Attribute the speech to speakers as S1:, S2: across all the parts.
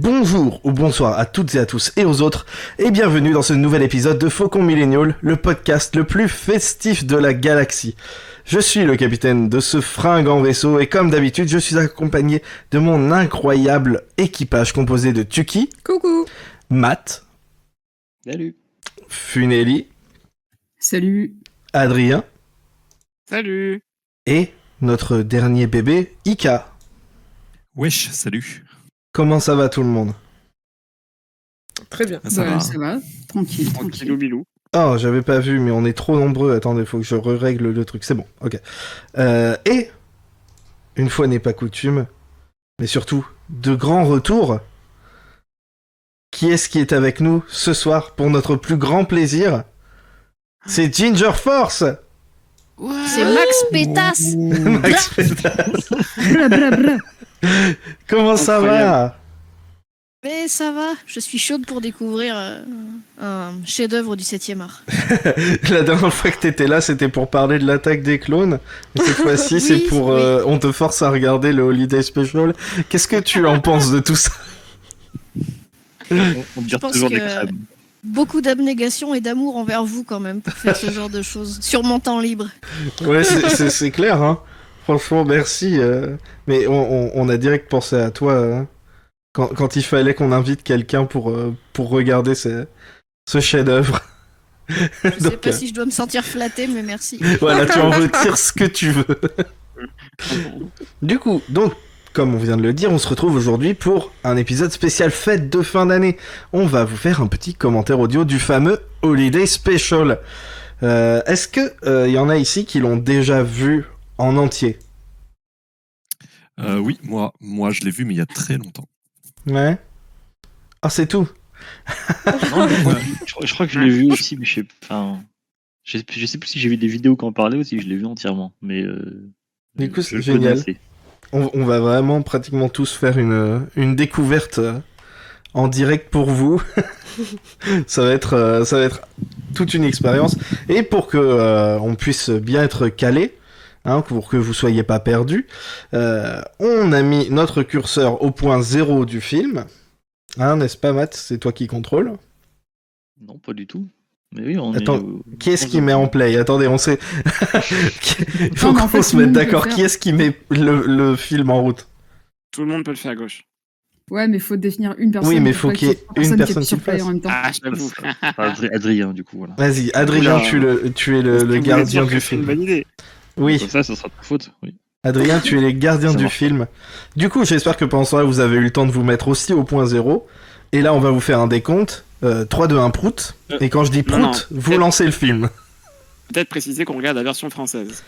S1: bonjour ou bonsoir à toutes et à tous et aux autres, et bienvenue dans ce nouvel épisode de Faucon Millennial, le podcast le plus festif de la galaxie. Je suis le capitaine de ce fringant vaisseau et comme d'habitude, je suis accompagné de mon incroyable équipage composé de Tuki,
S2: Coucou
S1: Matt,
S3: Salut.
S1: Funeli,
S2: Salut
S1: Adrien
S3: Salut.
S1: et notre dernier bébé, Ika.
S4: Wesh, salut.
S1: Comment ça va tout le monde
S5: Très
S1: Ah,
S5: bien. Bah,
S4: Ça
S2: Ouais,
S4: va.
S2: Bah, Ça va, tranquille, tranquille.
S3: Tranquillou bilou.
S1: Oh, j'avais pas vu, mais on est trop nombreux. Attendez, faut que je règle le truc. C'est bon, ok. Euh, et, une fois n'est pas coutume, mais surtout, de grands retours. Qui est-ce qui est avec nous ce soir pour notre plus grand plaisir C'est Ginger Force
S6: C'est Max Pétasse
S1: Max Pétasse.
S2: Bla, bla, bla.
S1: Comment ça va
S6: Mais ça va, je suis chaude pour découvrir euh, un chef-d'œuvre du 7e art.
S1: La dernière fois que t'étais là, c'était pour parler de l'attaque des clones. Et cette fois-ci,
S6: Oui,
S1: c'est pour...
S6: oui.
S1: euh, on te force à regarder le Holiday Special. Qu'est-ce que tu en penses de tout ça
S3: On, on
S6: Je
S3: dire
S6: pense
S3: toujours des
S6: que-
S3: crèmes.
S6: Beaucoup d'abnégation et d'amour envers vous quand même pour faire ce genre de choses sur mon temps libre.
S1: Ouais, c'est- c'est c'est clair, hein. Franchement, merci. euh, Mais on, on- on a direct pensé à toi hein. quand, quand il fallait qu'on invite quelqu'un pour, euh, pour regarder ce, ce chef-d'œuvre.
S6: Je sais
S1: Donc,
S6: pas
S1: euh,
S6: si je dois me sentir flattée, mais merci.
S1: Voilà, tu en retires ce que tu veux. Du coup, donc, comme on vient de le dire, on se retrouve aujourd'hui pour un épisode spécial fête de fin d'année. On va vous faire un petit commentaire audio du fameux Holiday Special. Euh, Est-ce que euh, y en a ici qui l'ont déjà vu en entier
S4: Euh, oui, moi, moi, je l'ai vu, mais il y a très longtemps.
S1: Ouais. Ah, c'est tout.
S3: Non, mais moi, je, je crois que je l'ai vu aussi, mais je sais pas. enfin, Je, sais- je sais plus si j'ai vu des vidéos qui en parlaient ou si je l'ai vu entièrement. Mais euh,
S1: Du coup,
S3: je
S1: c'est
S3: le
S1: génial.
S3: connaissais.
S1: On, on va vraiment pratiquement tous faire une, une découverte euh, en direct pour vous. ça va être euh, ça va être toute une expérience et pour que euh, on puisse bien être calé. Hein, pour que vous soyez pas perdus, euh, on a mis notre curseur au point zéro du film, Hein, n'est-ce pas Matt C'est toi qui contrôle.
S3: Non, pas du tout. Mais oui, on
S1: Attends,
S3: est. au-
S1: Qui est-ce qui met en play Attendez, on sait. Il faut
S2: Non, mais en
S1: qu'on
S2: fait,
S1: se
S2: tout le
S1: mette
S2: monde peut
S1: d'accord.
S2: le
S1: Qui est-ce qui met le, le film en route
S7: Tout le monde peut le faire à gauche.
S2: Ouais, mais faut définir une personne.
S1: Oui, mais
S2: pour
S1: faut
S2: pas
S1: qu'il y ait
S2: soit personne
S1: une
S2: qui
S1: personne
S2: appuie sur
S1: qui le
S2: play en même temps.
S7: Ah, j'avoue.
S3: Enfin, Adri- Adrien, du coup, voilà.
S1: Vas-y, Adrien,
S7: Oula.
S1: tu, le, tu es le,
S7: Est-ce que
S1: le
S7: vous voulez
S1: gardien
S7: dire que
S1: du
S7: c'est une
S1: film.
S7: bonne idée
S1: Oui,
S3: Comme ça, ça sera de ta faute. Oui.
S1: Adrien, tu es le gardien
S3: Ça
S1: du
S3: marche.
S1: film. Du coup, j'espère que pendant ce temps-là, vous avez eu le temps de vous mettre aussi au point zéro. Et là, on va vous faire un décompte. Euh, 3, 2, 1, prout.
S7: Euh,
S1: Et quand je dis prout,
S7: non, non.
S1: vous lancez le film.
S7: Peut-être préciser qu'on regarde la version française.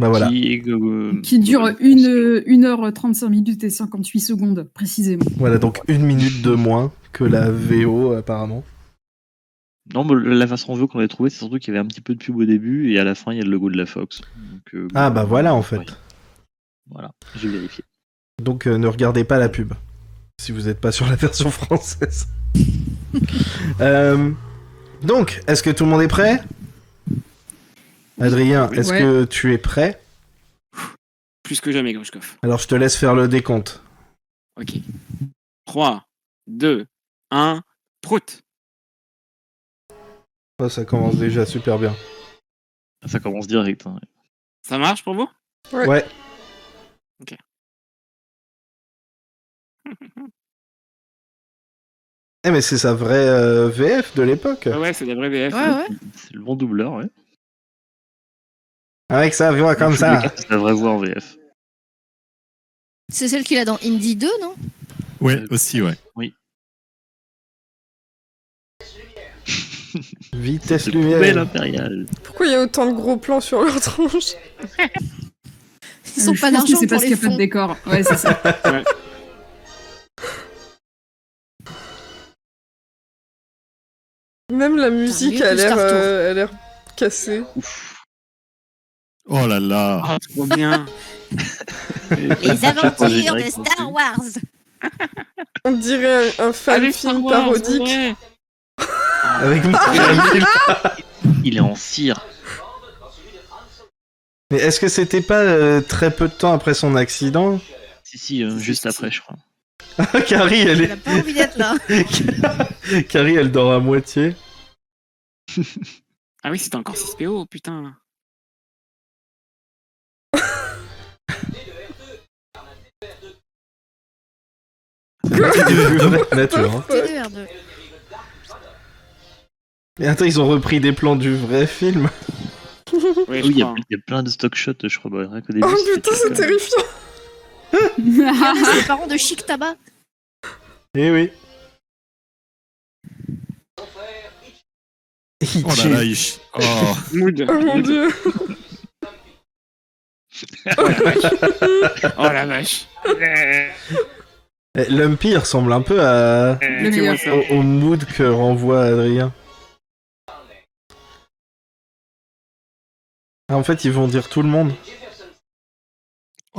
S1: Bah voilà.
S3: Qui, est, euh,
S2: Qui dure
S3: euh,
S2: 1 h 35 minutes et 58 secondes, précisément.
S1: Voilà, donc une minute de moins que la VO, apparemment.
S3: Non, mais la façon veut qu'on l'ait trouvé, c'est surtout qu'il y avait un petit peu de pub au début et à la fin, il y a le logo de la Fox. Donc, euh,
S1: Ah,
S3: bon,
S1: bah voilà, en
S3: oui.
S1: fait.
S3: Voilà, j'ai vérifié.
S1: Donc euh, ne regardez pas la pub si vous n'êtes pas sur la version française. Euh, donc, est-ce que tout le monde est prêt Adrien, est-ce
S2: Ouais.
S1: que tu es prêt
S7: Plus que jamais, Grushkov.
S1: Alors je te laisse faire le décompte.
S7: Ok. 3, 2, 1, prout.
S1: Oh, ça commence déjà super bien.
S3: Ça commence direct. hein.
S7: Ça marche pour vous
S5: Ouais.
S1: Ouais.
S7: Ok.
S1: Eh mais c'est sa vraie euh, VF de l'époque.
S7: Ah Ouais, c'est la vraie VF.
S6: Ouais, ouais.
S3: C'est le bon doubleur, ouais.
S1: Avec sa voix comme ça.
S3: C'est la vraie voix en VF.
S6: C'est celle qu'il a dans Indie 2, non
S4: Ouais, aussi, ouais.
S1: Vitesse
S3: C'est belle
S1: lumière.
S3: impériale.
S5: Pourquoi il y a autant de gros plans sur leur tronche
S6: Ils sont
S2: Euh, Je
S6: pas
S2: pense
S6: d'argent
S2: que C'est
S6: pour
S2: parce qu'il
S6: les
S2: n'y a pas de
S6: fonds.
S2: décor. Ouais, c'est ça.
S5: Même la musique
S6: Ah,
S5: a
S6: oui,
S5: l'air
S6: Star Tour.
S5: euh, a l'air cassée.
S4: Oh là là.
S7: Ah, trop bien.
S6: Les aventures de
S3: Direct,
S6: Star Wars
S5: On dirait un, un fan
S7: Allez, Star
S5: film
S7: Wars,
S5: parodique.
S7: ouais.
S1: Avec mon
S3: Il est en cire.
S1: Mais est-ce que c'était pas euh, très peu de temps après son accident
S3: Si, si, euh,
S7: Si,
S3: juste
S7: si,
S3: après, je crois.
S1: Carrie, elle
S6: Elle a pas envie d'être là.
S1: est... Carrie, elle dort à moitié.
S7: Ah oui, c'était encore 6 PO, putain.
S1: Nature, hein.
S6: C'est deux, R2.
S1: Mais attends, ils ont repris des plans du vrai film.
S7: Oui,
S3: Oui, il y,
S7: je
S3: a-
S7: crois.
S3: il y a plein de stock shots, je crois. bah, rien qu'au début,
S5: Oh
S3: c'était
S5: putain, c'est
S3: des trucs, euh,
S5: terrifiant.
S6: Regardez, Ah, c'est les parents de Chic Tabac.
S1: Eh oui.
S4: Oh là là, il... ch- Oh.
S7: Mood.
S5: Oh mon dieu.
S7: Oh la vache.
S1: Eh, Lumpy il ressemble un peu à...
S7: Eh,
S2: Le meilleur.
S1: au, au mood que renvoie Adrien. Ah, En fait, ils vont dire tout le monde.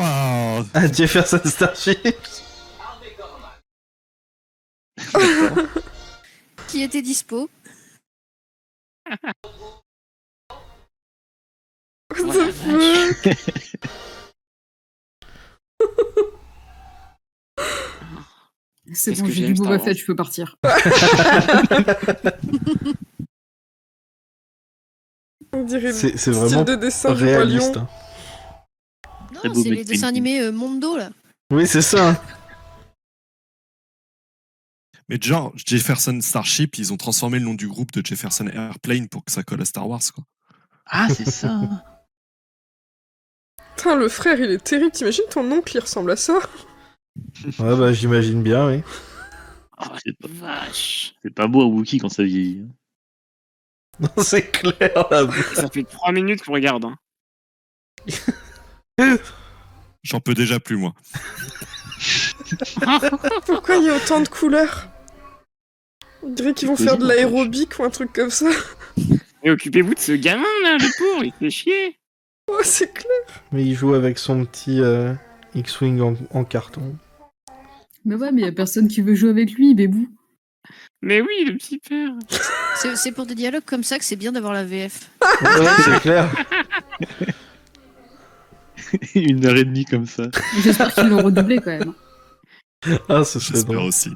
S4: Oh.
S1: Ah, Jefferson Starship
S6: qui était dispo.
S5: What the fuck
S2: C'est
S7: Qu'est-ce
S2: bon,
S7: que
S2: j'ai
S7: j'aime
S2: du Boba
S7: Star Wars.
S2: Fett, je peux partir.
S5: On dirait le
S1: C'est
S5: style
S1: c'est vraiment
S5: de dessin du roi lion.
S1: réaliste. hein.
S6: Non,
S3: Très beau
S6: c'est
S3: mec,
S6: les dessins
S3: Pinky.
S6: animés euh, Mondo là.
S1: Oui, c'est ça. hein.
S4: Mais genre, Jefferson Starship, ils ont transformé le nom du groupe de Jefferson Airplane pour que ça colle à Star Wars. Quoi.
S3: Ah, c'est ça.
S1: hein.
S5: Putain, le frère, il est terrible. T'imagines ton oncle, il ressemble à ça
S1: Ouais, bah, j'imagine bien, oui.
S7: Oh
S3: C'est pas-
S7: vache.
S3: c'est pas beau à Wookiee quand ça vieillit. hein.
S1: Non, c'est clair, la
S7: Ça fait 3 minutes qu'on regarde. Hein.
S4: J'en peux déjà plus, moi.
S5: Pourquoi il y a autant de couleurs On dirait qu'ils vont faire de l'aérobic ou un truc comme ça.
S7: Et occupez-vous de ce gamin là, le pauvre, il fait chier.
S5: Oh, c'est clair.
S1: Mais il joue avec son petit euh, X-Wing en, en carton.
S2: Mais ouais, mais y a personne qui veut jouer avec lui, bébou.
S7: Mais oui, le petit père.
S6: C'est c'est pour des dialogues comme ça que c'est bien d'avoir la VF.
S1: Ouais, c'est clair.
S3: Une heure et demie comme ça.
S2: J'espère qu'ils l'ont redoublé quand même.
S1: Ah, ce serait
S4: J'espère
S1: drôle.
S4: aussi.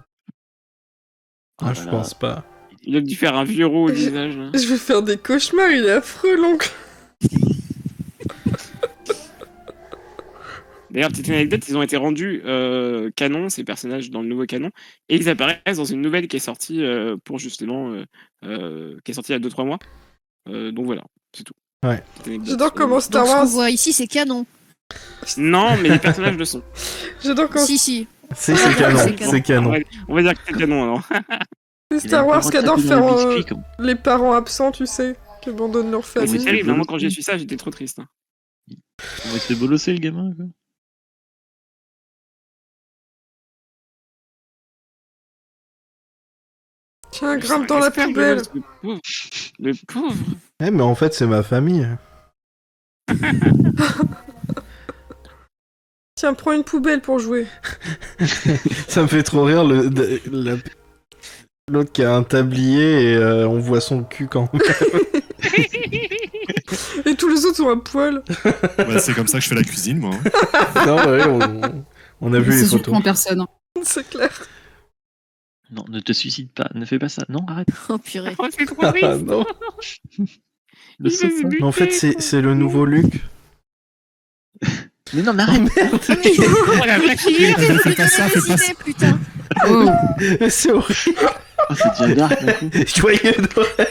S1: Ah, je
S3: Voilà.
S1: pense pas.
S7: Il a dû faire un vieux rôle au visage. là.
S5: Je vais faire des cauchemars, il est affreux, l'oncle.
S7: D'ailleurs, petite anecdote, ils ont été rendus euh, canon, ces personnages dans le nouveau canon, et ils apparaissent dans une nouvelle qui est sortie euh, pour justement. euh, euh, qui est sortie il y a 2-3 mois. Euh, donc voilà, c'est tout.
S1: Ouais.
S7: Petite anecdote.
S5: J'adore comment Star
S6: Donc ce qu'on
S5: Wars.
S6: voit ici c'est canon.
S7: Non, mais les personnages le sont.
S5: J'adore comment
S6: Si si.
S1: Si, c'est canon. C'est
S7: On
S1: canon.
S7: va, on va dire que c'est canon alors.
S5: Star Wars qui adore faire euh,
S3: un hein.
S5: les parents absents, tu sais, qui abandonnent leur
S7: Mais
S5: famille.
S7: c'est terrible, hein, moi quand j'ai su ça, j'étais trop triste. hein.
S3: Il s'est bolossé, le gamin. Quoi.
S5: Tiens,
S7: Je
S5: grimpe
S7: sais pas,
S5: dans la
S7: j'espère que
S5: poubelle.
S7: Le pauvre. Le pauvre.
S1: Eh, mais en fait, c'est ma famille.
S5: Tiens, prends une poubelle pour jouer.
S1: Ça me fait trop rire le de- la- l'autre qui a un tablier et euh, on voit son cul quand même.
S5: Et tous les autres sont à poil.
S4: Bah, c'est comme ça que je fais la cuisine, moi. hein.
S1: non, ouais, on, on a vu les
S2: Ça
S1: photos.
S2: surprend personne. hein.
S5: C'est clair.
S3: Non, ne te suicide pas, ne fais pas ça. Non, arrête.
S6: Oh purée.
S7: Oh, c'est trop
S1: Ah,
S7: triste.
S1: non.
S3: Ne
S7: Il va
S3: saute
S7: se
S3: pas.
S1: Mais en fait,
S7: buter,
S1: c'est
S7: quoi.
S1: c'est le nouveau Luc.
S3: Mais non, mais arrête.
S7: Oh la vache, il est-
S4: Fais pas ça, fais pas ça.
S6: putain.
S2: Oh,
S1: c'est horrible.
S3: Oh, c'est déjà dark. d'un coup.
S1: Joyeux Noël.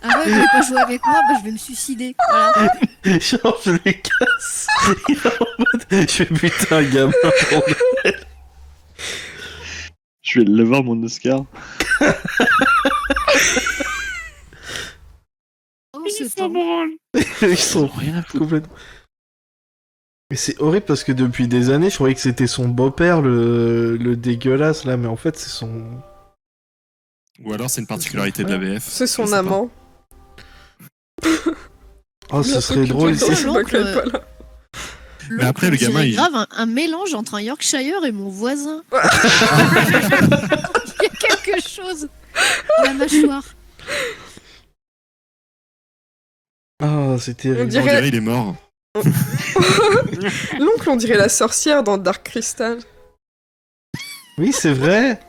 S6: Ah ouais, vous voulez pas jouer avec moi, bah, je vais me suicider. Voilà.
S1: Genre, je lui casse. Il est en mode, je vais buter un gamin. pour Noël.
S3: Je vais le voir, mon Oscar.
S6: Oh, ce
S7: il s'en
S6: temps.
S7: branle.
S1: Ils sont
S3: Rien à foutre.
S1: complètement. Mais c'est horrible parce que depuis des années, je croyais que c'était son beau-père, le... le dégueulasse là, mais en fait, c'est son.
S4: Ou alors, c'est une particularité de la VF.
S5: C'est
S4: Je
S5: son
S4: sais pas.
S5: amant.
S1: Oh, ce serait drôle
S5: si
S1: si
S6: c'est-
S5: pas qu'elle est pas là.
S4: Mais après, le
S6: L'autre, on
S4: gamin,
S6: dirait
S4: il-
S6: grave un, un mélange entre un Yorkshire et mon voisin. il y a quelque chose dans la mâchoire.
S1: Ah, c'est
S5: On
S1: terrible.
S4: On
S5: Dirait-
S4: dirait il est mort.
S5: L'oncle, on dirait la sorcière dans Dark Crystal.
S1: Oui, c'est vrai.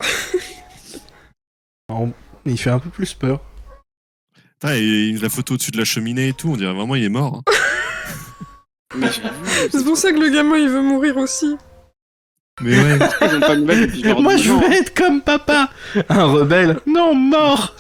S1: En- Il fait un peu plus peur.
S4: Putain, et la photo au-dessus de la cheminée et tout, on dirait vraiment il est mort. hein.
S7: Mais j'avoue,
S5: C'est pour ça que le gamin il veut mourir aussi.
S4: Mais ouais.
S7: ils ont pas de nouvelles depuis genre
S1: Moi,
S7: dix
S1: je
S7: ans.
S1: veux être comme papa. Un rebelle. Non, mort.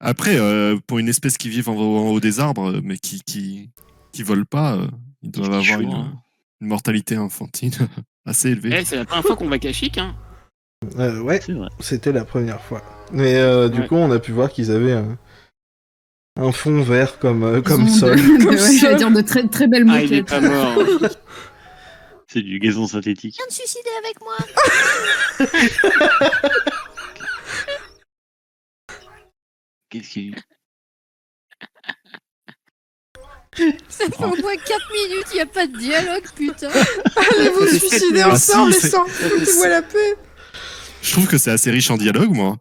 S4: Après, euh, pour une espèce qui vit en, en haut des arbres, euh, mais qui qui, qui vole pas, euh, ils doivent
S3: Ils sont chauds,
S4: avoir une,
S3: hein.
S4: une mortalité infantile assez élevée.
S7: Eh, c'est la première fois qu'on va Kashik, hein.
S1: Euh, ouais,
S3: C'est vrai.
S1: c'était la première fois. Mais euh, du
S7: Ouais.
S1: coup, on a pu voir qu'ils avaient un, un fond vert comme, euh, comme
S2: Ils ont
S1: sol.
S2: de- de-
S5: Comme
S2: ouais,
S5: sol.
S2: J'allais dire de très, très belles
S7: Ah, il est
S2: moquettes.
S7: pas mort.
S3: C'est du gazon synthétique.
S6: Viens te suicider avec moi
S3: Qu'est-ce qu'il
S6: Ça fait au moins 4 minutes, il a pas de dialogue, putain
S5: Allez vous
S7: Ça, c'est
S5: suicider
S4: Ah,
S5: ensemble, les
S4: si, c'est-
S5: sangs Foutez-moi la paix
S4: Je trouve que c'est assez riche en dialogue, moi.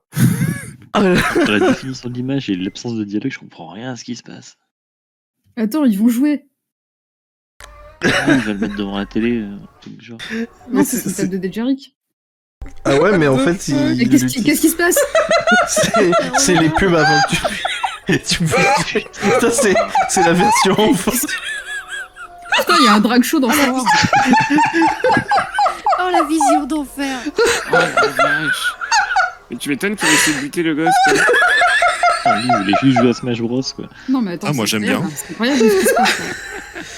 S3: Entre la définition de l'image et l'absence de dialogue, je comprends rien à ce qui se passe.
S2: Attends, ils vont jouer.
S3: Ah, il va le mettre devant la télé, euh, truc genre.
S1: Mais
S2: Non,
S1: c'est-
S2: c'est une
S1: c'est-
S2: table de Dejaric.
S1: Ah ouais, mais en
S5: What the
S1: fait, ils-
S2: Mais Qu'est-ce qui,
S1: ils-
S2: qu'est-ce qui se passe
S1: c'est c'est les pubs avant que tu. Et tu peux- Putain, Bah c'est c'est la version enfant.
S2: Putain, il y a un drag
S6: Ah,
S2: show dans Star Wars.
S6: Oh la vision d'enfer
S7: Oh la vache. Mais tu m'étonnes qu'il ait essayé de buter le gosse. quoi.
S3: Ah, lui, il voulait juste jouer à Smash Bros, quoi.
S2: Non, mais attends.
S4: Ah, moi,
S2: c'est
S4: j'aime
S2: clair,
S4: bien.
S2: hein, C'est incroyable ce qui se passe. là.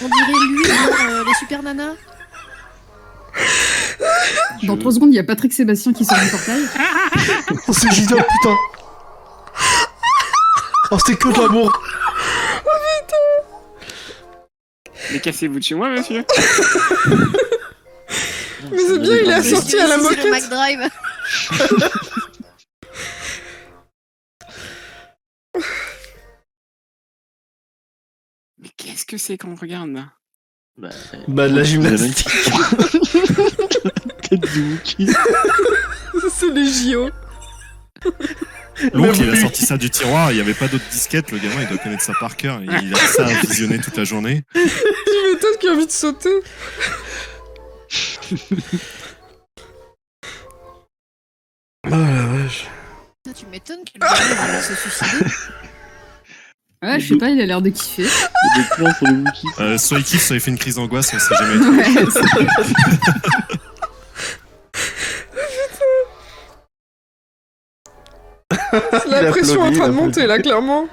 S6: On dirait lui, dans, euh, les super nanas.
S2: Dans
S3: Je-
S2: 3 secondes, il y a Patrick Sébastien qui sort du portail.
S1: Oh, c'est Gideon, putain. Oh, c'était que de l'amour.
S7: Mais cassez-vous de chez moi, monsieur.
S5: Mais c'est bien, il est
S3: Ah,
S5: assorti à la
S6: Je suis sur le
S5: moquette
S6: McDrive.
S7: Mais qu'est-ce que c'est qu'on regarde là
S3: Bah, euh,
S1: Bah, de la
S3: c'est même-
S1: gymnastique.
S3: Tête de Wookie.
S5: C'est les JO
S4: L'oncle,
S1: Même
S4: il a
S1: lui.
S4: sorti ça du tiroir, il n'y avait pas d'autres disquettes, le gamin, il doit connaître ça par cœur, il a ça à visionner toute la journée.
S5: Tu m'étonnes qu'il a envie de sauter
S1: Oh la vache.
S6: Putain, Tu m'étonnes que le gamin va se suicider.
S2: Ouais, je sais
S4: Mhm.
S2: pas, il a l'air de kiffer.
S3: Il y a des plans sur le Wookie.
S4: Euh, soit il kiffe, soit il fait une crise d'angoisse, on sait jamais.
S2: Ouais, c'est-
S1: Il
S5: La
S1: applaudit,
S5: pression est en
S1: il
S5: train de
S1: applaudit.
S5: monter là, clairement.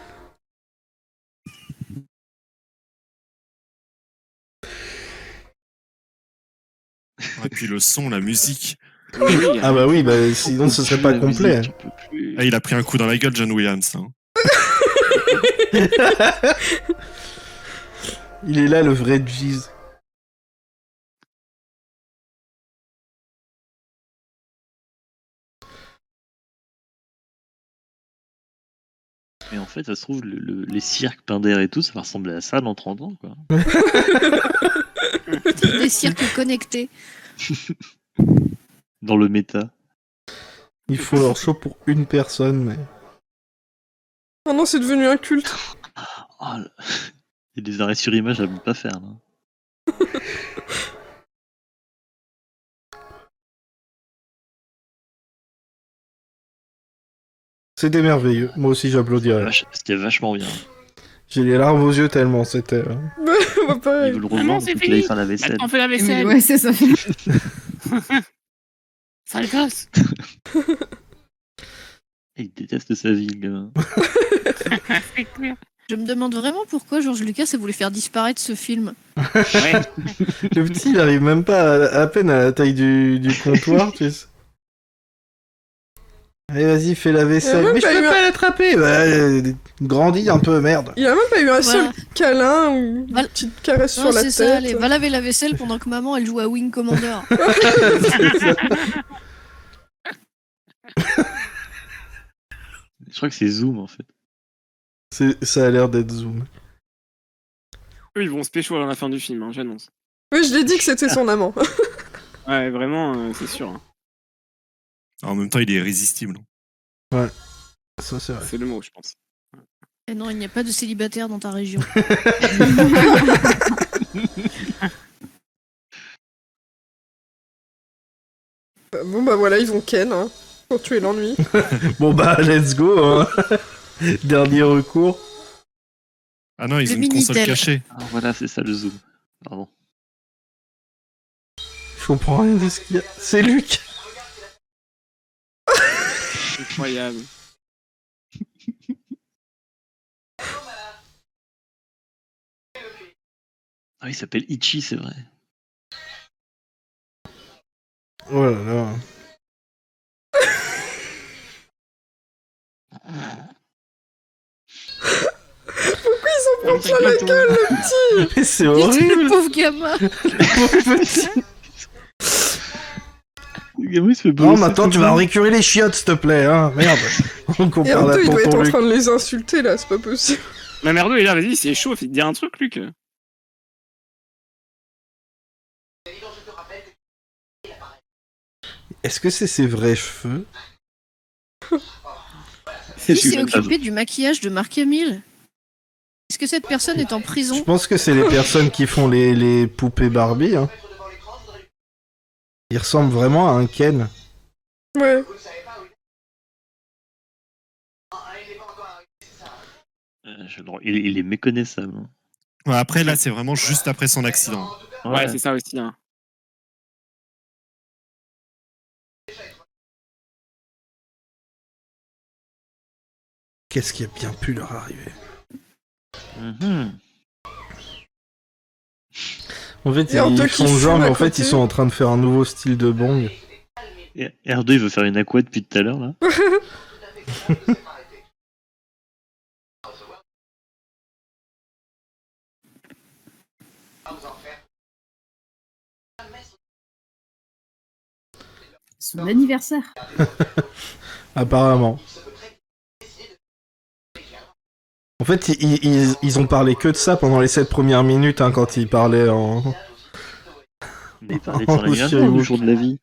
S4: Et puis le son, la musique.
S7: Oui,
S1: Ah bah oui, bah, sinon ce serait pas complet.
S3: Je peux plus.
S4: Ah, il a pris un coup dans la gueule, John Williams. hein.
S1: hein. Il est là le vrai Jeez.
S3: Mais en fait, ça se trouve, le- le- les cirques Pinder et tout, ça va ressembler à ça dans 30 ans, quoi.
S6: Des cirques connectés.
S3: Dans le méta.
S1: Il faut leur show pour une personne, mais.
S5: Ah non, c'est devenu un culte.
S3: Oh, là. Il y a des arrêts sur image à ne pas faire, hein. là.
S1: C'était merveilleux. Moi aussi, j'applaudirais.
S3: Vache- C'était vachement bien.
S1: J'ai les larmes aux yeux tellement c'était. euh,
S5: Bah,
S3: Ils
S5: pareil.
S3: veulent
S7: Maman,
S3: revendre
S7: Ah c'est
S3: pour qu'il aille
S7: fini.
S3: faire la vaisselle.
S7: on fait la
S2: mais
S7: vaisselle.
S2: ouais, c'est ça.
S7: Sale gosse.
S3: Il déteste sa vie, le gamin.
S7: C'est clair.
S6: Je me demande vraiment pourquoi George Lucas a voulu faire disparaître ce film.
S7: Ouais.
S1: Le petit, il arrive même pas à, à peine à la taille du, du comptoir, tu sais. Allez, vas-y, fais la
S5: Il y a
S1: vaisselle.
S5: même
S1: Mais je
S5: pas
S1: peux
S5: eu
S1: pas l'attraper. Bah, euh, grandis un peu, merde.
S5: Il a même pas eu un seul
S6: Voilà. Bah,
S5: câlin ou une
S6: Voilà.
S5: petite caresse
S6: Non,
S5: sur la
S6: c'est ça, allez,
S5: tête.
S6: va laver la vaisselle pendant que maman elle joue à Wing Commander.
S3: Je crois que c'est Zoom, en fait.
S1: C'est- Ça a l'air d'être Zoom.
S7: Eux, ils vont se pécho à la fin du film, hein, j'annonce.
S5: Oui, je l'ai dit que c'était son amant.
S7: Ouais, vraiment, euh, c'est sûr. hein.
S4: En même temps, il est irrésistible.
S1: Ça, c'est vrai.
S7: C'est le mot, je pense.
S6: Et Eh non, il n'y a pas de célibataire dans ta région.
S5: Bah, bon, bah voilà, ils ont Ken, hein, pour tuer l'ennui.
S1: Bon bah, let's go. hein. Dernier recours.
S4: Ah non, ils
S6: Le
S4: ont une console
S6: Minitel.
S4: cachée.
S3: Ah, voilà, c'est ça le zoom. Pardon.
S1: Je comprends rien de ce qu'il y a. C'est Luc.
S7: Incroyable.
S3: Ah, il s'appelle Ichi, c'est vrai.
S1: Oh là là.
S5: Ils ont pris plein la gueule, le petit
S1: Mais c'est
S6: le
S1: horrible.
S6: pauvre gamin
S3: Ah,
S1: pauvre petit.
S3: Le gamin, il se fait
S1: Non,
S3: balancer
S1: maintenant
S3: tout
S1: tu
S3: le
S1: vas
S3: temps.
S1: récurer les chiottes, s'il te plaît. Hein. Merde. On
S5: Et
S1: compare
S5: en
S1: la
S5: deux, il doit être
S1: tonton
S5: en
S1: Luc.
S5: train de les insulter, là, c'est pas possible.
S7: Ma merde, il est là, vas-y, c'est chaud, fais dire un truc, Luc.
S1: Est-ce que c'est ses vrais cheveux
S3: C'est
S6: Qui
S3: celui
S6: s'est
S3: de la-
S6: occupé du maquillage de Marc Hamill Est-ce que cette personne est en
S1: Je
S6: prison
S1: pense que c'est les personnes qui font les, les poupées Barbie. Hein. Il ressemble vraiment à un Ken.
S5: Ouais.
S3: Euh, je- non, Il, il est méconnaissable. hein.
S4: Ouais, après, là, c'est vraiment juste après son accident.
S7: Ouais, c'est ça aussi. Hein.
S1: Qu'est-ce qui a bien pu leur arriver
S3: Mhm.
S1: En fait,
S5: Et en deux
S1: ils
S5: qui
S1: font
S5: fument
S1: genre, mais
S5: à
S1: en fait,
S5: côté.
S1: ils sont en train de faire un nouveau style de bang.
S3: Et R2, il veut faire une aqua depuis tout à l'heure, là.
S2: Son anniversaire.
S1: Apparemment. En fait, ils, ils- ils- ils ont parlé que de ça pendant les 7 premières minutes hein, quand ils parlaient en.
S3: Mais il parlait de son
S1: Oh,
S3: anniversaire
S1: monsieur.
S3: le jour de la vie.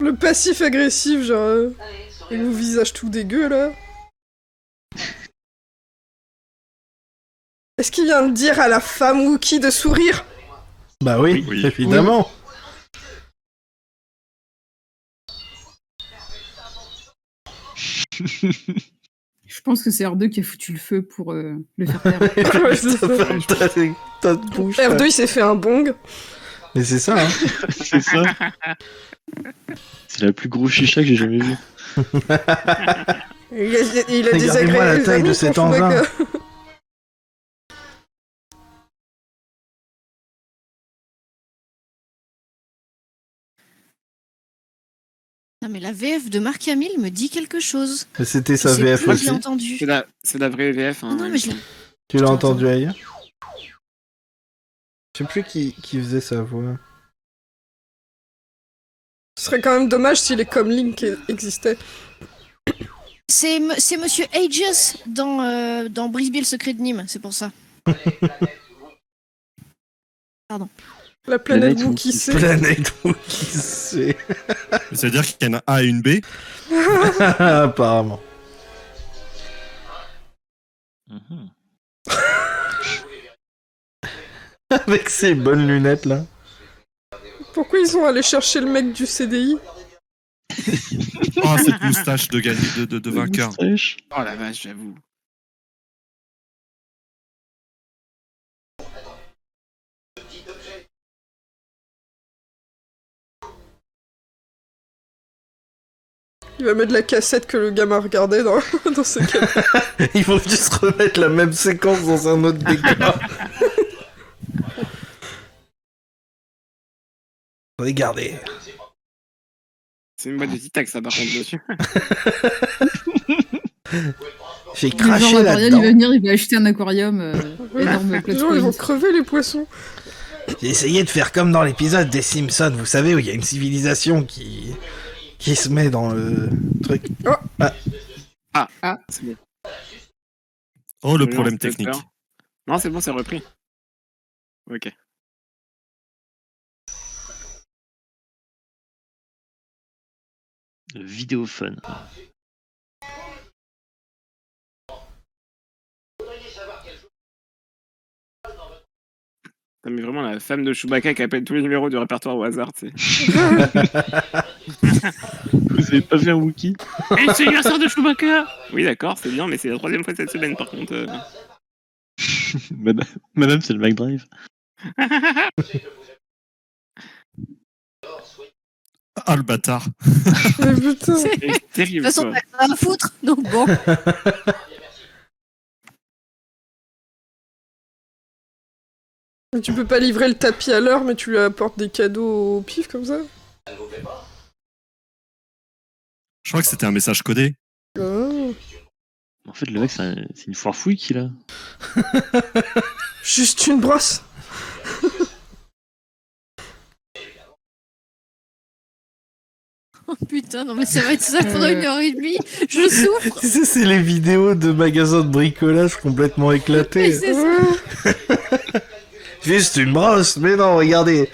S5: Le passif agressif, genre. euh, Et le visage tout dégueu, là. Est-ce qu'il vient de dire à la femme Wookie de sourire
S1: Bah oui,
S4: Oui.
S1: évidemment.
S2: Je pense que c'est R2 qui a foutu le feu pour euh, le faire taire.
S5: Ouais, c'est ça.
S1: T'as- t'as de bouche, ouais.
S5: R2, il s'est fait un bong.
S1: Mais c'est ça, hein.
S3: c'est ça. C'est la plus grosse chicha que j'ai jamais vue.
S5: Il a, il a
S1: Regardez-moi la
S5: désagréé les
S1: taille de
S5: amis
S1: cet
S5: qu'on trouvait
S1: engin.
S5: que-
S6: Non mais la VF de Marc Hamill me dit quelque chose.
S1: Mais c'était
S6: Je
S1: sa
S6: sais
S1: VF
S6: plus où je l'ai
S1: aussi.
S6: entendu.
S7: C'est la, c'est la vraie VF. Hein,
S6: Oh Non, non, mais je l'ai-
S1: Tu l'as entendu ailleurs Je sais plus qui, qui faisait sa voix.
S5: Ce serait quand même dommage si les comlinks existaient.
S6: C'est m- c'est Monsieur Aegis dans, euh, dans Brisby le secret de Nîmes, c'est pour ça.
S5: La planète
S3: Planète
S5: Wookie, c'est.
S1: Planète qui c'est
S4: C'est-à-dire qu'il y en a un A et une B.
S1: Apparemment.
S7: Mm-hmm.
S3: Mhm.
S1: Avec ses bonnes lunettes là.
S5: Pourquoi ils sont allés chercher le mec du CDI
S4: Oh, cette moustache de, gagn- de, de, de vainqueur.
S3: Moustache.
S7: Oh la vache, j'avoue.
S5: Il va mettre la cassette que le gamin regardait dans, dans ses cas.
S1: Ils vont juste remettre la même séquence dans un autre décor. Regardez.
S7: C'est une boîte
S3: Ah.
S7: de tic-tac, ça, par contre, dessus.
S1: J'ai
S2: Le genre,
S1: craché
S2: Dorian, il va
S1: là-dedans.
S2: venir, il va acheter un aquarium euh, énorme.
S5: Les gens, ils vont
S2: plateforme.
S5: crever les poissons.
S1: J'ai essayé de faire comme dans l'épisode des Simpsons, vous savez, où il y a une civilisation qui. qui se met dans le truc.
S7: C'est bon.
S4: Oh, le
S7: Non,
S4: problème
S7: c'est
S4: technique.
S7: peur. Non, c'est bon, c'est repris. Ok.
S3: Vidéophone.
S7: T'as mis vraiment la femme de Chewbacca qui appelle tous les numéros du répertoire au hasard, tu sais.
S3: Vous avez pas fait un Wookie
S7: Eh, c'est l'anniversaire de Chewbacca Oui, d'accord, c'est bien, mais c'est la troisième fois cette semaine, par contre. euh.
S3: Madame, Madame, c'est le McDrive.
S4: Ah, le bâtard.
S5: Mais putain.
S7: C'est
S6: De
S7: terrible,
S6: toute façon,
S7: quoi.
S6: t'as que ça à foutre, donc bon.
S5: Mais tu peux pas livrer le tapis à l'heure, mais tu lui apportes des cadeaux au pif comme ça
S4: Je crois que c'était un message codé.
S5: Oh.
S3: En fait, le mec, c'est un- c'est une foire fouille qu'il a.
S5: Juste une brosse
S6: Oh putain, non mais ça va être ça pendant
S2: Euh.
S6: une heure et demie. Je souffre.
S1: Tu sais, c'est les vidéos de magasins de bricolage complètement
S6: Mais
S1: éclatées.
S6: c'est ça.
S1: Juste une brosse, mais non, regardez.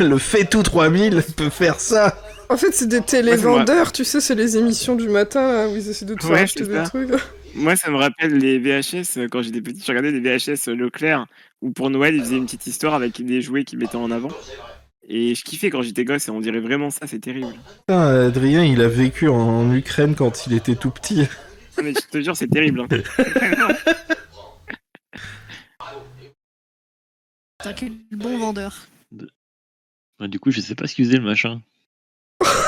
S1: Le Fait-Tout 3000 peut faire ça.
S5: En fait, c'est des télévendeurs, tu sais, c'est les émissions du matin là, où ils essaient de te faire
S7: Ouais,
S5: acheter
S7: c'est
S5: des
S7: ça.
S5: trucs.
S7: Moi, ça me rappelle les VHS. euh, Quand j'étais petit, je regardais les VHS euh, Leclerc, où pour Noël, ils faisaient une petite histoire avec des jouets qu'ils mettaient en avant. Et je kiffais quand j'étais gosse, et on dirait vraiment ça, c'est terrible.
S1: Putain, Adrien, il a vécu en Ukraine quand il était tout petit.
S7: Ah, Mais je te jure, c'est terrible. hein.
S6: Putain, quel bon vendeur.
S3: Bah, du coup, je sais pas ce qu'il faisait le machin.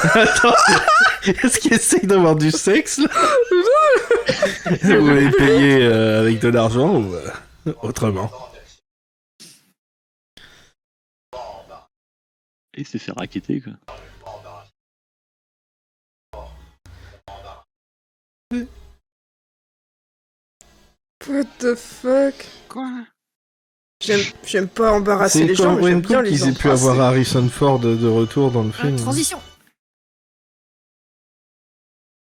S1: Attends, est-ce qu'il essaye d'avoir du sexe là Vous voulez payer euh, avec de l'argent ou euh, autrement
S3: Et il s'est fait raqueter, quoi.
S5: What the fuck
S7: Quoi
S5: J'aime, j'aime pas embarrasser Ah, les gens, mais j'aime bien
S1: compte
S5: les
S1: qu'ils aient pu
S5: embrasser.
S1: avoir Harrison Ford de retour dans le
S6: Ah,
S1: film.
S6: transition.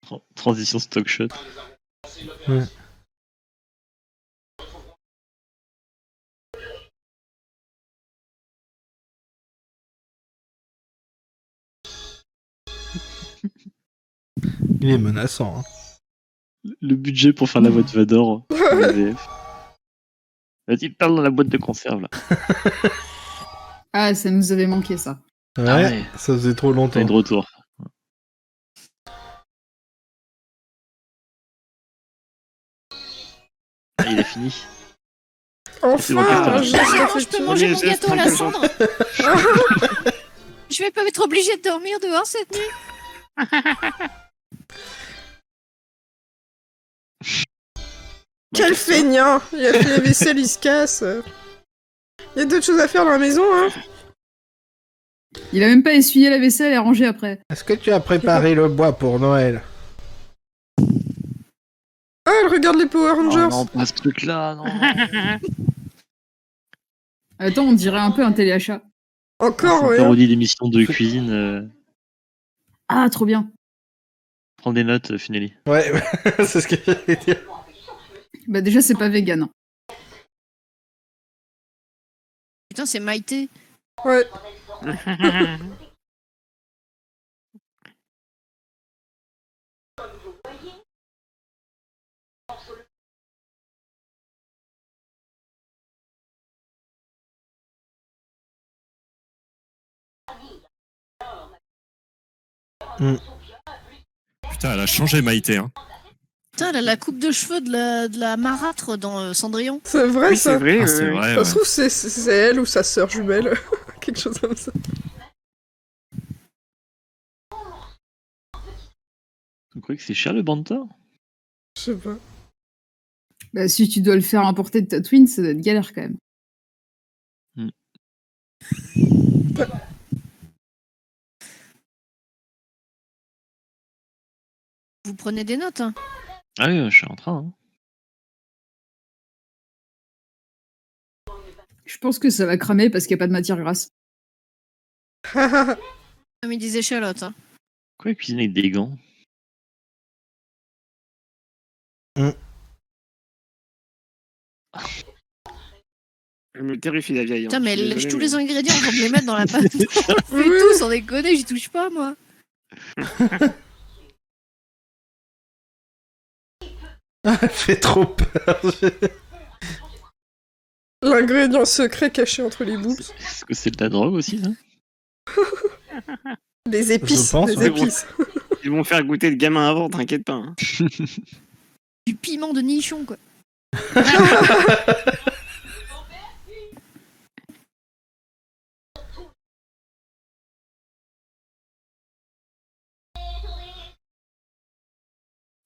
S3: Tran- Transition stock shot.
S1: Il est menaçant. hein.
S3: Le budget pour faire la voix de Vador. en VF. Vas-y, parle dans la boîte de conserve, là.
S2: Ah, ça nous avait manqué ça.
S1: Ouais,
S3: Ah ouais.
S1: ça faisait trop
S3: T'as
S1: longtemps.
S3: de retour. Ah, il a fini.
S5: Enfin, un
S3: Ah,
S6: Ah,
S3: je-
S5: geste
S6: non, je peux
S5: affectueux.
S6: manger mon
S7: Premier geste,
S6: gâteau à la
S7: premier
S6: cendre. Je vais pas être obligée de dormir dehors cette nuit.
S5: Quel feignant Il a fait la vaisselle, il se casse. euh. Il y a d'autres choses à faire dans la maison, hein
S2: Il a même pas essuyé la vaisselle et rangé après.
S1: Est-ce que tu as préparé le bois pour Noël
S5: Ah, elle regarde les Power
S3: Oh
S5: Rangers
S3: non, pas ce truc-là, non.
S2: Attends, on dirait un peu un téléachat.
S5: Encore,
S3: On
S5: ouais.
S3: parodie l'émission de cuisine. euh,
S2: Ah, trop bien.
S3: Prends des notes, euh, Finelli.
S1: Ouais, c'est ce que j'allais dire.
S2: Bah déjà, c'est pas vegan. hein.
S6: Putain, c'est Maïté.
S5: ouais.
S4: Putain, elle a changé Maïté. Hein.
S6: Putain, elle a la coupe de cheveux de la, de la marâtre dans euh, Cendrillon.
S5: C'est vrai,
S7: Oui, c'est
S5: ça.
S7: vrai.
S4: Ah,
S7: ouais,
S4: c'est
S7: ouais.
S4: vrai.
S5: Ça
S4: ouais.
S5: se trouve, c'est, c'est- c'est elle ou sa sœur jumelle. Quelque chose comme ça.
S3: Vous croyez que c'est cher le Banta
S5: Je sais pas.
S2: Bah, si tu dois le faire importer de Tatooine, ça doit être galère quand même.
S6: Vous prenez des notes, hein.
S3: Ah oui, je suis en train. hein.
S2: Je pense que ça va cramer parce qu'il n'y a pas de matière grasse.
S6: Comme il disait Charlotte, hein.
S3: Quoi, cuisine avec des gants
S1: Hmm.
S7: Elle me terrifie la vieille. hein.
S6: Putain, mais
S7: Je
S6: elle
S7: suis
S6: lèche
S7: désolé,
S6: tous
S7: mais-
S6: les ingrédients pour me les mettre dans la pâte.
S5: Oui,
S6: Mais tout, sans déconner, j'y touche pas, moi.
S1: Elle fait trop peur.
S5: L'ingrédient secret caché entre les boobs.
S3: Est-ce que c'est de la drogue aussi, ça
S5: Les épices.
S1: Je pense,
S5: les
S1: ouais.
S5: épices.
S7: Ils vont faire goûter le gamin avant, t'inquiète pas. hein.
S6: Du piment de nichon, quoi.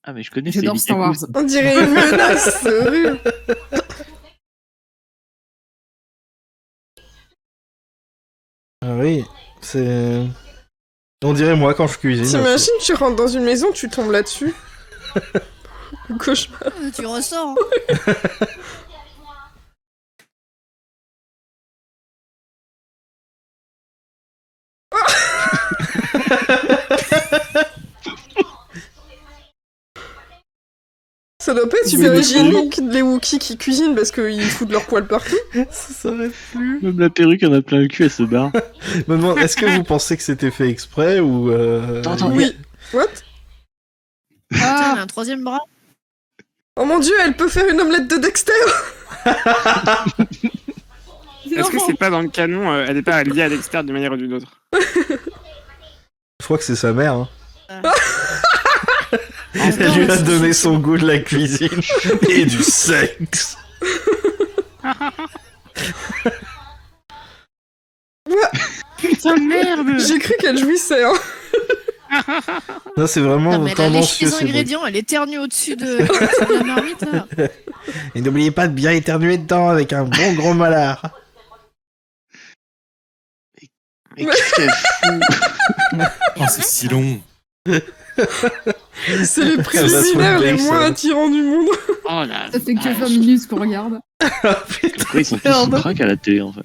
S3: Ah, mais je connais
S2: J'adore
S3: c'est
S2: Star Wars.
S3: Elite
S5: On dirait une menace. c'est horrible.
S1: Ah oui, c'est. On dirait moi quand je cuisine. aussi.
S5: T'imagines, tu rentres dans une maison, tu tombes là-dessus. Le cauchemar.
S6: Euh, tu ressors.
S5: Ça doit pas être super hygiénique les Wookiees qui cuisinent parce qu'ils foutent leur poil partout.
S1: Ça s'arrête plus.
S3: Même la perruque en a plein le cul, elle se barre.
S1: Je me demande, est-ce que vous pensez que c'était fait exprès ou. euh,
S3: Attends, attends.
S5: Oui. What
S6: Putain, elle a
S2: Ah,
S6: un troisième bras.
S5: Oh mon dieu, elle peut faire une omelette de Dexter
S7: Est-ce que c'est pas dans le canon euh, Elle est pas liée à l'expert d'une manière ou d'une autre.
S1: Je crois que c'est sa mère. hein.
S6: non,
S1: Elle lui a
S6: c'est-
S1: donné son goût de la cuisine et du sexe.
S7: Putain de merde
S5: J'ai cru qu'elle jouissait, hein
S1: Là, c'est
S6: Putain,
S1: vraiment
S6: mais elle a léché
S1: tendancieux.
S6: les
S1: ces bruits.
S6: ingrédients, elle éternue au-dessus de, au-dessus de la marmite, là.
S1: Et n'oubliez pas de bien éternuer dedans avec un bon gros malard.
S3: Mais qu'est-ce qu'elle fout
S4: Oh, c'est si long.
S5: C'est les
S1: Ça va se
S5: préliminaires les
S1: faire,
S5: moins
S1: ça.
S5: attirants du monde
S7: Oh la
S2: ça fait que
S7: vache.
S2: 20 minutes qu'on regarde.
S3: Pourquoi ils sont tous sous crack à la télé, en fait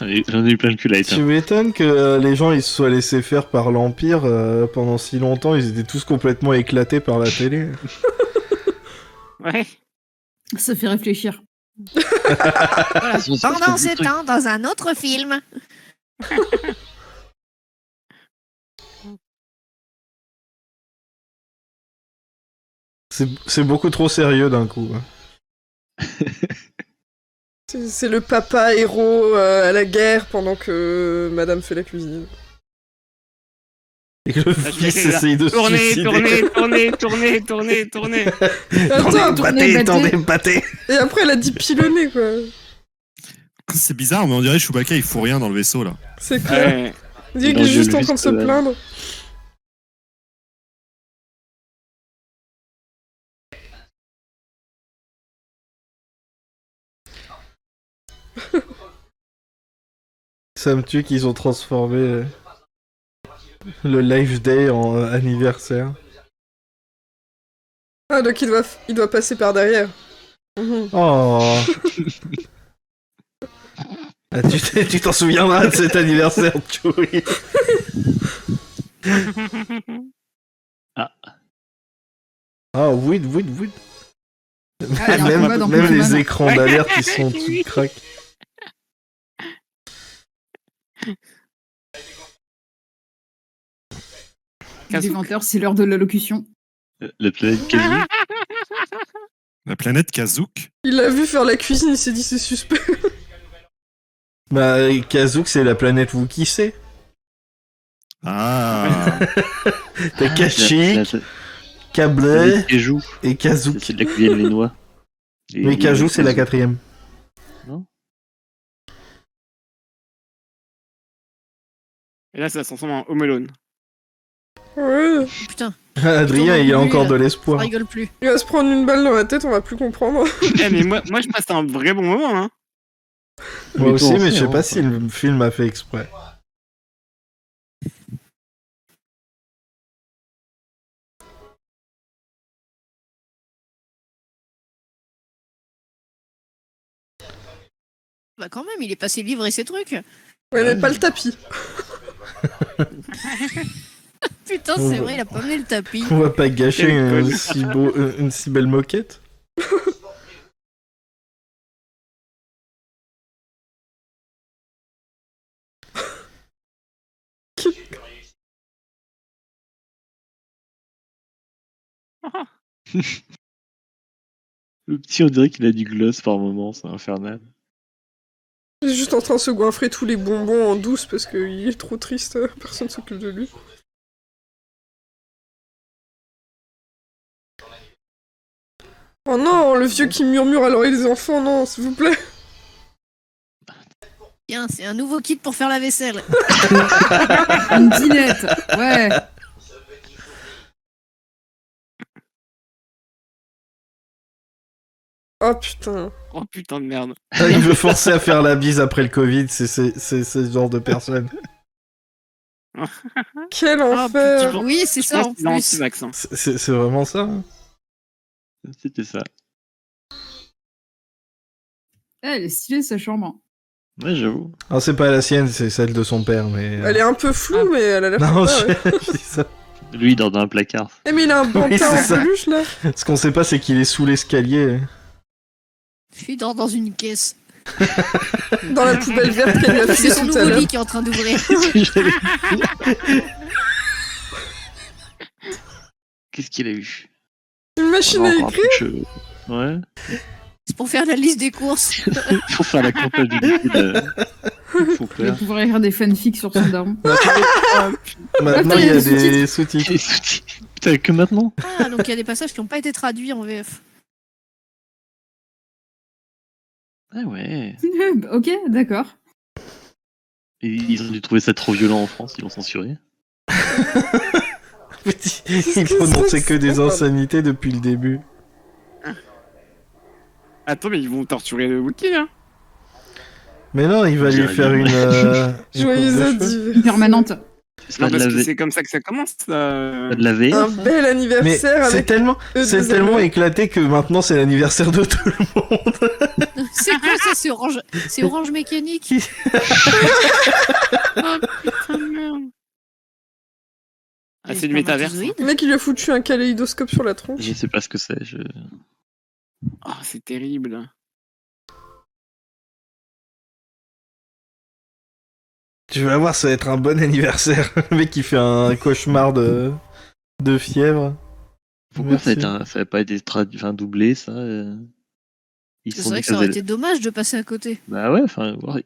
S3: J'en ai- J'en ai eu plein le cul là,
S1: Tu
S3: éteint.
S1: m'étonnes que euh, les gens ils se soient laissés faire par l'Empire euh, pendant si longtemps, ils étaient tous complètement éclatés par la télé.
S7: Ouais.
S2: Ça fait réfléchir.
S3: Voilà, Ah, ils sont sortis
S6: Pendant
S3: du
S6: ce
S3: truc.
S6: temps, dans un autre film.
S1: C'est c'est beaucoup trop sérieux d'un coup. hein.
S5: C'est c'est le papa héros euh, à la guerre pendant que euh, madame fait la cuisine.
S1: Et que le
S7: je
S1: fils
S7: sais, là.
S1: essaye de se
S7: Tournez,
S1: suicider.
S7: tournez, tournez, tournez, tournez, tournez.
S5: Euh, Attends
S2: Tournez, battez.
S1: Pâté, tendez, pâté
S5: Et après, elle a dit pilonner, quoi
S4: C'est bizarre, mais on dirait que Chewbacca, il fout rien dans le vaisseau, là.
S5: C'est clair.
S7: Ouais.
S5: Il dit
S3: Non,
S5: qu'il est
S3: je
S5: juste
S3: le
S5: en train de
S3: vis,
S5: se
S3: euh,
S5: plaindre.
S1: Ça me tue qu'ils ont transformé euh, le live day en euh, anniversaire.
S5: Ah, donc il doit, f- il doit passer par derrière. Mhm.
S1: Oh Ah, tu t'es- tu t'en souviendras de cet anniversaire, Chewie
S3: Ah.
S1: Ah, oui, oui, oui.
S2: Ah, il y a un combat
S1: même
S2: dans
S1: même les
S2: Pokémon.
S1: écrans d'alerte ils sont tout crack.
S2: Il est 20h, c'est l'heure de l'allocution.
S3: euh, La
S2: Ah,
S3: planète Kazu.
S4: La planète Kazook.
S5: Il l'a vu faire la cuisine, il s'est dit c'est suspect.
S1: Bah, Kazook, c'est la planète Wookiee, c'est.
S4: Ah.
S1: T'as
S3: Ah,
S1: Kashyyyk,
S3: la- la- la
S1: Kablé
S3: planète Kaju.
S1: et
S3: Ça,
S1: Kazook.
S3: C'est de la cuisine les noix. Et-
S1: Mais Kajou, c'est la quatrième.
S7: Et là, ça s'ensemble en Homelone.
S5: Ouais.
S6: Putain,
S1: Adrien, il y a
S3: euh,
S1: encore de
S6: on
S1: l'espoir.
S6: rigole plus.
S5: Il va se prendre une balle dans la tête, on va plus comprendre.
S7: Eh, mais moi, moi, je passe un vrai bon moment, hein.
S1: Moi
S3: Mais
S1: aussi,
S3: toi, on
S1: mais je
S3: sait,
S1: sais
S3: hein,
S1: pas
S3: enfin.
S1: si le film a fait exprès.
S6: Bah quand même, il est passé livrer ses trucs.
S5: Ouais, mais pas le tapis.
S6: Putain, c'est vrai, il a pas amené le tapis.
S1: On va pas gâcher
S7: Quel
S1: un
S7: con.
S1: si beau- une, une si belle moquette.
S3: Le petit, on dirait qu'il a du gloss par moment, c'est infernal.
S5: Il est juste en train de se goinfrer tous les bonbons en douce parce qu'il est trop triste, euh, personne s'occupe de lui. Oh non, le vieux qui murmure à l'oreille des enfants, non, s'il vous plaît.
S6: Tiens, c'est un nouveau kit pour faire la vaisselle.
S2: Une dinette Ouais
S5: Oh putain.
S7: Oh putain de merde.
S1: Ah, Il veut forcer à faire la bise après le Covid, c'est c'est- c'est- c'est ce genre de personne.
S5: Quel
S6: Ah, putain,
S5: enfer.
S6: oui, c'est ça en
S7: Non,
S6: plus.
S7: Max. hein.
S1: C'est- C'est c'est vraiment ça hein
S3: C'était ça.
S2: Eh, Elle est stylée, sa chambre. hein.
S3: Ouais, j'avoue.
S1: Ah, c'est pas la sienne, c'est celle de son père, mais... euh,
S5: Elle est un peu floue, mais elle a l'air
S1: Non,
S5: sympa, ouais.
S1: je... je dis ça.
S3: Lui, il dort dans un placard.
S5: Eh, mais il a un pantin
S1: c'est
S5: en
S1: ça.
S5: peluche, là.
S1: Ce qu'on sait pas, c'est qu'il est sous l'escalier.
S6: Je suis dans, dans une caisse.
S5: Dans la poubelle verte qu'elle m'a
S6: C'est
S5: filée
S6: son
S5: tout à
S6: nouveau
S5: l'heure.
S6: lit qui est en train d'ouvrir.
S3: Qu'est-ce qu'il a eu
S5: Une machine à
S3: Encore un
S5: écrire.
S3: truc chelou. Ouais.
S6: C'est pour faire la liste des courses.
S3: Pour faire la comptabilité de de son
S2: Je vais
S3: père.
S2: pouvoir écrire des fanfics sur son daron.
S1: Maintenant, il y a des sous-titres.
S3: Quel soutien. Putain, que maintenant
S6: Ah, donc il y a des passages qui n'ont pas été traduits en VF.
S3: Ah ouais.
S2: ok, d'accord.
S3: Et Ils ont dû trouver ça trop violent en France, ils l'ont censuré.
S1: Il prononçait que des insanités depuis le début.
S7: Attends, mais ils vont torturer le hein. Wookie là.
S1: Mais non, il va lui
S3: J'arrive.
S1: faire une... euh, une coupe
S5: Joyeux
S1: de cheveux.
S2: Une
S5: anniversaire.
S2: Permanente.
S3: C'est
S7: Non, parce
S3: pas de la
S7: que
S3: V-
S7: c'est comme ça que ça commence. ça.
S3: pas de la V.
S5: Un bel
S1: Mais
S5: anniversaire
S1: c'est
S5: avec
S1: tellement,
S5: eux
S1: c'est
S5: deux
S1: tellement
S5: amis.
S1: éclaté que maintenant c'est l'anniversaire de tout le monde.
S6: C'est quoi ça C'est orange, c'est orange mécanique.
S7: Oh putain de merde. Ah, c'est du
S6: Les
S7: métaverse.
S6: spermatozoïdes.
S5: Le mec, il lui a foutu un kaléidoscope sur la tronche.
S3: Je sais pas ce que c'est. Je...
S7: Oh, c'est terrible.
S1: Tu vas voir, ça va être un bon anniversaire. Le mec qui fait un cauchemar de, de fièvre.
S3: Pourquoi ça a,
S1: Merci.
S3: été un- ça a pas été tradu- enfin, doublé, ça euh, Ils se
S6: C'est
S3: sont dit
S6: vrai
S3: que
S6: que
S3: ça
S6: ça aurait
S3: faisait-
S6: été dommage de passer à côté.
S3: Bah ouais, enfin... ouais.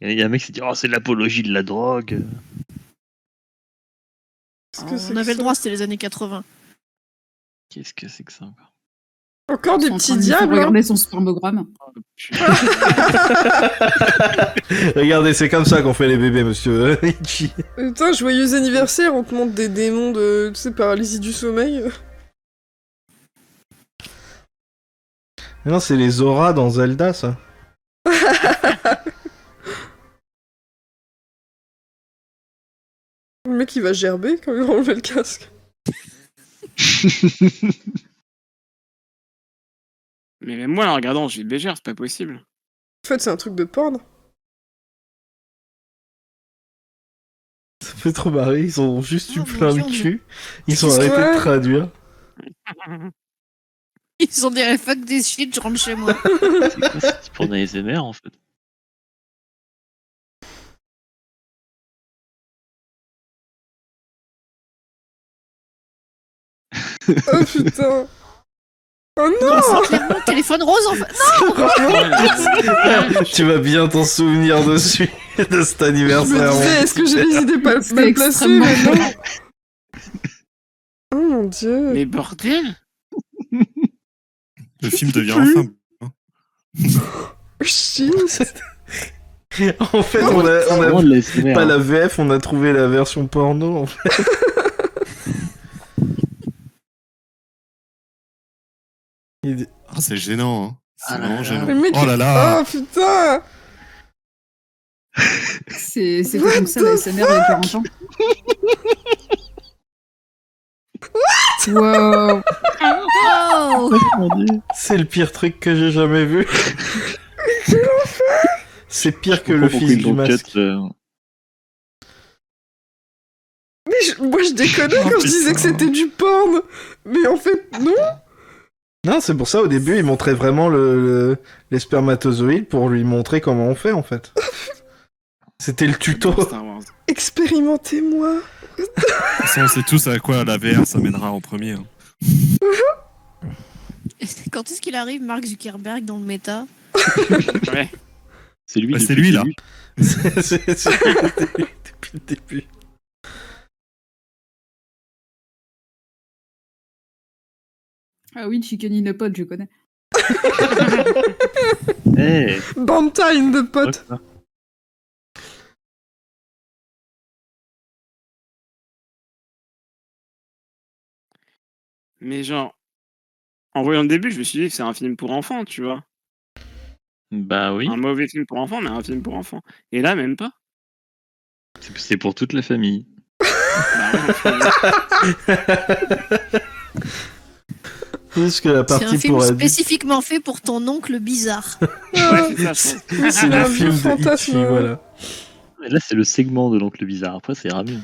S3: Il y a un mec qui s'est dit « Oh, c'est l'apologie de la drogue
S5: Qu'est-ce que c'est
S6: On
S5: que
S6: avait le
S5: ça
S6: droit, c'était les années 80. !»
S3: Qu'est-ce que c'est que ça encore
S5: Encore des
S2: Ils sont en train
S5: petits
S2: de lui faire
S5: diables. hein.
S2: Regarder son spermogramme.
S7: Oh, putain.
S1: Regardez, c'est comme ça qu'on fait les bébés, monsieur Nietzsche.
S5: Putain, joyeux anniversaire, on te montre des démons de tu sais, paralysie du sommeil.
S1: Mais Non, c'est les auras dans Zelda, ça.
S5: Le mec, il va gerber quand il va enlever le casque.
S7: mais même moi, en regardant, je vais bégère, c'est pas possible.
S5: En fait, c'est un truc de porn.
S1: Ça fait trop marrer, ils ont juste eu
S5: Ah,
S6: Oh, mon
S1: plein de
S6: Dieu,
S1: cul. Ils sont
S5: Qu'est-ce
S1: arrêtés
S5: que-
S1: de traduire.
S6: Ils ont des fuck des shit, je rentre chez moi.
S3: C'est quoi C'est pour un ASMR, en fait.
S5: Oh putain. Oh non
S6: C'est clairement le téléphone rose en fait.
S1: tu vas bien t'en souvenir dessus, de cet
S5: Je me
S1: anniversaire.
S5: disais, est-ce que j'ai des idées pas
S2: C'était
S5: mal placées
S2: extrêmement
S5: mais non.
S2: violent.
S5: Oh mon dieu.
S7: Mais bordel
S4: Le film devient
S5: Plus.
S4: enfin.
S5: Chut.
S1: En fait, on a, on a
S3: Vraiment de l'ASMR.
S1: pas la VF, on a trouvé la version porno. en fait. Il dit-
S4: Ah, c'est gênant, hein. C'est
S3: Ah là
S4: vraiment
S3: là.
S4: gênant.
S5: Le mec,
S4: Oh là là
S5: Oh putain
S2: C'est- C'était comme ça la SMR il y a 40 ans. Wow.
S6: Oh
S1: C'est le pire truc que j'ai jamais vu. C'est pire que le
S3: Pourquoi
S1: fils
S3: ils
S1: du
S3: l'ont
S1: masque.
S3: cut, euh,
S5: Mais je- Moi je déconnais
S4: Oh,
S5: quand je disais que
S4: putain.
S5: c'était du porn Mais en fait, non
S1: Non, c'est pour ça au début ils montraient vraiment le, le- les spermatozoïdes pour lui montrer comment on fait en fait. C'était le tuto.
S7: Star Wars.
S5: Expérimentez-moi
S4: De toute façon, On sait tous à quoi la VR ça mènera en premier. hein.
S6: Quand est-ce qu'il arrive, Mark Zuckerberg, dans le méta
S7: Ouais.
S3: C'est lui.
S4: Bah, c'est
S3: depuis le
S4: lui, là.
S3: début.
S1: C'est- c'est- c'est depuis le début.
S2: Ah oui, Chicken in a Pod, je connais.
S3: Eh,
S5: Banta in the pot.
S3: hop là.
S7: Mais genre, en voyant le début, je me suis dit que c'est un film pour enfants, tu vois.
S3: Bah oui,
S7: Un mauvais film pour enfants, mais un film pour enfants. Et là, même pas.
S3: c'est- c'est pour toute la famille.
S7: Bah ouais, enfin,
S1: Tout ce que la
S6: C'est un
S1: partie
S6: film
S1: pour adultes,
S6: spécifiquement fait pour ton oncle bizarre.
S5: Ah,
S7: ouais, c'est ça, je pense.
S5: oui,
S1: c'est le
S5: un
S1: film
S5: vieux
S1: de
S5: fantasme.
S1: Itchy, voilà.
S3: Mais Là, c'est le segment de l'oncle bizarre. Après, ça ira mieux.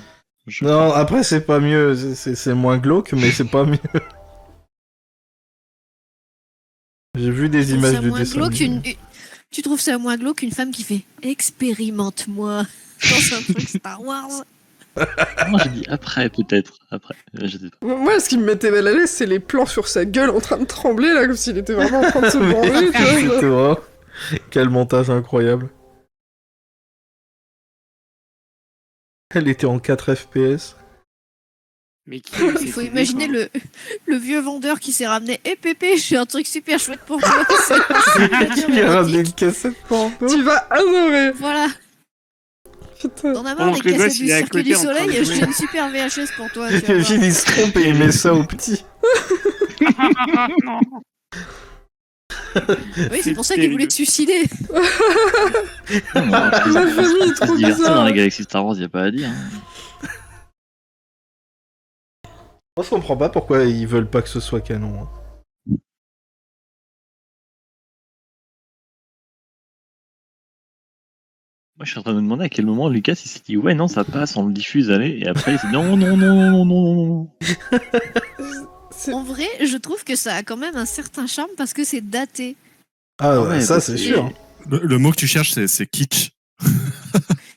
S3: Je-
S1: Non, après c'est pas mieux, c'est- c'est c'est moins glauque, mais c'est pas mieux. J'ai vu des
S6: Tu trouves
S1: images
S6: ça
S1: du
S6: moins
S1: dessin.
S6: glauque
S1: animé.
S6: qu'une- une- Tu trouves ça moins glauque qu'une femme qui fait expérimente-moi dans un truc Star Wars
S3: Non, Ah, j'ai dit après, peut-être. Après, Euh, je sais pas.
S5: Moi, ce qui me mettait mal à l'aise, c'est les plans sur sa gueule en train de trembler, là, comme s'il était vraiment en train de se
S1: Mais-
S5: branler, tu vois.
S1: C'était vraiment- Quel montage incroyable. Elle était en 4 FPS.
S6: Ah,
S7: Mais qui a eu
S6: Il faut
S7: cette idée,
S6: imaginer
S7: quoi
S6: le, le vieux vendeur qui s'est ramené Eh pépé, j'ai un truc super chouette pour toi. C'est-
S1: Il a ramené une cassette porno.
S5: Tu vas adorer.
S6: Voilà,
S5: Putain.
S6: t'en as marre
S7: Pendant
S6: des
S7: que le
S6: cassettes
S7: gosse,
S6: du
S7: il est à
S6: circuit
S7: côté
S6: du
S7: en train de
S6: soleil,
S7: jouer.
S6: j'ai une super VHS pour toi. tu vas voir.
S1: Kevin il se trompe et il met ça au petit.
S7: non.
S6: Oui,
S7: c'est
S6: c'est pour ça qu'il voulait te suicider.
S3: Non, non, je
S5: Ma
S3: les-
S5: famille est
S3: Ça se
S5: trop
S3: divertit Ah, dans
S5: bizarre.
S3: la galaxie Star Wars, y a pas à dire. hein.
S1: On se comprend pas pourquoi ils veulent pas que ce soit canon. hein.
S3: Moi, je suis en train de me demander à quel moment Lucas il s'est dit ouais non ça passe, on le diffuse, allez, et après il s'est dit non non non non non non. non.
S5: C'est-
S6: En vrai, je trouve que ça a quand même un certain charme parce que c'est daté.
S1: Ah,
S3: Ah ouais,
S1: ça
S3: bah,
S1: c'est sûr.
S4: Le, le mot que tu cherches, c'est- c'est kitsch.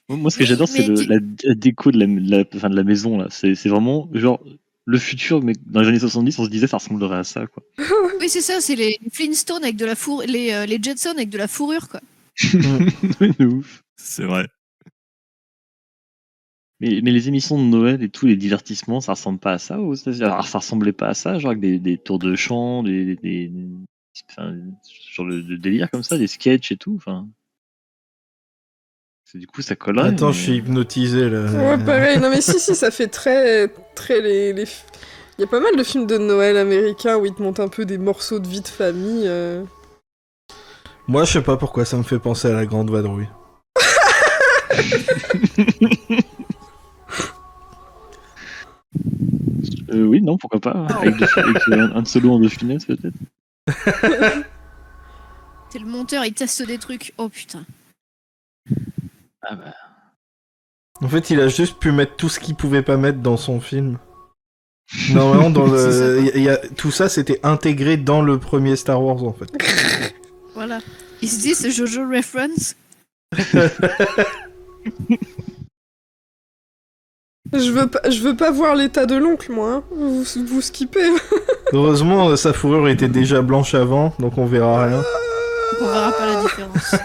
S3: Moi, moi, ce que j'adore,
S6: Mais
S3: c'est le-
S6: tu-
S3: la, la déco de la, la- enfin, de la maison là. C'est c'est vraiment genre le futur, mais dans les années 70, on se disait ça ressemblerait à ça quoi.
S6: Oui, c'est ça, c'est les Flintstones avec de la fourrure, les, euh, les Jetsons avec de la fourrure, quoi.
S3: Mais de ouf.
S4: C'est vrai.
S3: Mais, mais les émissions de Noël et tout, les divertissements, ça ressemble pas à ça ou ça, alors, ça ressemblait pas à ça, genre avec des, des tours de chant, des, des, des- enfin, genre de, de délire comme ça, des sketchs et tout. Enfin, C'est- du coup, ça collerait.
S1: Attends,
S3: mais-
S1: je suis hypnotisé là.
S5: Ouais, pareil. Non, mais si, si, ça fait très, très les. les... Il y a pas mal de films de Noël américains où ils te montent un peu des morceaux de vie de famille. euh.
S1: Moi, je sais pas pourquoi ça me fait penser à la grande vadrouille.
S3: Euh, oui, non, pourquoi pas Avec, de- avec, euh, un, un solo en deux finesse peut-être.
S6: C'est le monteur, il teste des trucs. Oh putain.
S3: Ah bah,
S1: En fait, il a juste pu mettre tout ce qu'il pouvait pas mettre dans son film. Normalement, dans le... il y a- tout ça, c'était intégré dans le premier Star Wars en fait.
S6: Voilà. Is this a Jojo reference
S5: Je veux pas, je veux pas voir l'état de l'oncle, moi. hein. Vous, vous skippez.
S1: Heureusement, euh, sa fourrure était déjà blanche avant, donc on verra rien.
S6: On verra pas la différence.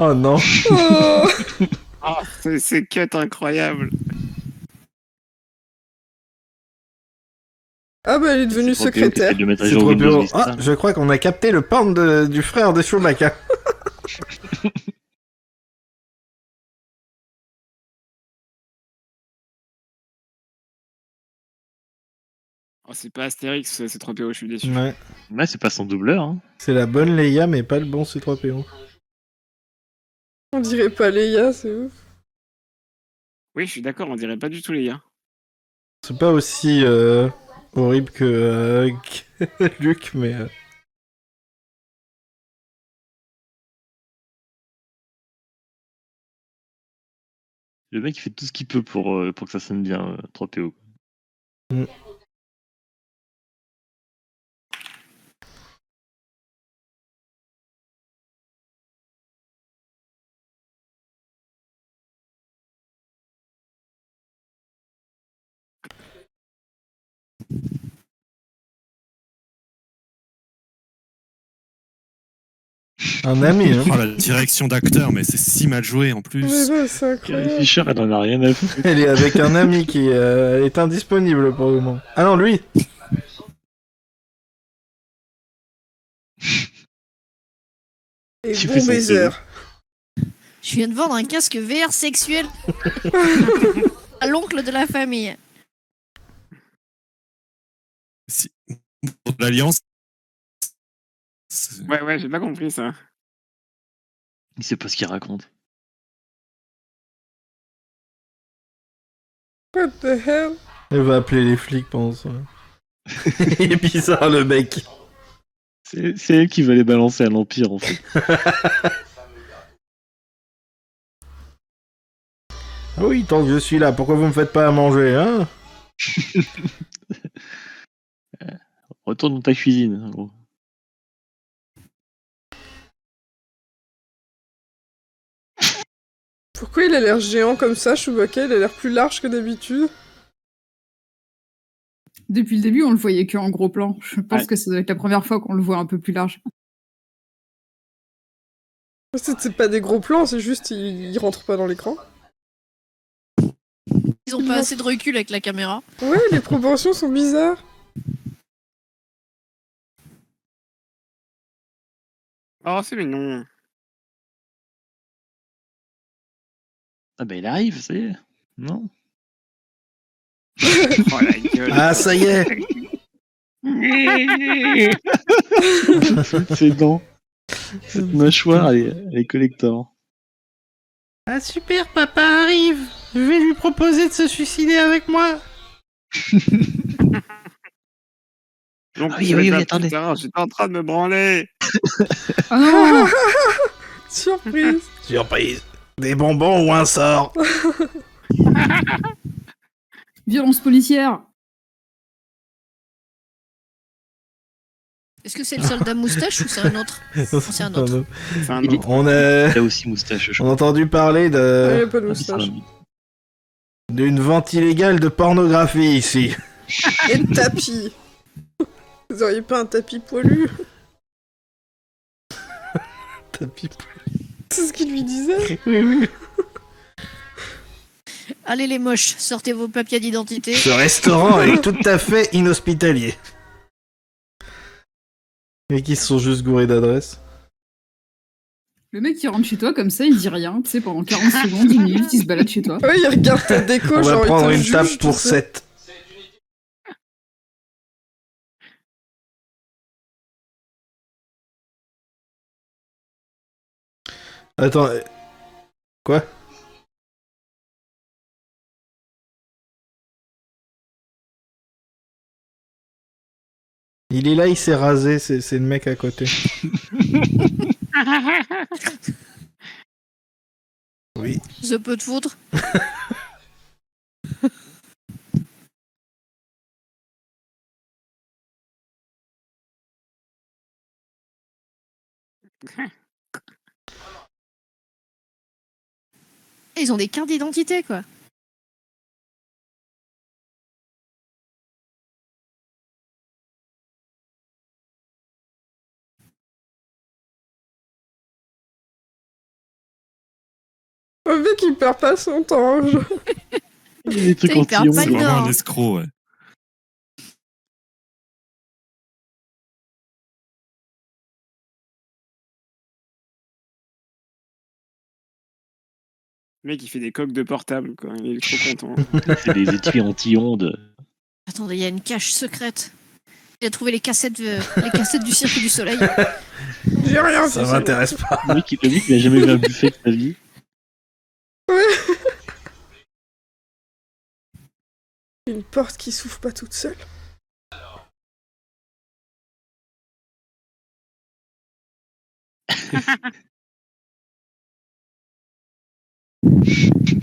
S1: Oh non,
S5: Oh.
S7: Ah, c'est- c'est cut incroyable.
S5: Ah bah, elle est devenue
S3: c'est pour Théo qui essaie
S5: secrétaire.
S3: de le mettre à
S1: c'est
S3: jour
S1: trop
S3: Windows
S1: bien.
S3: Vista.
S1: Ah, je crois qu'on a capté le porn de- du frère de Schumacher.
S7: Oh, c'est pas Astérix, c'est 3PO, je suis déçu.
S1: Ouais.
S3: Ouais, c'est pas son doubleur. Hein.
S1: C'est la bonne Leia, mais pas le bon C3PO.
S5: On dirait pas Leia, c'est ouf.
S7: Oui, je suis d'accord, on dirait pas du tout les gars.
S1: C'est pas aussi euh, horrible que, euh, que Luc, mais. euh,
S3: Le mec, il fait tout ce qu'il peut pour, euh, pour que ça sonne bien euh, 3PO.
S1: Un ami, hein.
S4: Oh, la direction d'acteur, mais c'est si mal joué en
S5: Mais
S4: plus.
S5: ouais, c'est
S3: Carrie
S5: incroyable.
S3: Fisher, elle en a rien à foutre.
S1: Elle est avec un ami qui euh, est indisponible pour le moment. Ah non, lui
S5: Et
S3: Tu fais
S5: bon
S3: ça,
S5: baiser.
S6: Je viens de vendre un casque VR sexuel à l'oncle de la famille.
S4: Si- Pour l'Alliance. c'est-
S7: Ouais, ouais, j'ai pas compris ça.
S3: Il sait pas ce qu'il raconte.
S5: What the hell
S1: Elle va appeler les flics pendant ça. Il est bizarre, le mec.
S3: C'est c'est elle qui va les balancer à l'Empire, en fait.
S1: Ah oui, tant que je suis là, pourquoi vous me faites pas à manger, hein
S3: Retourne dans ta cuisine, en gros.
S5: Pourquoi il a l'air géant comme ça, Chewbacca Il a l'air plus large que d'habitude.
S2: Depuis le début, on le voyait que en gros plan. Je pense
S7: Ouais.
S2: que ça doit être la première fois qu'on le voit un peu plus large.
S5: C'est c'est pas des gros plans, c'est juste il, il rentre pas dans l'écran.
S6: Ils ont pas assez de recul avec la caméra.
S5: Ouais, les proportions sont bizarres.
S7: Oh, c'est mignon.
S3: Ah ben il arrive, ça y est. Non
S7: Oh la gueule.
S1: Ah, ça y est
S3: C'est
S5: Hum.
S3: dents. Cette mâchoire, elle est, elle est collector.
S1: Ah super, papa arrive Je vais lui proposer de se suicider avec moi
S7: Donc,
S3: Ah oui,
S7: je
S3: oui,
S7: vais
S3: oui,
S7: pas-
S3: attendez.
S7: Putain, j'étais en train de me branler.
S2: Ah non, non, non, non.
S5: Surprise
S1: Surprise Des bonbons ou un sort
S2: Violence policière.
S6: Est-ce que c'est le soldat moustache ou c'est un autre C'est un autre.
S7: C'est un
S3: Il est-
S7: autre.
S1: On a,
S3: Il a aussi moustache, je
S1: on a entendu parler de-
S5: Ah, Il a pas de
S3: crois.
S5: moustache.
S1: d'une vente illégale de pornographie ici.
S5: Et le tapis Vous auriez pas un tapis poilu
S1: Tapis
S5: C'est ce qu'il lui disait
S1: Oui, oui.
S6: Allez les moches, sortez vos papiers d'identité.
S1: Ce restaurant est tout à fait inhospitalier. Mais qui se sont juste gourés d'adresse.
S2: Le mec qui rentre chez toi comme ça, il dit rien. Tu sais, pendant 40 secondes, 10 minutes, il se balade chez toi.
S5: Ouais, il regarde ta déco,
S1: On va
S5: genre il
S1: prendre
S5: te
S1: une
S5: juge,
S1: table
S5: tu
S1: pour
S5: sais.
S1: 7. Attends. euh, Quoi Il est là, il s'est rasé, c'est c'est le mec à côté. Oui.
S6: Je peux te foutre. Ils ont des cartes d'identité quoi.
S5: Oh, Le mec il perd pas son temps hein. en jeu.
S3: Il y a des trucs hein.
S6: Putain, il perd
S3: en tillon.
S6: pas
S4: C'est
S6: le
S3: quoi.
S4: vraiment
S6: Nord.
S4: un escroc, ouais.
S7: Le mec, il fait des coques de portable, quoi. Il est trop content.
S3: C'est des étuis anti-ondes.
S6: Attendez, il y a une cache secrète. Il a trouvé les cassettes, euh, les cassettes du cirque du soleil.
S5: J'ai rien
S1: Ça
S5: fait, c'est bon.
S1: m'intéresse pas.
S3: Le mec, il- le mec, il a jamais vu un buffet de sa vie.
S5: Une porte qui s'ouvre pas toute seule.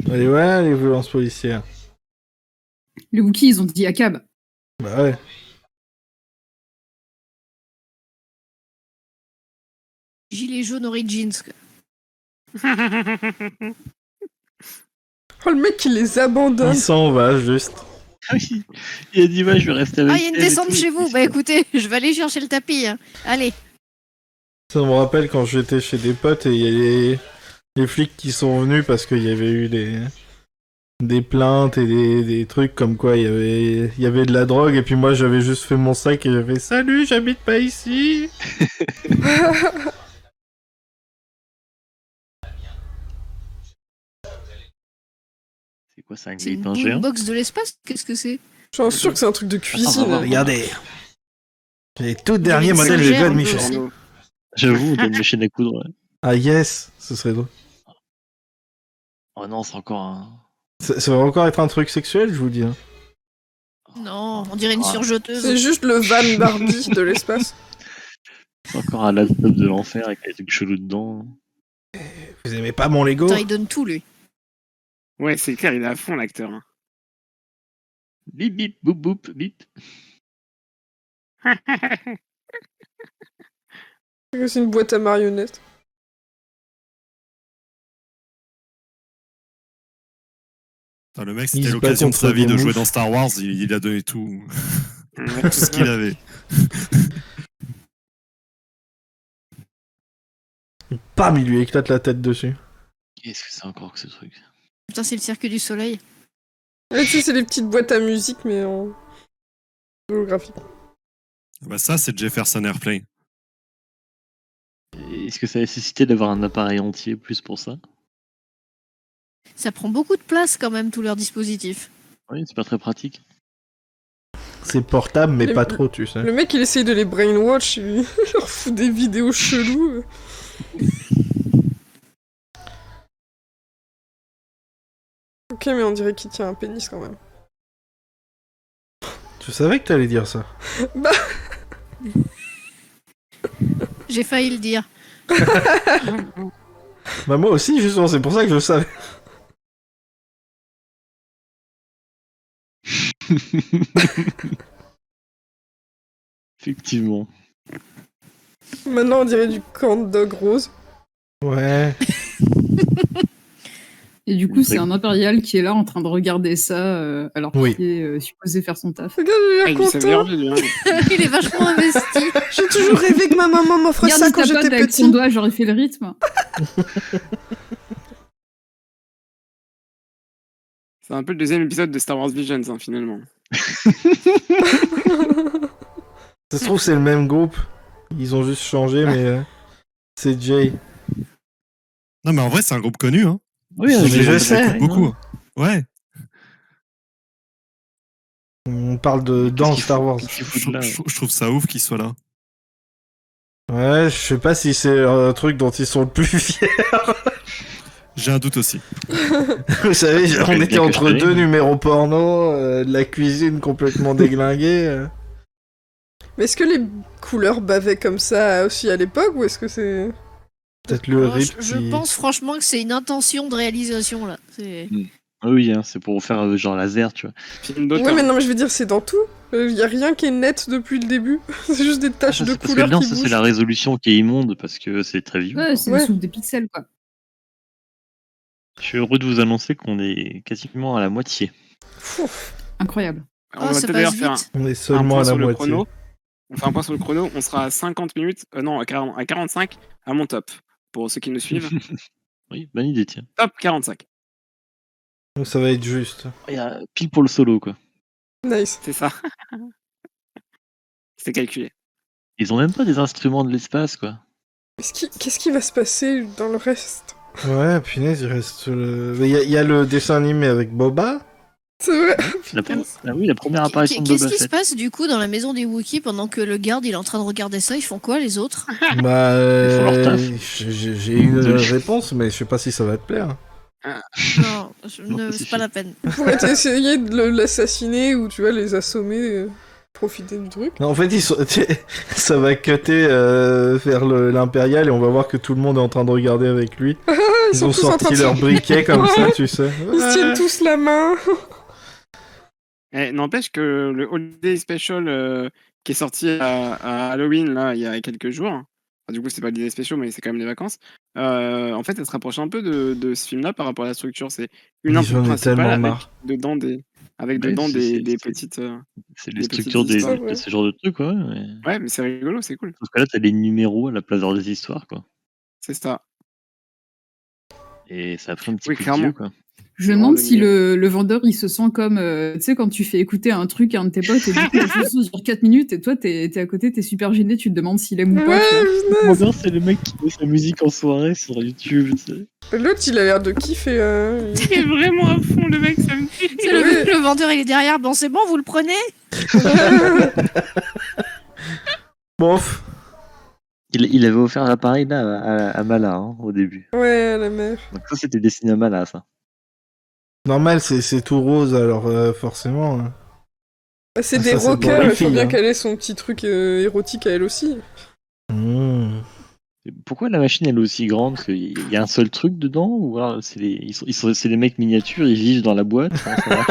S1: Allez, voilà les violences policières.
S2: Les Wookiees, ils ont dit à cab.
S1: Bah ouais.
S6: Gilet jaune Origins. quoi.
S5: Oh, le mec il les abandonne.
S1: Il s'en va juste.
S3: Ah Il a dit, ouais, je vais rester avec
S6: Ah, il y a une
S3: elle et
S6: descente
S3: tout.
S6: chez vous. Bah écoutez, je vais aller chercher le tapis. hein. Allez.
S1: Ça me rappelle quand j'étais chez des potes et il y a les... les flics qui sont venus parce qu'il y avait eu des des plaintes et des, des trucs comme quoi il y avait il y avait de la drogue et puis moi j'avais juste fait mon sac et j'avais salut j'habite pas ici
S3: C'est quoi, ça, un
S6: C'est une
S3: grille-pain
S6: boule
S3: géant
S6: box de l'espace Qu'est-ce que c'est
S5: Je suis sûr que c'est un truc de
S1: Ah, bah,
S5: cuisine. hein.
S1: regardez les tout
S6: Il y
S1: derniers
S6: a des
S1: modèles de
S6: singères
S1: God
S6: un peu
S1: Michel
S6: aussi.
S7: Arnaud.
S3: J'avoue, on donne le chaîne à coudre. ouais.
S1: ah yes ce serait drôle
S3: Oh non, c'est encore un.
S1: ça, ça va encore être un truc sexuel je vous dis hein.
S6: Non, on dirait une
S3: Ah.
S5: C'est
S6: surjeteuse.
S5: juste le van Barbie de l'espace.
S3: C'est encore un laptop de l'enfer avec des trucs chelous dedans.
S1: vous aimez pas mon Lego
S6: Putain, il donne tout, lui.
S7: Ouais, c'est clair, il est à fond l'acteur. hein.
S3: Bip bip, boop boop, bip.
S5: C'est une boîte à marionnettes.
S4: Putain, le mec,
S1: Il
S4: c'était
S1: se bat
S4: l'occasion de
S1: contre
S4: sa vie
S1: des
S4: de jouer
S1: mouches.
S4: dans Star Wars. Il, il a donné tout,
S7: Ouais.
S4: tout ce qu'il avait.
S1: Bam, il lui éclate la tête dessus.
S3: Qu'est-ce que c'est encore que ce truc
S6: Putain, c'est le cirque du soleil.
S5: Ouais, tu sais, c'est les petites boîtes à musique, mais en. holographique.
S4: Ah Bah ça, c'est Jefferson Airplane.
S3: Est-ce que ça a nécessité d'avoir un appareil entier plus pour ça
S6: Ça prend beaucoup de place, quand même, tout leur dispositif.
S3: Oui, c'est pas très pratique.
S1: C'est portable, mais
S5: Le-
S1: pas trop, tu sais.
S5: Le mec, il essaye de les brainwash, il leur fout des vidéos cheloues. Ok, mais on dirait qu'il tient un pénis quand même.
S1: Tu savais que t'allais dire ça.
S6: J'ai failli le dire.
S1: Bah, moi aussi, justement, c'est pour ça que je le savais.
S3: Effectivement.
S5: Maintenant, on dirait du corn dog rose.
S1: Ouais.
S2: Et du coup, c'est un impérial qui est là en train de regarder ça euh, alors
S1: Oui.
S2: qu'il est euh, supposé faire son taf.
S5: Regarde, il a
S7: Ah,
S5: l'air
S7: il s'est bien
S5: content.
S7: rendu, lui, hein.
S6: il est vachement investi.
S5: J'ai toujours rêvé que ma maman m'offre
S2: Regarde,
S5: ça
S2: il
S5: quand
S2: tapote
S5: j'étais
S2: avec son
S5: petit.
S2: doigt, j'aurais fait le rythme.
S7: C'est un peu le deuxième épisode de Star Wars Visions, hein, finalement.
S1: Ça se trouve, c'est le même groupe. Ils ont juste changé, mais. euh, c'est Jay.
S4: Non, mais en vrai, c'est un groupe connu. Hein.
S3: Oui,
S1: Mais
S4: J'en ai-
S1: je
S4: j'en écoute
S1: sais,
S4: beaucoup. Ouais.
S1: On parle de dans
S3: qu'il
S1: Star
S3: faut-
S1: Wars.
S3: qu'est-ce
S4: Je,
S3: qu'il faut de là,
S4: je- je trouve ça ouf qu'il soit là.
S1: Ouais, je sais pas si c'est un truc dont ils sont le plus fiers.
S4: J'ai un doute aussi.
S1: Vous savez,
S3: Ça
S1: on
S3: fait
S1: était
S3: bien que
S1: entre
S3: je te
S1: deux
S3: dis.
S1: numéros porno, euh, de la cuisine complètement déglinguée. euh.
S5: Mais est-ce que les couleurs bavaient comme ça aussi à l'époque ou est-ce que c'est.
S1: Peut-être le
S6: Alors,
S1: rip
S6: je, je
S1: qui-
S6: pense franchement que c'est une intention de réalisation, là. C'est...
S3: Ah oui, hein, c'est pour faire euh, genre laser, tu vois.
S7: Film
S5: Ouais,
S7: d'auteur.
S5: mais non, mais je veux dire, c'est dans tout. Il y a rien qui est net depuis le début. c'est juste des taches
S3: Ça,
S5: de
S3: Ah, c'est parce que
S5: couleurs
S3: non,
S5: qui
S3: ça, c'est
S5: bougent.
S3: la résolution qui est immonde parce que c'est très vieux.
S2: Ouais, c'est
S5: Ouais.
S2: le souffle des pixels, quoi.
S3: Je suis heureux de vous annoncer qu'on est quasiment à la moitié.
S5: Fouf.
S2: Incroyable.
S7: On
S6: Oh,
S7: va
S6: ça
S7: peut-être d'ailleurs
S6: passe
S7: faire un,
S6: vite.
S1: On est
S7: un
S1: seulement
S7: point
S1: à la
S7: sur le
S1: moitié.
S7: chrono. On fait un point sur le chrono. On sera à 50 minutes, euh, non, à, 40 à 45 à mon top. Pour ceux qui nous suivent,
S3: Oui, bonne idée, tiens.
S7: top 45.
S1: Ça va être juste.
S3: Il y a pile pour le solo, quoi.
S5: Nice.
S7: C'est ça. C'est calculé.
S3: Ils ont même pas des instruments de l'espace, quoi.
S5: Qu'est-ce qui... qu'est-ce qui va se passer dans le reste
S1: Ouais, punaise, il reste le. Il y, a- il y a le dessin animé avec Boba.
S5: C'est vrai.
S3: La pre- Ah oui, la première apparition de
S6: Qu'est-ce
S3: Boba
S6: qui se
S3: Fett.
S6: passe du coup dans la maison des Wookiees pendant que le garde il est en train de regarder ça Ils font quoi les autres
S1: bah,
S3: font leur
S1: euh,
S3: taf.
S1: j'ai j'ai une euh,
S3: Désolé.
S1: réponse, mais je sais pas si ça va te plaire.
S6: Non, je-
S3: Non,
S6: ne-
S3: c'est
S6: c'est pas
S3: chiant.
S6: la peine.
S5: Pourrait essayer de le- l'assassiner ou tu vois, les assommer, euh, profiter du truc.
S1: Non, en fait, ils sont... ça va cutter euh, vers le- l'impérial et on va voir que tout le monde est en train de regarder avec lui.
S5: Ah, ils
S1: Ils
S5: sont
S1: ont
S5: tous en train
S1: sorti
S5: de
S1: leur
S5: se-
S1: briquet comme ça, tu sais.
S5: Ils se tiennent
S1: Ouais.
S5: tous la main.
S7: Eh, N'empêche que le Holiday Special euh, qui est sorti à, à Halloween, là, il y a quelques jours, Enfin, du coup, c'est pas des spéciaux, mais c'est quand même des vacances. Euh, en fait, elle se rapproche un peu de, de ce film-là par rapport à la structure. C'est une
S1: Mais
S7: intro
S1: j'en ai
S7: principale
S1: tellement
S7: avec
S1: marre.
S7: dedans des, avec
S3: Mais
S7: dedans
S3: c'est-
S7: des,
S3: c'est-
S7: des
S3: c'est-
S7: petites. euh,
S3: C'est les
S7: Des petites
S3: structures des,
S7: histoires,
S3: de
S5: ouais.
S3: ce genre de trucs, ouais. mais-
S7: Ouais, mais c'est rigolo, c'est cool.
S3: Sauf que là, t'as des numéros à la place d'avoir des histoires, quoi.
S7: C'est ça.
S3: Et ça fait un petit
S7: Oui,
S3: coup de
S7: clairement.
S3: vieux, quoi.
S2: Je me
S7: Non,
S2: demande
S7: mais-
S2: si le, le vendeur il se sent comme, euh, tu sais, quand tu fais écouter un truc à un de tes potes et du coup la chanson dure 4 minutes et toi t'es t'es à côté, t'es super gêné, tu te demandes s'il aime ou pas. tu
S5: Ouais,
S2: vois.
S3: Mon père, c'est le mec qui met sa musique en soirée sur YouTube, tu sais.
S5: L'autre, il a l'air de kiffer. hein.
S7: Il est vraiment à fond, le mec, ça me
S6: C'est le,
S5: Oui.
S6: le vendeur, il est derrière. Bon, c'est bon, vous le prenez
S1: Bof.
S3: Il, il avait offert l'appareil là à, à Mala hein, au début.
S5: ouais, la mère.
S3: Donc ça c'était destiné à Mala ça.
S1: Normal, c'est c'est tout rose, alors euh, forcément. hein.
S5: Bah, c'est
S1: Ah,
S5: des
S1: ça, c'est pour
S5: rockers,
S1: les
S5: il faut
S1: filles,
S5: bien
S1: hein.
S5: qu'elle ait son petit truc euh, érotique à elle aussi.
S1: Mmh.
S3: Et Pourquoi la machine elle est aussi grande Parce qu'il y a un seul truc dedans ou alors c'est les ils sont, ils sont- c'est des mecs miniatures ils vivent dans la boîte. hein, ça va.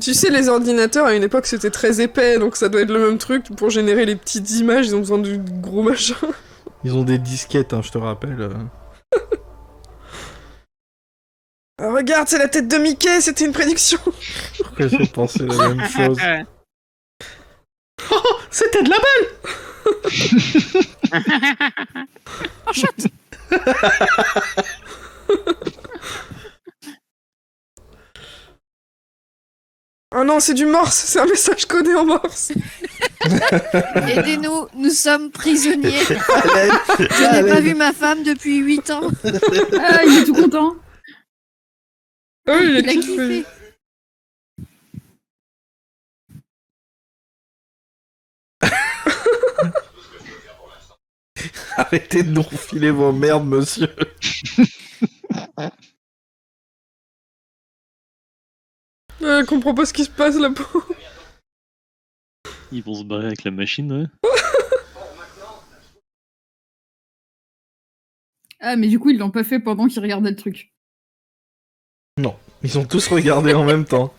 S5: Tu sais, les ordinateurs, à une époque, c'était très épais, donc ça doit être le même truc. Pour générer les petites images, ils ont besoin du gros machin.
S1: Ils ont des disquettes, hein, je te rappelle. euh.
S5: Ah, regarde, c'est la tête de Mickey, c'était une prédiction.
S1: Pourquoi j'ai pensé la même chose
S5: C'était de la
S6: En chat
S5: Oh non, c'est du morse, c'est un message codé en morse.
S6: Aidez-nous, nous sommes prisonniers. Je n'ai pas
S1: Je
S6: vu ma femme depuis 8 ans.
S2: Ah, il est tout content.
S5: Ah oui,
S6: Il a kiffé.
S1: Arrêtez de nous refiler vos merdes, monsieur.
S5: Euh, Elle comprend pas ce qui se passe là. pauvre.
S3: Ils vont se barrer avec la machine. Ouais.
S2: Ah, mais du coup ils l'ont pas fait pendant qu'ils regardaient le truc.
S1: Ils ont tous regardé en même temps.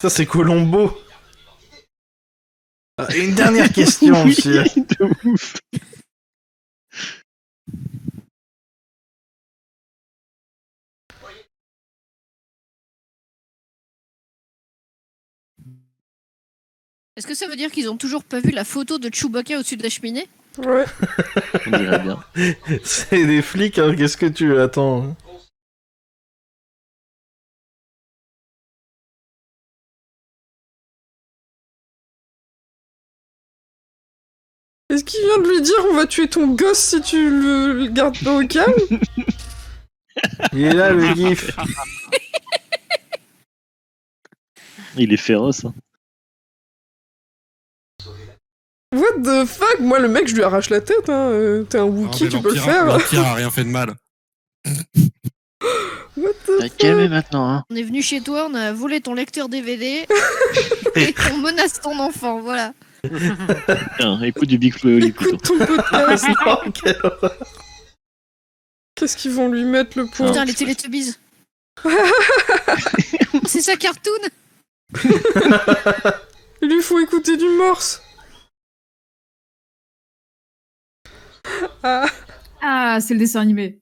S1: Ça, c'est Colombo. Euh, Une dernière question,
S3: Oui,
S1: monsieur.
S3: de ouf.
S6: Est-ce que ça veut dire qu'ils ont toujours pas vu la photo de Chewbacca au-dessus de la cheminée
S5: Ouais.
S3: On dirait bien.
S1: C'est des flics, hein, qu'est-ce que tu attends hein
S5: Est-ce qu'il vient de lui dire on va tuer ton gosse si tu le, le gardes pas au calme
S1: Il est là, le gif.
S3: Il est féroce. Hein.
S5: What the fuck Moi, le mec, je lui arrache la tête. Hein. Euh, T'es un Wookie,
S4: Ah, mais
S5: tu peux le
S4: l'Empire-
S5: faire. hein.
S4: L'Empire a rien fait de mal.
S5: What the
S3: T'as calmé maintenant hein.
S6: On est venu chez toi, on a volé ton lecteur DVD et on menace ton enfant, voilà.
S3: Tiens, écoute du Big Flo et Oli plutôt.
S5: Écoute ton podcast.
S1: Oh, quelle horreur.
S5: Qu'est-ce qu'ils vont lui mettre, le pauvre
S6: Putain, les Teletubbies. C'est sa cartoon
S5: Il lui faut écouter du morse. Ah,
S2: Ah, c'est le dessin animé.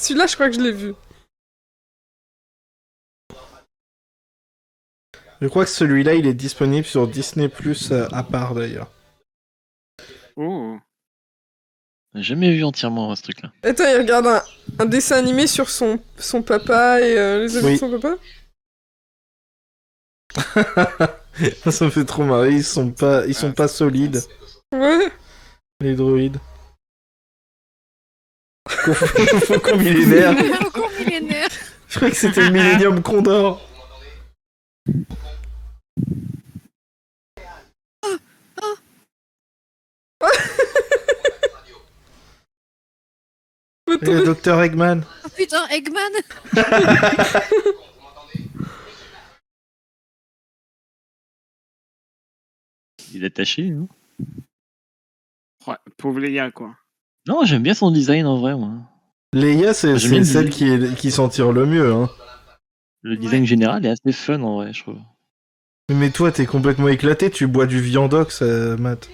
S5: celui-là, je crois que je l'ai vu.
S1: Je crois que celui-là, il est disponible sur Disney Plus euh, à part d'ailleurs.
S7: Oh.
S3: J'ai Jamais vu entièrement hein, ce truc là.
S5: Attends, il regarde un, un dessin animé sur son, son papa et euh, les amis
S1: Oui.
S5: de son papa
S1: Ça me fait trop marrer, ils sont pas, ils sont pas solides.
S5: Ouais.
S1: Les druides. Faut qu'on millénaire.
S6: Faucon millénaire.
S1: Je crois que c'était le Millennium Condor.
S5: Mais
S1: Et Le docteur Eggman.
S6: Oh putain, Eggman
S3: Il est attaché. hein. Non,
S7: Ouais, oh, Pauvre les gars, quoi.
S3: non j'aime bien son design en vrai moi.
S1: Leia, c'est
S3: J'ai mis
S1: c'est
S3: une
S1: celle
S3: musique.
S1: qui, est- qui s'en tire le mieux. Hein.
S3: Le design général est assez fun en vrai, je trouve.
S1: Mais toi, t'es complètement éclaté, tu bois du viandox, euh, Matt.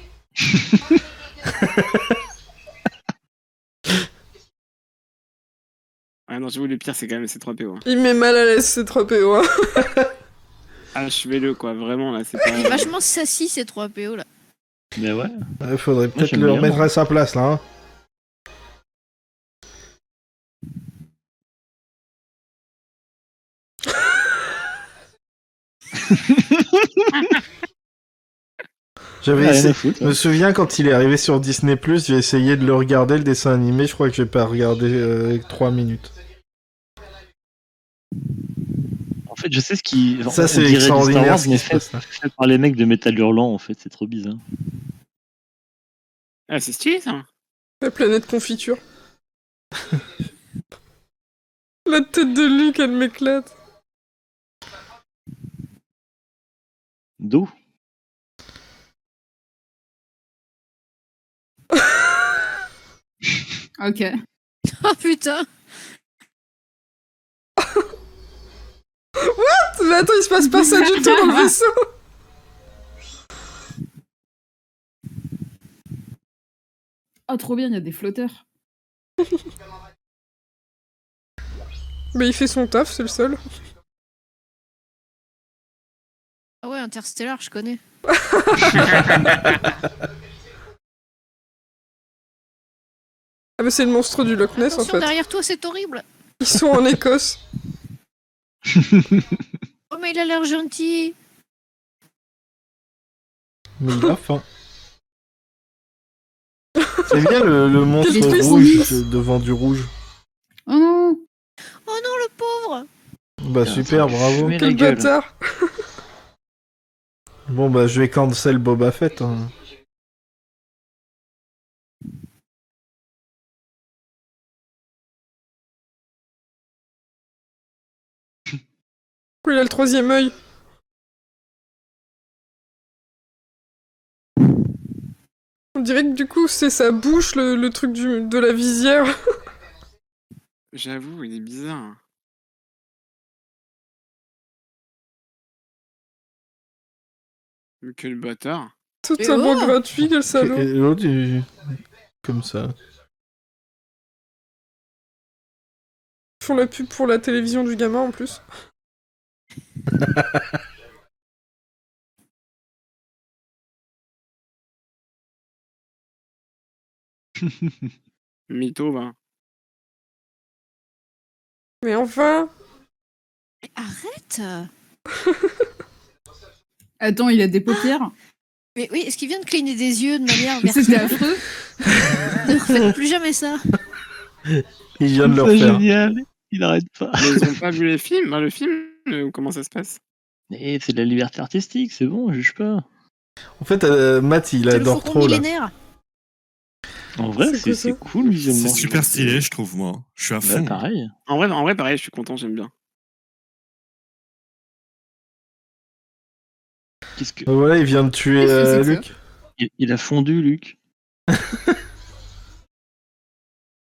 S7: Ah non, j'avoue, le pire, c'est quand même ces 3 PO. hein.
S5: Il met mal à l'aise ces 3 PO. hein.
S7: Achevez-le, quoi, vraiment, là, c'est pas.
S6: Il est vachement sassy ces 3 PO là.
S3: Mais ouais.
S1: Ouais, faudrait peut-être
S3: j'aime
S1: le
S3: bien,
S1: remettre
S3: moi.
S1: à sa place, là. hein. J'avais
S3: Ah, Rien
S1: essayé-
S3: à foutre. hein.
S1: Je me souviens quand il est arrivé sur Disney Plus, j'ai essayé de le regarder le dessin animé. Je crois que j'ai pas regardé 3 minutes.
S3: En fait, je sais ce qui. on- on
S1: Ça, c'est
S3: dirait du Star Wars,
S1: extraordinaire ce
S3: mais
S1: qui se
S3: fait,
S1: passe là.
S3: fait par les mecs de Metal Hurlant, en fait, c'est trop bizarre.
S7: Ah, c'est stylé, ça.
S5: La planète confiture. La tête de Luc, elle m'éclate.
S3: D'eau
S2: Ok.
S6: Oh putain
S5: Mais attends, il se passe pas ça du tout dans le vaisseau.
S2: Oh, trop bien, il y a des flotteurs.
S5: Mais il fait son taf, c'est le seul.
S6: Ah ouais, Interstellar, je connais.
S5: Ah, mais c'est le monstre du Loch Ness en
S6: Attention,
S5: fait.
S6: derrière toi, c'est horrible.
S5: Ils sont en Écosse.
S6: Oh, mais il a l'air gentil.
S1: Mais il hein. a faim. C'est bien le, le monstre
S2: Qu'est-ce que
S1: rouge
S2: c'est
S1: de- devant du rouge.
S2: Oh non
S6: Oh non, le pauvre
S1: Bah super, bravo.
S3: Mais la
S5: Quel
S3: gueule.
S5: bâtard.
S1: Bon bah je vais cancel Boba Fett. hein.
S5: Pourquoi il a le troisième œil On dirait que du coup, c'est sa bouche, le, le truc du, de la visière.
S7: J'avoue, il est bizarre. Mais quel bâtard.
S5: Totalement
S6: Et oh
S5: gratuit, quel
S1: Et
S5: salaud.
S1: L'autre, il- comme ça.
S5: Ils font la pub pour la télévision du gamin en plus.
S7: Mytho, va.
S5: Mais enfin
S6: Mais Arrête
S2: Attends, il a des paupières
S6: Mais oui, est-ce qu'il vient de cligner des yeux de manière
S2: C'était
S6: verticale
S2: affreux
S6: Ne refaites plus jamais ça.
S1: Il vient de le
S3: C'est
S1: refaire.
S3: génial. Il arrête pas.
S7: Mais ils ont pas vu les films, hein, le film euh, Comment ça se passe
S3: Et Eh, c'est de la liberté artistique, c'est bon, juge pas.
S1: En fait, euh, Matt, il
S6: C'est le
S1: adore
S6: fourgon
S1: trop là.
S6: millénaire.
S3: En vrai,
S5: C'est
S3: c'est
S5: quoi ça
S3: c'est cool visuellement.
S4: C'est super stylé, je trouve, moi. Je suis à
S3: Bah,
S4: fond.
S3: pareil.
S7: En vrai, en vrai, pareil, je suis content, j'aime bien.
S3: Qu'est-ce que...
S1: Voilà, il vient de tuer
S2: Qu'est-ce que
S1: euh,
S2: c'est que ça
S1: Luc.
S3: il, il a fondu, Luc.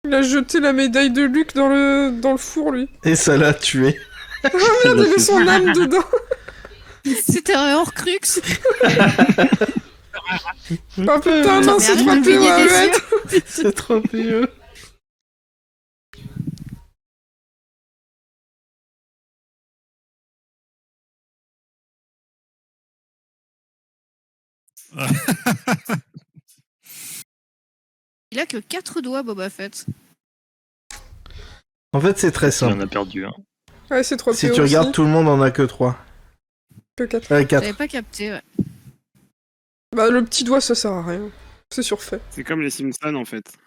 S5: Il a jeté la médaille de Luc dans le, dans le four, lui.
S1: Et ça l'a tué.
S5: Il
S3: Bah,
S5: avait
S3: c'est-
S5: son âme dedans
S6: C'était un hors crux.
S5: Ah putain, non,
S6: Mais
S5: c'est
S6: arrête
S5: trop
S6: de cligner
S5: bien,
S6: des
S5: arrête.
S6: yeux.
S1: C'est trop mieux.
S6: Il a que quatre doigts, Boba Fett.
S1: En fait, c'est très
S3: Il en
S1: simple.
S3: a perdu hein. un.
S5: Ouais, c'est trop
S1: Si
S5: PO
S1: tu regardes,
S5: aussi,
S1: tout le monde en a que 3.
S5: que quatre.
S1: Euh, 4.
S6: J'avais pas capté, ouais.
S5: Bah, le petit doigt, ça sert à rien. C'est surfait.
S7: C'est comme les Simpsons, en fait.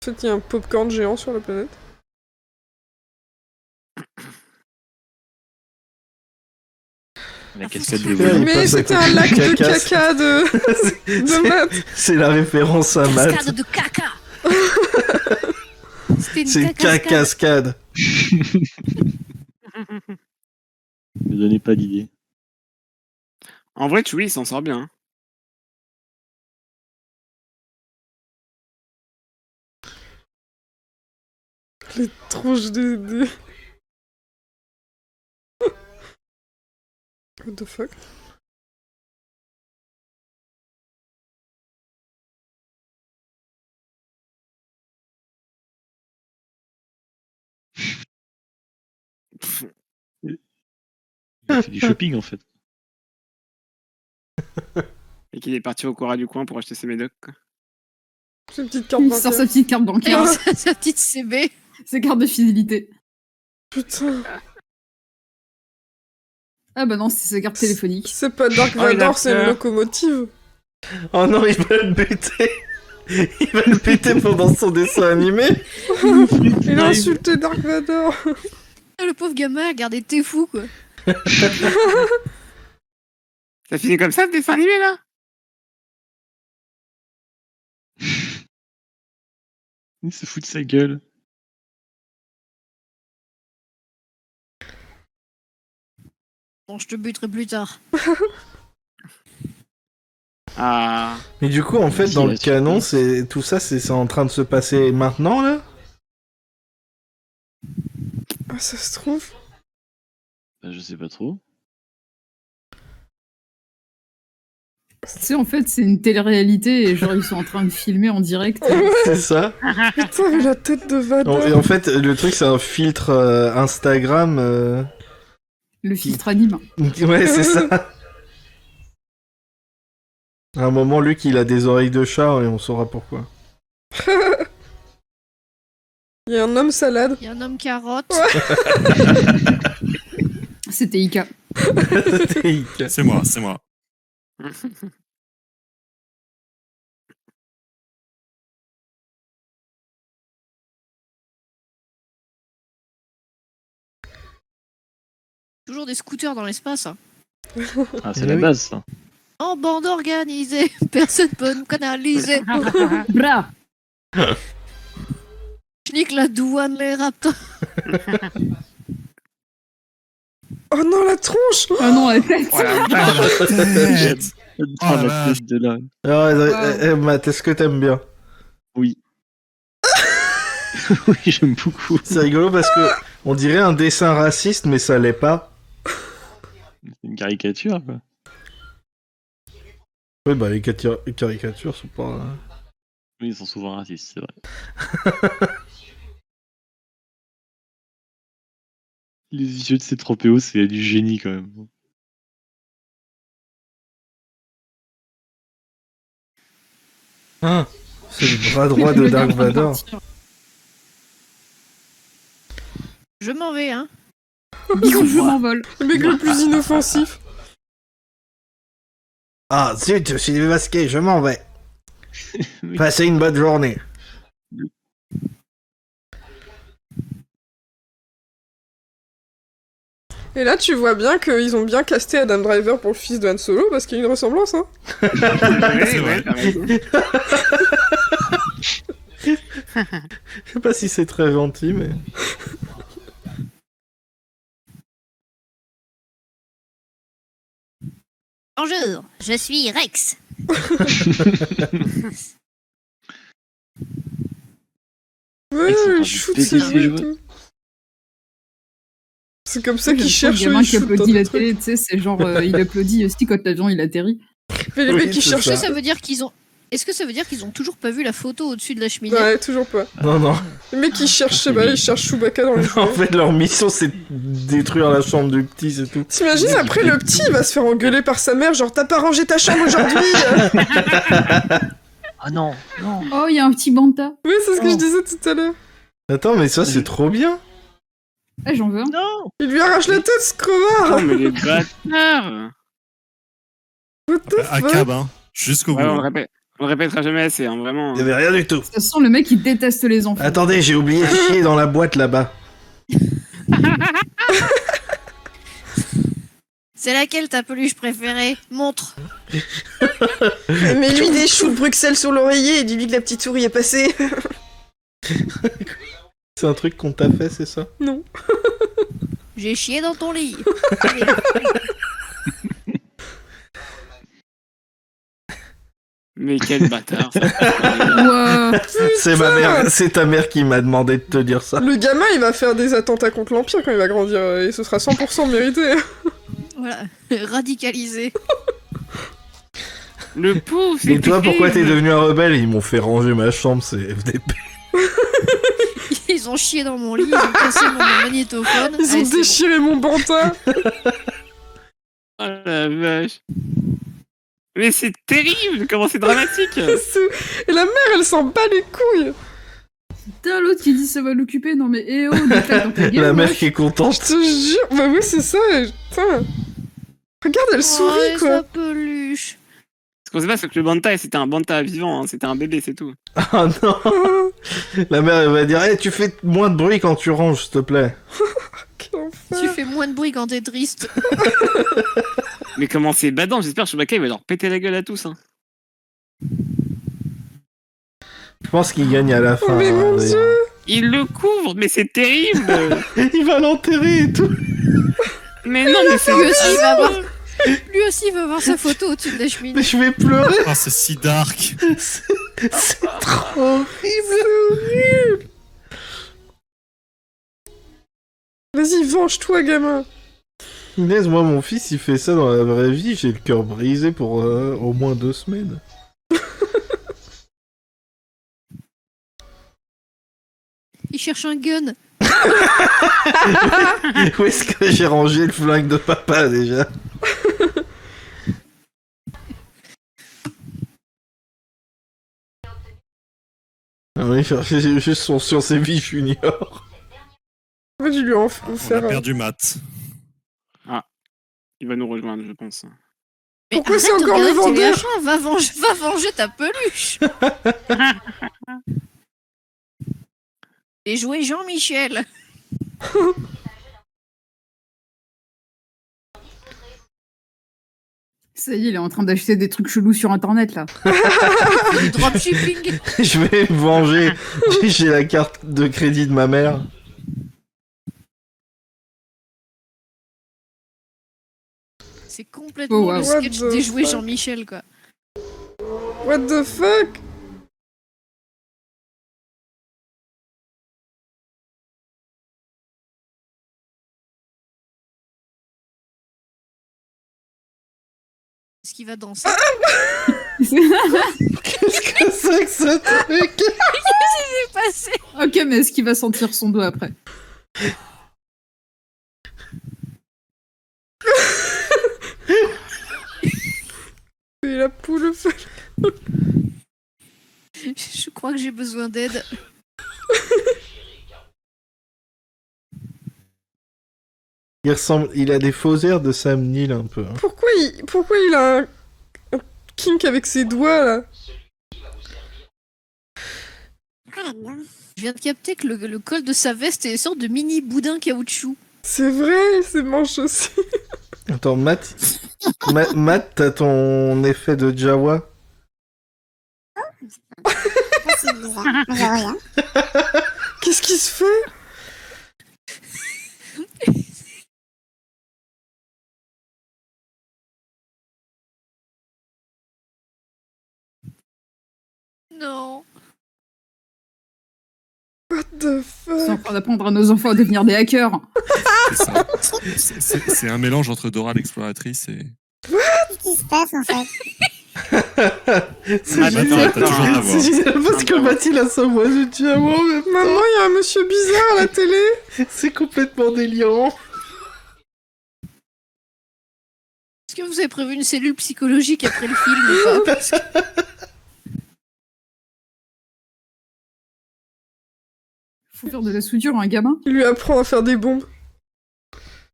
S5: En fait, il y a un popcorn géant sur la planète.
S3: La
S6: Ah,
S3: cascade
S6: faut se
S3: de
S6: faire.
S3: Wally.
S1: passe à
S5: Mais c'était
S1: côté
S5: un
S1: du
S5: lac de
S1: caca, c'est-
S5: caca de, de
S1: C'est-
S5: maths.
S1: C'est la référence à Matt.
S6: Eh ben, Cascade de caca C'était
S1: C'est
S6: une
S1: une
S6: caca.
S1: cascade.
S3: Ne donnez pas d'idée.
S7: En vrai, Chewie, il s'en sort bien. hein.
S5: Les tronches des... des- What the fuck
S3: Il a fait du shopping en fait.
S7: Et qu'il est parti au Cora du coin pour acheter ses médocs. quoi.
S5: C'est une petite carte
S2: Il sort
S5: bancaire.
S2: sa petite carte
S6: Et
S2: bancaire,
S6: on sa sa petite CB.
S2: ses cartes de fidélité.
S5: Putain,
S2: Ah bah non, c'est sa carte téléphonique.
S5: c'est pas Dark
S7: Oh, il a
S5: Vador, c'est une
S7: peur.
S5: locomotive.
S1: Oh non, il va le buter Il va le buter pendant son dessin animé
S5: Il a insulté Dark Vador.
S6: Ah, Le pauvre gamin, regardez, t'es fou quoi.
S7: Ça finit comme ça le dessin animé là
S3: Il se fout de sa gueule.
S6: Bon, je te buterai plus tard.
S7: Ah.
S1: Mais du coup, en fait, dans le canon, c'est tout ça, c'est c'est en train de se passer maintenant, là
S5: Ah, ça se trouve.
S3: Bah, je sais pas trop.
S2: Tu sais, en fait, c'est une télé-réalité et genre, ils sont en train de filmer en direct. euh,
S1: C'est ça
S5: Putain, mais la tête de
S1: En- Et
S5: Vador.
S1: en fait, le truc, c'est un filtre euh, Instagram. euh,
S2: Le filtre anime.
S1: Ouais, c'est ça. À un moment, Luc, il a des oreilles de chat et on saura pourquoi.
S5: Il y a un homme salade.
S6: Il y a un homme carotte.
S2: C'était Ika.
S1: C'était Ika.
S4: C'est moi, c'est moi.
S7: Oh
S6: Toujours des scooters dans l'espace. hein.
S3: Ah, c'est
S1: Eh
S3: la
S1: oui.
S3: base ça.
S6: En bande organisée, personne peut nous canaliser.
S2: Bra
S6: Je nique la douane, les raptors.
S5: Oh non, la tronche
S2: Ah non, la tête
S7: Oh la vache.
S4: Tête.
S3: Ah,
S4: Oh la
S3: la tête de là.
S1: Alors, euh, euh, Matt, est-ce que t'aimes bien
S3: Oui. oui, j'aime beaucoup.
S1: C'est rigolo parce que on dirait un dessin raciste, mais ça l'est pas.
S3: C'est une caricature, quoi.
S1: Oui, bah les cati- les caricatures sont pas. euh,
S3: Mais ils sont souvent racistes, c'est vrai. Les yeux de ces 3PO, c'est du génie quand même.
S1: C'est le bras droit de Dark Vador.
S6: Je m'en vais, hein.
S2: Bisous, je m'envole.
S5: Le mec le plus inoffensif.
S1: Ah zut, je suis démasqué, je m'en vais.
S3: Oui.
S1: Passez une bonne journée.
S5: Et là, tu vois bien qu'ils ont bien casté Adam Driver pour le fils de Han Solo parce qu'il y a une ressemblance, hein.
S7: Ouais,
S4: vrai.
S7: ouais, t'as raison.
S1: Je sais pas si c'est très gentil, mais.
S6: Bonjour, je suis Rex.
S5: Ouais,
S3: Ils sont en train
S5: il
S3: de
S5: shoot
S3: péter
S5: ses
S3: ses
S5: yeux et
S3: jouets.
S5: tout. C'est comme ça qu'ils
S2: J'aime
S5: cherchent,
S2: trop Le gamin
S5: ils
S2: qui
S5: shootent
S2: applaudit
S5: dans
S2: la
S5: des trucs.
S2: télé, tu sais, c'est genre, euh, il applaudit aussi quand l'avion il atterrit.
S5: Mais les
S1: Oui,
S5: mecs qui
S1: c'est
S5: cherchent...
S6: Est-ce
S1: ça.
S6: que ça veut dire qu'ils ont. Est-ce que ça veut dire qu'ils ont toujours pas vu la photo au-dessus de la cheminée
S5: Ouais, toujours pas.
S1: Non, non.
S5: Les mecs qui cherchent, bah, ils cherchent Chewbacca dans les
S1: En
S5: jouets.
S1: fait, leur mission, c'est de détruire la chambre du petit, c'est tout.
S5: T'imagines, après, le petit, il va se faire engueuler par sa mère, genre, t'as pas rangé ta chambre aujourd'hui
S3: Ah non, non.
S2: Oh, il y a un petit banta.
S5: Oui, c'est ce que je disais tout à l'heure.
S1: Attends, mais ça, c'est trop bien.
S2: Ah, j'en veux un.
S3: Non
S5: Il lui arrache la tête, ce
S7: Non,
S5: crevard
S7: Oh, mais les bâtards
S5: What the
S4: À
S5: fuck
S4: cab, hein. Jusqu'au bout.
S7: Ouais, on, le répète- on le répétera jamais assez, hein, vraiment.
S1: Il y avait rien du tout.
S2: De toute façon, le mec il déteste les enfants.
S1: Attendez, j'ai oublié de chier dans la boîte là-bas.
S6: C'est laquelle ta peluche préférée Montre.
S5: Mais lui, des choux de Bruxelles sur l'oreiller, et dis-lui que la petite souris est passée.
S1: C'est un truc qu'on t'a fait, c'est ça
S6: J'ai chié dans ton lit.
S7: Mais quel bâtard ça.
S2: Ouah.
S1: C'est ma mère, c'est ta mère qui m'a demandé de te dire ça.
S5: Le gamin, il va faire des attentats contre l'Empire quand il va grandir, euh, et ce sera 100% mérité.
S6: Voilà, radicalisé.
S7: Le pouf
S1: Et toi, pourquoi t'es
S7: terrible.
S1: devenu un rebelle Ils m'ont fait ranger ma chambre, c'est FDP.
S6: Ils ont chié dans mon lit, ils ont cassé mon magnétophone.
S5: Ils
S6: Allez, Ah,
S5: ont
S6: c'est bon.
S5: déchiré mon bantin
S7: Oh la vache. Mais c'est terrible, comment c'est dramatique
S5: Et la mère, elle s'en bat les couilles
S2: Putain, l'autre qui dit ça va l'occuper. Non, mais eh oh, des claques dans ta gueule,
S1: La mère
S2: wesh.
S1: qui est
S5: Oh,
S1: contente.
S5: je te jure Bah oui, c'est ça et- Putain Regarde, elle sourit,
S6: Oh,
S5: quoi
S6: sa peluche.
S7: Ce qu'on sait pas, c'est que le Banta, c'était un Banta vivant, hein, c'était un bébé, c'est tout.
S1: Ah non La mère, elle va dire Eh, tu fais moins de bruit quand tu ranges, s'il te plaît.
S5: Quel
S6: Tu
S5: enfer
S6: fais moins de bruit quand t'es triste.
S7: Mais comment c'est badant, j'espère que Chewbacca il va leur péter la gueule à tous. Hein.
S1: Je pense qu'il gagne à la fin. hein,
S5: mais mon
S1: d'ailleurs.
S7: Il le couvre, mais c'est terrible
S1: Il va l'enterrer et tout
S7: Mais non, mais c'est...
S6: Lui aussi, il va voir. Lui aussi, il va voir sa photo au-dessus de la cheminée.
S1: Mais je vais pleurer
S4: Ah, c'est si dark.
S1: C'est c'est trop horrible
S5: Vas-y, venge-toi, gamin
S1: Inès, moi, mon fils, il fait ça dans la vraie vie, j'ai le cœur brisé pour euh, au moins deux semaines.
S6: Il cherche un gun.
S1: Où est-ce que j'ai rangé le flingue de papa déjà Ah oui, chercher juste son Science et Vie Junior.
S5: Moi, je lui ai enf-
S4: On a
S5: offert... un-
S4: perdu Matt.
S7: Il va nous rejoindre, je pense.
S6: Mais
S5: Pourquoi
S6: arrête
S5: c'est
S6: de
S5: encore le
S6: regarder
S5: vendeur
S6: TVH1, va venger, va venger ta peluche. Et jouer Jean-Michel.
S2: Ça y est, il est en train d'acheter des trucs chelous sur internet là.
S6: Du dropshipping.
S1: Je vais me venger. J'ai- J'ai la carte de crédit de ma mère.
S6: C'est complètement
S2: Oh, wow.
S6: le sketch
S5: What the
S6: des jouer
S5: fuck.
S6: Jean-Michel, quoi.
S5: What the fuck
S6: Est-ce qu'il va danser
S2: ok,
S1: Qu'est-ce que c'est que ce truc
S6: C'est passé.
S2: mais est-ce qu'il va sentir son doigt après
S5: Et la poule folle.
S6: Je crois que j'ai besoin d'aide.
S1: Il ressemble, il a des faux airs de Sam Neill un peu. hein.
S5: Pourquoi il... Pourquoi il a un... un kink avec ses doigts, là
S6: Je viens de capter que le, le col de sa veste est une sorte de mini boudin caoutchouc.
S5: C'est vrai, ses manches aussi
S1: Attends, Matt, Ma- Matt, t'as ton effet de Jawa
S5: Qu'est-ce qu'il se fait
S6: Non.
S5: What the
S2: C'est en
S5: fuck
S2: train d'apprendre à nos enfants à devenir des hackers.
S4: C'est ça. C'est- C'est c'est un mélange entre Dora l'exploratrice et.
S8: Qu'est-ce qui se passe en fait
S1: C'est
S7: Ah,
S4: Matt,
S7: mais
S1: génial.
S4: t'as toujours la voix.
S1: C'est génial parce que Mathilde a sa voix de Jawa. mais
S5: Maman, il y a un monsieur bizarre à la télé
S1: C'est complètement délirant.
S6: Est-ce que vous avez prévu une cellule psychologique après le film ou pas Parce que-
S2: Faut faire de la soudure à un gamin.
S5: Il lui apprend à faire des bombes.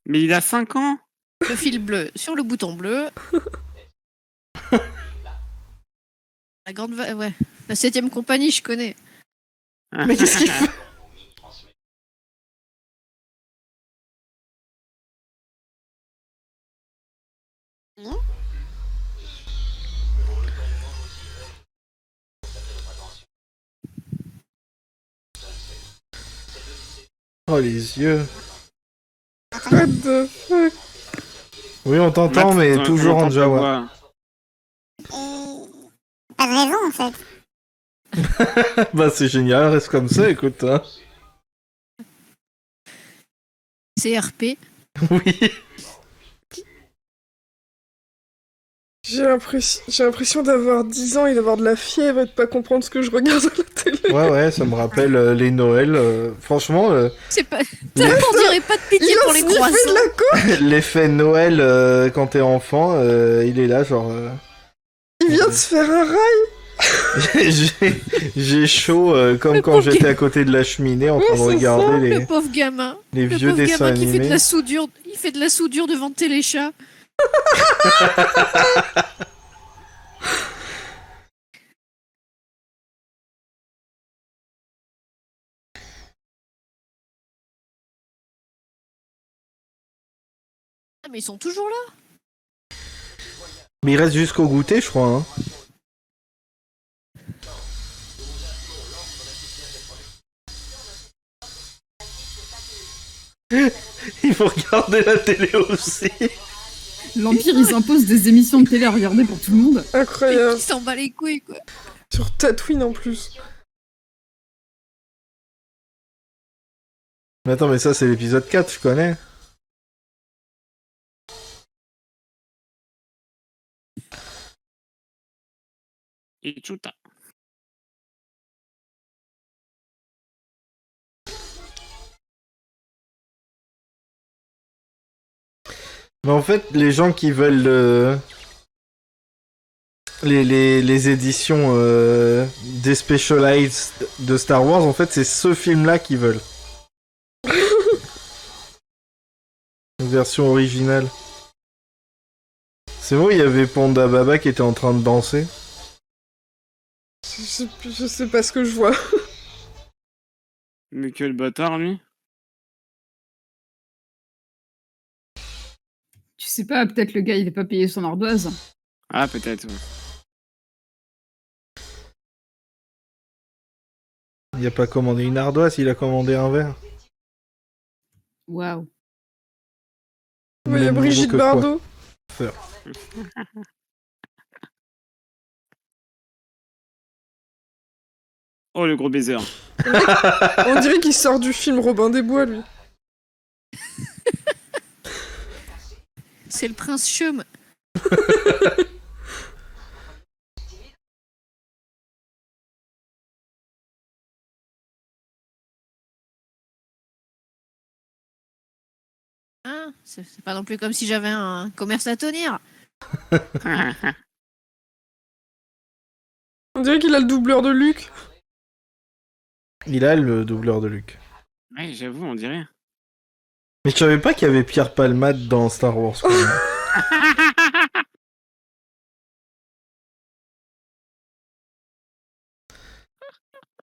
S7: Mais il a 5 ans
S6: Le fil bleu sur le bouton bleu. La grande va- ouais. La septième compagnie, je connais.
S1: Mais qu'est-ce qu'il fait Oh les yeux.
S5: What the fuck
S1: Oui, on t'entend,
S7: Matt,
S1: mais
S7: on-
S1: toujours
S7: on
S1: en
S7: entend ta
S1: Jawa.
S7: voix.
S8: Euh, Pas de raison en fait.
S1: bah c'est génial, reste comme ça, écoute. hein.
S6: CRP.
S1: Oui.
S5: J'ai l'impression j'ai l'impression d'avoir 10 ans et d'avoir de la fièvre et de pas comprendre ce que je regarde à la télé.
S1: Ouais, ouais, ça me rappelle euh, les Noëls. euh, franchement, euh,
S6: C'est pas. On dirait pas de pitié
S5: Il a
S6: pour les
S5: sniffé
S6: croissants.
S5: de la coke
S1: l'effet Noël euh, quand t'es enfant, euh, il est là, genre. euh,
S5: Il vient de se faire un rail
S1: j'ai- J'ai chaud euh, comme
S6: Le
S1: quand
S6: pauvre
S1: j'étais à côté de la cheminée en
S5: Ouais,
S1: train de
S5: c'est
S6: Le
S1: regarder les,
S6: pauvre gamin.
S1: les
S6: Le
S1: vieux
S6: pauvre
S1: dessins
S6: gamin qui fait de
S1: animés.
S6: la soudure. Il fait de la soudure devant Téléchat. Ah, Mais ils sont toujours là.
S1: Mais il reste jusqu'au goûter, je crois. hein. Ils vont regarder la télé aussi.
S2: L'Empire, ils imposent des émissions de télé à regarder pour tout le monde.
S5: Incroyable
S1: hein.
S6: Ils s'en bat les couilles quoi.
S5: Sur Tatooine en plus.
S1: Mais attends, mais ça, c'est l'épisode 4, je connais.
S7: Et tchouta.
S1: Mais en fait, les gens qui veulent euh, les, les, les éditions euh, des Specialized de Star Wars, en fait, c'est ce film-là qu'ils veulent. Une version originale. C'est vrai, il y avait Panda Baba qui était en train de danser.
S5: Je sais, plus- je sais pas ce que je vois.
S7: Mais quel bâtard, lui.
S2: Tu sais pas, peut-être le gars, il est pas payé son ardoise.
S7: Ah, peut-être. ouais.
S1: Il a pas commandé une ardoise, il a commandé un verre.
S2: Waouh.
S5: Mais il y a
S1: Même
S5: Brigitte
S1: que quoi.
S5: Bardot.
S7: Oh, le gros baiser.
S5: On dirait qu'il sort du film Robin des Bois lui.
S6: C'est le prince Chum. Hein c'est c'est pas non plus comme si j'avais un commerce à tenir.
S5: On dirait qu'il a le doubleur de Luc.
S1: Il a le doubleur de Luc.
S7: ouais, j'avoue, on dirait.
S1: Mais je savais pas qu'il y avait Pierre Palmade dans Star Wars. quand même.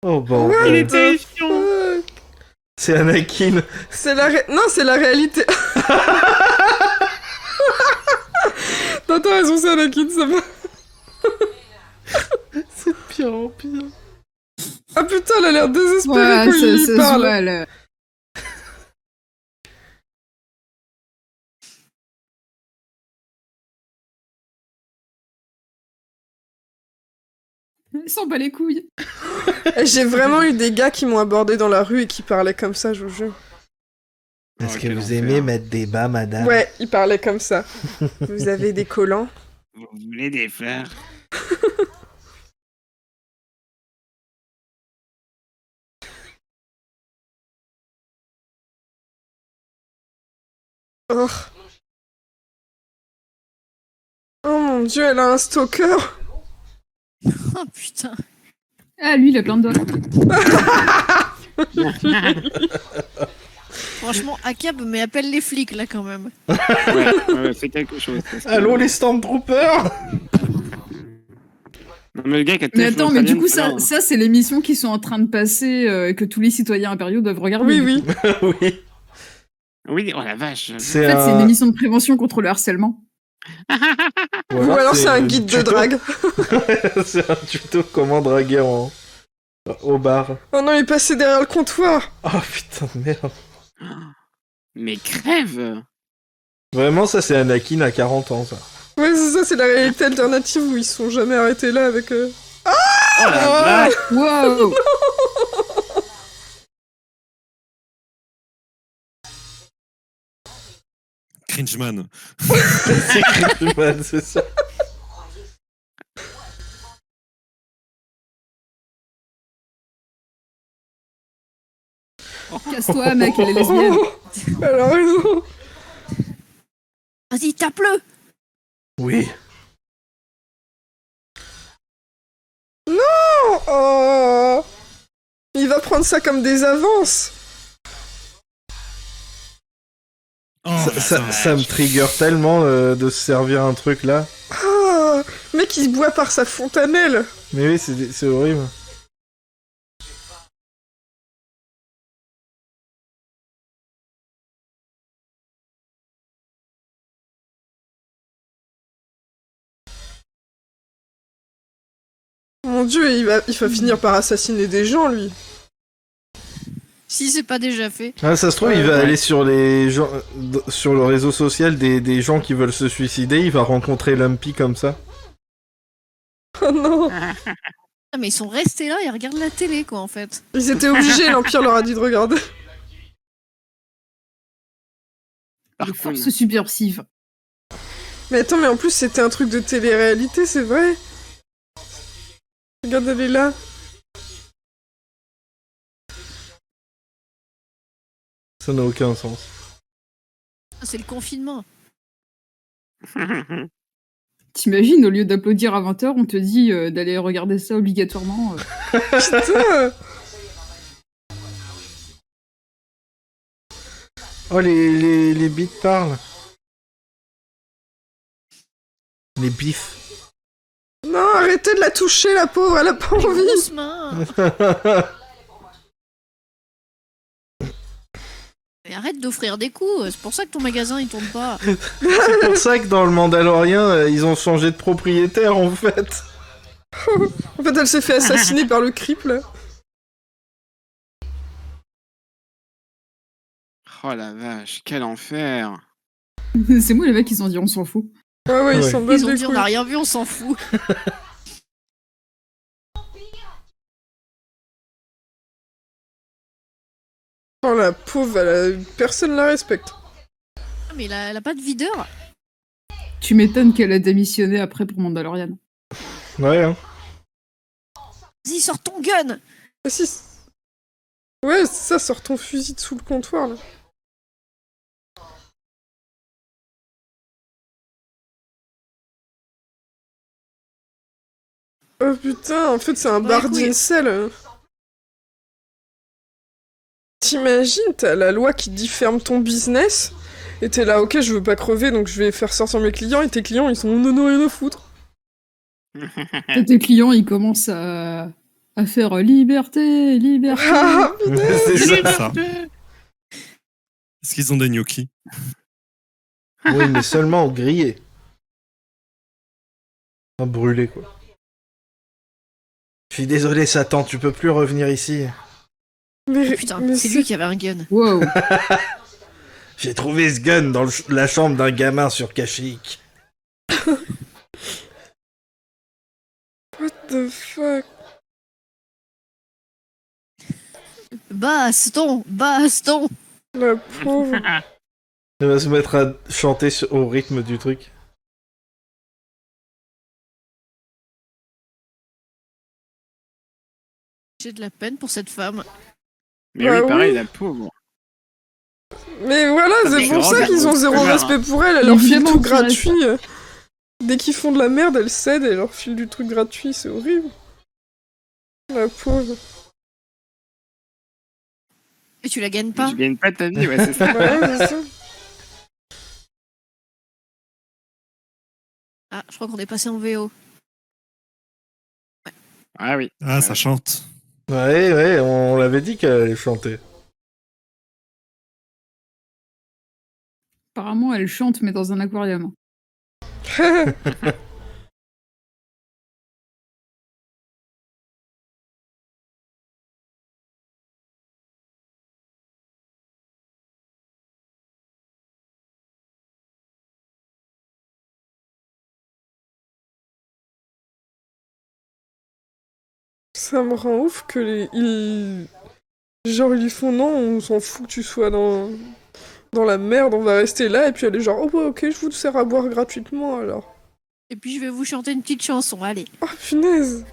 S1: oh bordel.
S5: Ouais,
S7: Il est
S5: Euh,
S1: Mmh.
S7: terrifiant.
S5: Ah,
S1: C'est Anakin.
S5: C'est la ré- non, c'est la réalité. non, t'as raison, c'est Anakin, ça va. c'est de pire en pire. Ah putain, elle a l'air désespérée
S2: Ouais,
S5: quand
S2: ça,
S5: il
S2: ça
S5: lui
S2: se
S5: parle.
S2: voit, là. Il s'en bat les couilles.
S5: Eh, J'ai vraiment eu des gars qui m'ont abordé dans la rue et qui parlaient comme ça, je vous jure.
S1: Est-ce
S7: Oh,
S1: que
S7: quel
S1: vous
S7: enfer.
S1: aimez mettre des bas, madame
S5: Ouais, ils parlaient comme ça. Vous avez des collants
S7: Vous voulez des fleurs
S5: oh. oh mon dieu, elle a un stalker.
S6: Oh putain.
S2: Ah, lui, il a plein de doigts.
S6: Franchement, Akab, mais appelle les flics là quand même.
S7: ouais, ouais, ouais, fais quelque chose. parce que-
S1: Allô les Stormtroopers
S7: Non, mais le gars qui a
S2: Mais
S7: touché
S2: attends,
S7: le
S2: mais
S7: crâne,
S2: du coup,
S7: c'est
S2: ça,
S7: là,
S2: ça c'est l'émission qui sont en train de passer euh, et que tous les citoyens impériaux doivent regarder.
S5: Oui, oui.
S1: Oui.
S7: hein. Oui, oh la vache.
S2: En
S1: C'est
S2: fait, c'est une
S5: euh,
S1: un...
S2: émission de prévention contre le harcèlement.
S5: Ou alors c'est un
S1: le
S5: guide de
S1: tuto-
S5: drague.
S1: c'est un tuto comment draguer en... au bar.
S5: Oh non, il est passé derrière le comptoir.
S1: Oh putain de merde.
S7: Mais crève
S1: Vraiment ça c'est Anakin à 40 ans ça.
S5: Ouais, c'est ça, c'est la réalité alternative où ils se sont jamais arrêtés là avec. euh,
S7: Oh la
S2: Ah,
S7: vache
S2: Wow
S4: Cringeman.
S1: c'est Cringeman, c'est ça.
S2: Casse-toi, mec, elle est lesbienne.
S5: Elle a raison.
S6: Vas-y, tape-le
S1: Oui.
S5: Oh. Il va prendre ça comme des avances.
S4: Oh,
S1: ça,
S4: la
S1: ça-
S4: vache.
S1: ça me trigger tellement euh, de se servir un truc là.
S5: Ah, mec, il se boit par sa fontanelle.
S1: Mais oui, c'est c'est horrible.
S5: Mon dieu, il va, il va finir par assassiner des gens, lui.
S6: Si c'est pas déjà fait.
S1: Ah, ça se trouve,
S5: Ouais,
S1: il va
S5: ouais.
S1: aller sur les gens, d- sur le réseau social des, des gens qui veulent se suicider. Il va rencontrer Lumpy comme ça.
S5: Oh non.
S6: Ah, mais ils sont restés là et regardent la télé, quoi, en fait.
S5: Ils étaient obligés, l'Empire leur a dit de regarder.
S7: Par
S2: Les
S7: contre,
S2: forces subversives.
S5: Mais attends, mais en plus, c'était un truc de télé-réalité, c'est vrai. Regarde, elle est là.
S1: Ça n'a aucun sens.
S6: Ah, C'est le confinement.
S2: T'imagines, au lieu d'applaudir à 20h, on te dit euh, d'aller regarder ça obligatoirement. euh.
S5: Putain.
S1: Oh, les, les, les bits parlent. Les bifs.
S5: Non, arrêtez de la toucher, la pauvre, elle a pas
S6: Les
S5: envie.
S6: grosses mains. Mais arrête d'offrir des coups, c'est pour ça que ton magasin il tourne pas.
S1: c'est pour ça que dans le Mandalorien, euh, ils ont changé de propriétaire en fait.
S5: En fait, elle s'est fait assassiner par le creep, là.
S7: oh la vache, quel enfer.
S2: euh. c'est moi, les mecs, ils ont dit on s'en fout.
S5: Ouais, ouais, ils
S1: Ouais.
S5: s'en battent
S6: Ils ont
S5: les
S6: dit on
S5: couilles.
S6: n'a rien vu, on s'en fout.
S5: Oh, la pauvre, elle a- personne la respecte.
S6: Ah, Mais il a, elle a pas de videur.
S2: Tu m'étonnes qu'elle a démissionné après pour Mandalorian.
S1: Ouais, hein.
S6: Vas-y, sors ton gun
S5: Ah, si, c'est- Ouais, ça sort ton fusil de sous le comptoir, là. Oh putain, en fait c'est un
S6: Ouais,
S5: bar
S6: couille.
S5: d'incel. T'imagines, t'as la loi qui dit ferme ton business, et t'es là, ok, je veux pas crever, donc je vais faire sortir mes clients, et tes clients ils sont non, non, rien à foutre.
S2: Et tes clients, ils commencent à, à faire euh, liberté, liberté.
S5: Ah,
S1: c'est ça.
S4: ça. Est-ce qu'ils ont des gnocchis
S1: Oui, mais seulement grillé. Enfin, brûlé, quoi. Je suis désolé, Satan, tu peux plus revenir ici.
S5: mais,
S6: Oh, Putain,
S5: Euh, mais
S6: c'est lui qui avait un gun.
S2: Wow.
S1: J'ai trouvé ce gun dans le ch- la chambre d'un gamin sur Kashyyyk.
S5: What the fuck
S6: Baston Baston
S5: La pauvre.
S1: Elle va se mettre à chanter sur- au rythme du truc.
S6: J'ai de la peine pour cette femme.
S7: Mais
S5: Bah
S7: oui, pareil,
S5: oui.
S7: la pauvre.
S5: Mais voilà,
S7: Ah,
S5: c'est
S7: mais
S5: pour
S7: grand
S5: ça
S7: garçon,
S5: qu'ils ont zéro
S7: connard, hein.
S5: respect pour elle, elle leur file
S2: Évidemment
S5: tout
S2: qu'il reste.
S5: gratuit. euh. Dès qu'ils font de la merde, elle cède et elle leur file du truc gratuit, c'est horrible. La pauvre.
S6: Et tu la gagnes pas
S7: Tu gagnes pas ta vie, ouais, c'est ça.
S5: Voilà, c'est ça.
S6: Ah, je crois qu'on est passé en VO.
S7: Ah oui.
S4: Ah, ça chante.
S1: Ouais, ouais, on l'avait dit qu'elle allait chanter.
S2: Apparemment, elle chante, mais dans un aquarium.
S5: ça me rend ouf que les. Ils... Genre, ils lui font non, on s'en fout que tu sois dans. Dans la merde, on va rester là, et puis elle est genre, oh bah ok, je vous sers à boire gratuitement alors.
S6: Et puis je vais vous chanter une petite chanson, allez.
S5: Oh punaise!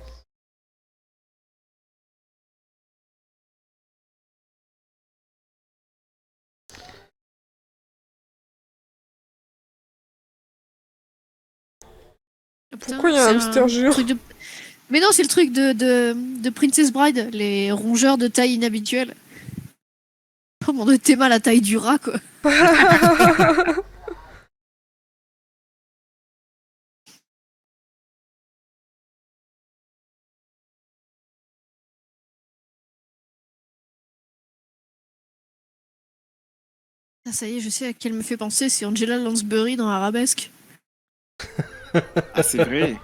S5: Pourquoi il y a un
S6: Ah, c'est
S5: hamster géant
S6: truc de- Mais non, c'est le truc de, de, de Princess Bride, les rongeurs de taille inhabituelle. Oh mon dieu, t'es mal la taille du rat, quoi. Ah, ça y est, je sais à qui elle me fait penser, c'est Angela Lansbury dans Arabesque.
S7: Ah, c'est vrai.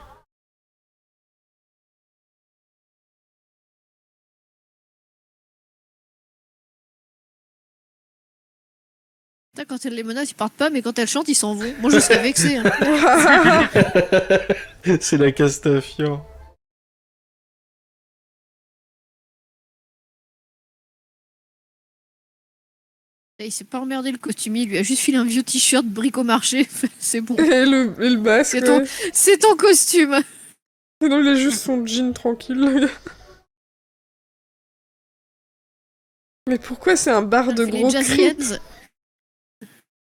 S6: Putain, Quand elle les menace, ils partent pas, mais quand elle chante, ils s'en vont. Moi, je serais vexée. hein.
S1: C'est la Castafiore.
S6: Il s'est pas emmerdé le costumier, il lui a juste filé un vieux t-shirt bric-au-marché. C'est bon.
S5: Et le, et le basque.
S6: C'est ton-
S5: ouais.
S6: C'est ton costume
S5: Et non, il a juste son jean tranquille, le gars. Mais pourquoi c'est un bar de
S6: Il fait
S5: gros
S6: les jazz
S5: cris
S6: hands.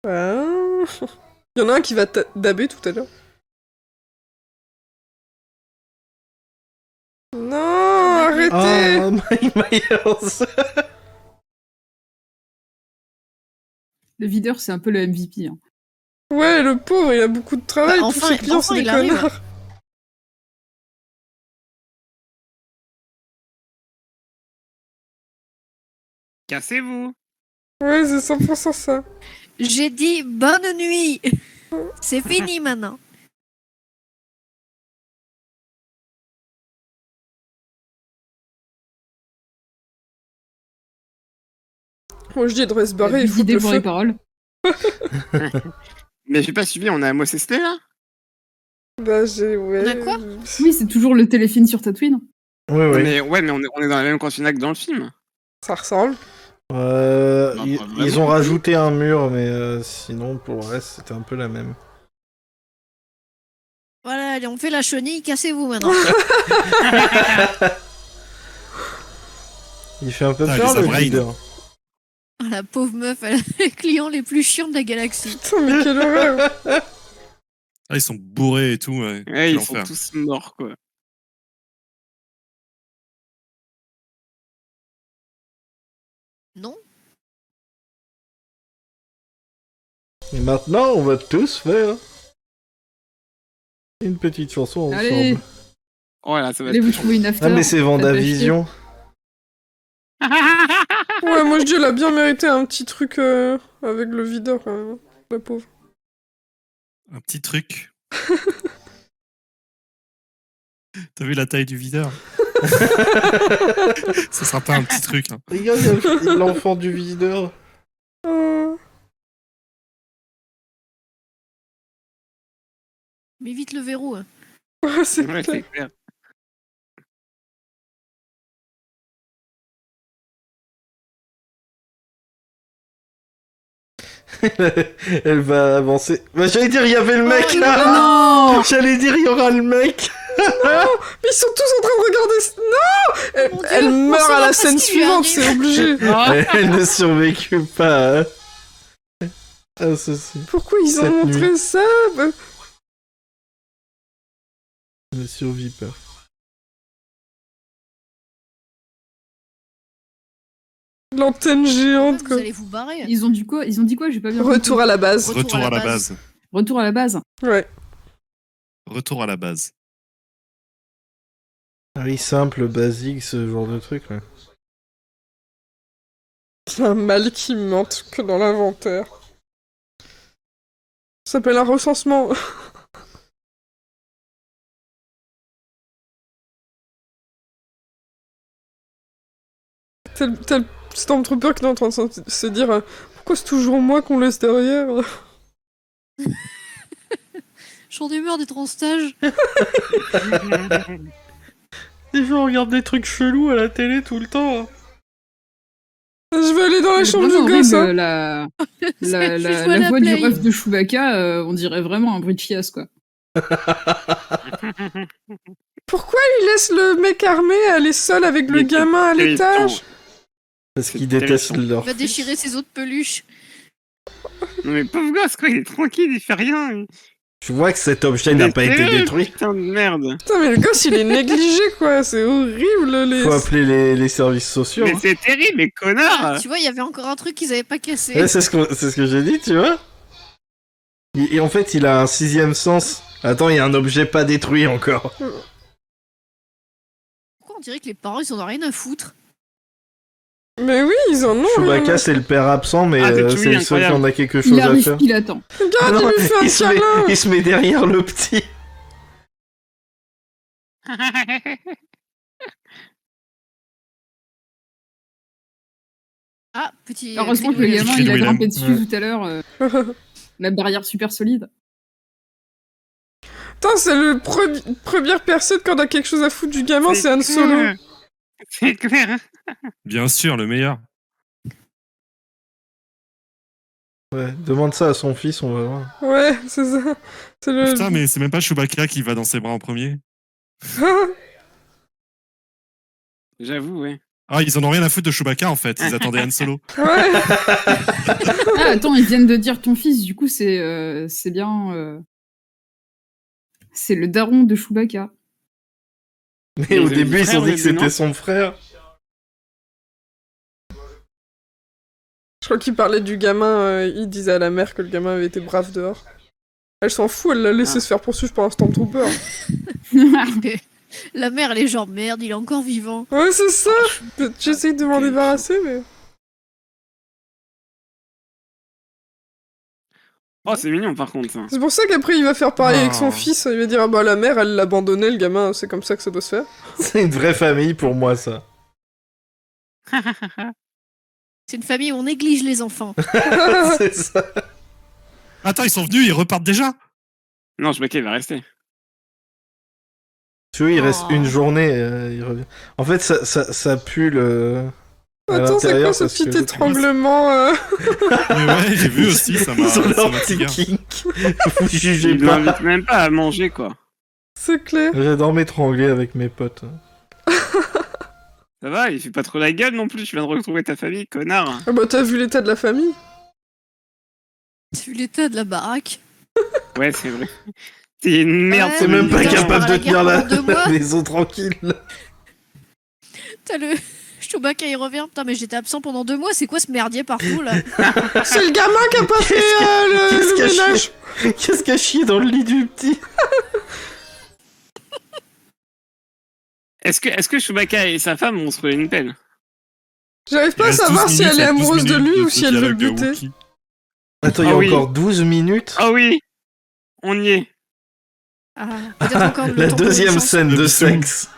S5: Ah. Il y en a un qui va ta- daber tout à l'heure. Non,
S6: Ah,
S1: Oh,
S5: arrêtez
S1: my Myers
S2: Le videur, c'est un peu le MVP. hein.
S5: Ouais, le pauvre, il a beaucoup de travail.
S6: Bah,
S5: Tous
S6: enfin,
S5: ses clients,
S6: enfin,
S5: c'est des
S6: il arrive.
S5: connards.
S7: Cassez-vous
S5: Ouais, c'est 100% ça.
S6: J'ai dit bonne nuit C'est fini maintenant
S5: Moi, je dis, il devrait se barrer, il
S2: Plus
S5: fout le
S2: d'idées pour les
S5: feu.
S2: paroles.
S7: Mais j'ai pas suivi, on a Mos Esté, là
S5: Bah, j'ai... Ouais.
S6: On a quoi
S2: Oui, c'est toujours le téléfilm sur Tatooine.
S1: Oui, oui.
S7: Mais ouais, mais on est, on est dans la même continent que dans le film.
S5: Ça ressemble.
S1: Euh,
S3: Non,
S1: ils,
S3: pas
S1: ils
S3: vraiment.
S1: ont rajouté un mur, mais euh, sinon, pour le reste, c'était un peu la même.
S6: Voilà, allez, on fait la chenille, cassez-vous maintenant
S1: Il fait un peu
S4: Ah,
S1: peur,
S4: les
S1: le
S4: Abraides.
S1: leader.
S6: Ah, La pauvre meuf, elle a les clients les plus chiants de la galaxie
S5: Putain, mais quelle horreur
S4: Ah, ils sont bourrés et tout. Ouais,
S7: Ouais,
S4: Quel
S7: ils sont
S4: enfer.
S7: tous morts, quoi.
S6: Non
S1: Et maintenant, on va tous faire une petite chanson ensemble.
S2: Allez,
S7: Oh là, ça va
S2: allez
S7: être...
S2: vous trouver une after.
S1: ah, mais c'est Vendavision.
S5: Ouais, moi, je dis, elle a bien mérité un petit truc euh, avec le videur, quand même. La pauvre.
S4: Un petit truc. T'as vu la taille du videur Ça sera pas un petit truc. hein.
S1: Regarde, il y a l'enfant du videur.
S5: Oh.
S6: Mais vite le verrou hein.
S5: Ouais, c'est
S7: Ouais, c'est
S5: clair.
S7: clair.
S1: Elle va avancer. Bah, j'allais dire, il y avait le mec
S6: Oh,
S1: là
S2: Non
S1: J'allais dire, il y aura le mec
S5: Mais ils sont tous en train de regarder. ce- Non Elle,
S6: Mon Dieu,
S5: elle
S6: on
S5: meurt
S6: saura
S5: à la
S6: pas ce
S5: scène
S6: qui lui
S5: suivante,
S6: arrive.
S5: c'est obligé.
S1: Elle elle ne survécut pas hein. Ah, à ceci.
S5: Pourquoi ils ont
S1: Cette
S5: montré ça Bah,
S1: Elle ne survit pas.
S5: L'antenne géante,
S6: Vous
S5: quoi.
S6: allez vous barrer hein.
S2: Ils ont dit quoi Ils ont dit quoi J'ai pas bien
S5: Retour à la base.
S4: Retour, à la base.
S2: compris. Retour à la base.
S5: Ouais.
S4: Retour à la base.
S1: Ah oui, simple, basique, ce genre de truc là.
S5: C'est un mal qui mente que dans l'inventaire. Ça s'appelle un recensement. Tel, tel Stormtrooper qui est en train de se- se dire euh, Pourquoi c'est toujours moi qu'on laisse derrière
S6: J'en ai marre d'être en stage
S1: Les gens regardent des trucs chelous à la télé tout le temps.
S5: Je vais aller dans la
S2: C'est
S5: chambre
S2: vraiment
S5: du gosse,
S2: horrible, euh,
S5: hein.
S2: La, la,
S6: C'est- tu
S2: la-
S6: joues à
S2: la
S6: la
S2: voix du
S6: play.
S2: ref de Chewbacca, euh, on dirait vraiment un bruit de chiasse, quoi.
S5: Pourquoi il laisse le mec armé aller seul avec le
S7: Il était
S5: gamin à
S7: terrifiant.
S5: l'étage
S1: Parce qu'ils
S7: C'est
S1: détestent
S7: terrifiant.
S1: leur.
S6: Il va déchirer ses autres peluches
S7: Non mais pauvre gosse, quoi, il est tranquille, il fait rien. il-
S1: Tu vois que cet objet n'a pas été détruit.
S7: Putain de merde.
S5: Putain, mais le gosse, il est négligé, quoi. C'est horrible, les.
S1: Faut appeler les, les services sociaux.
S7: Mais
S1: hein.
S7: c'est terrible, mais
S2: Ah.
S7: connard
S6: Tu vois, il y avait encore un truc qu'ils avaient pas cassé.
S1: Ouais, c'est ce que, c'est ce que j'ai dit, tu vois. Et, et en fait, il a un sixième sens. Attends, il y a un objet pas détruit encore.
S6: Pourquoi on dirait que les parents ils en ont rien à foutre
S5: Mais oui, ils en ont.
S1: Chewbacca,
S5: rien.
S1: c'est le père absent, mais
S7: Ah,
S1: euh,
S7: Tatooine,
S1: c'est le seul qui
S7: incroyable.
S1: en a quelque chose
S2: Il
S1: à
S2: arrive
S1: faire.
S2: pile à temps.
S5: Regarde,
S1: Ah non,
S5: il lui fait un
S1: il, se met,
S5: câlin.
S1: il se met derrière le petit.
S6: Ah, petit.
S2: Heureusement que le
S6: petit-
S2: gamin,
S4: Fred
S2: il a
S4: Willem.
S2: grimpé dessus
S1: Ouais.
S2: tout à l'heure. euh, la barrière super solide.
S5: Putain, c'est le premi- première personne quand on a quelque chose à foutre du gamin, c'est Han
S7: un
S5: Solo.
S7: C'est clair.
S4: Bien sûr, le meilleur.
S1: Ouais, demande ça à son fils, on va voir.
S5: Ouais, c'est ça. C'est le.
S4: Putain, mais c'est même pas Chewbacca qui va dans ses bras en premier.
S7: J'avoue, ouais.
S4: Ah, ils en ont rien à foutre de Chewbacca en fait. Ils attendaient Han Solo.
S5: ouais.
S2: Ah, attends, ils viennent de dire ton fils, du coup, c'est euh, c'est bien. euh, C'est le daron de Chewbacca.
S1: Mais
S7: Ils
S1: au
S7: avaient
S1: début,
S7: dit
S1: ils se sont
S7: frère, au
S1: dit que
S7: début,
S1: c'était
S7: non
S1: son frère.
S5: Je crois qu'il parlait du gamin. euh, il disait à la mère que le gamin avait été brave dehors. Elle s'en fout, elle l'a laissé
S7: Ah.
S5: se faire poursuivre par un Stormtrooper.
S2: Ah,
S6: La mère, elle est genre merde, il est encore vivant.
S5: Ouais, c'est ça. J'essaye de m'en débarrasser, mais.
S7: Oh, c'est mignon par contre. ça.
S5: C'est pour ça qu'après, il va faire pareil avec son
S4: Non.
S5: fils. Il va dire Ah bah la mère, elle l'abandonnait, le gamin, c'est comme ça que ça doit se faire.
S1: C'est une vraie famille pour moi, ça.
S6: C'est une famille où on néglige les enfants.
S1: c'est ça.
S4: Attends, ils sont venus, ils repartent déjà.
S7: Non, je il va rester.
S1: Tu vois, il reste
S6: Oh.
S1: une journée, euh, il revient. En fait, ça, ça, ça pue le. à
S5: Attends, c'est
S1: l'intérieur,
S5: quoi ce
S1: parce que-
S5: petit étranglement euh,
S4: Mais ouais, j'ai vu aussi, ça m'a.
S1: Ils ont
S4: ça
S1: leur
S4: m'a
S1: petit
S4: trigger.
S1: kink. Vous jugez
S7: Il ne
S1: pas.
S7: m'invite même pas à manger, quoi.
S5: C'est clair.
S1: J'adore m'étrangler avec mes potes.
S7: Ça va, il fait pas trop la gueule non plus. Tu viens de retrouver ta famille, connard.
S5: Ah bah t'as vu l'état de la famille
S6: T'as vu l'état de la baraque
S7: Ouais, c'est vrai. T'es une merde.
S6: Ouais,
S1: C'est
S7: ce
S1: même pas
S7: mec.
S6: putain, je pars
S1: capable
S6: à
S1: de
S6: la
S1: tenir
S6: gare
S1: la...
S6: dans deux mois.
S1: les eaux tranquilles.
S6: T'as le. Chewbacca, il revient. Putain, mais j'étais absent pendant deux mois, c'est quoi ce merdier partout là
S5: C'est le gamin qui a pas fait euh,
S1: Qu'est-ce
S5: le,
S1: qu'il
S5: le
S1: y a
S5: ménage
S1: Qu'est-ce qu'a chié dans le lit du petit
S7: Est-ce que, est-ce que Chewbacca et sa femme ont se trouvé une peine
S5: J'arrive
S4: Il
S5: pas à
S4: reste
S5: savoir
S4: 12
S5: si elle est
S4: minutes, il y a 12
S5: amoureuse de
S4: minutes
S5: lui ou
S4: ce
S5: si elle veut le
S4: dialogue de
S5: buter.
S4: Wookiee.
S1: Attends, il y a
S7: Ah oui.
S1: encore 12 minutes.
S7: Ah oui On y est.
S6: ah, peut-être encore le
S1: la
S6: temps pour une
S1: deuxième
S6: chance.
S1: scène de
S4: Deux
S1: sexe.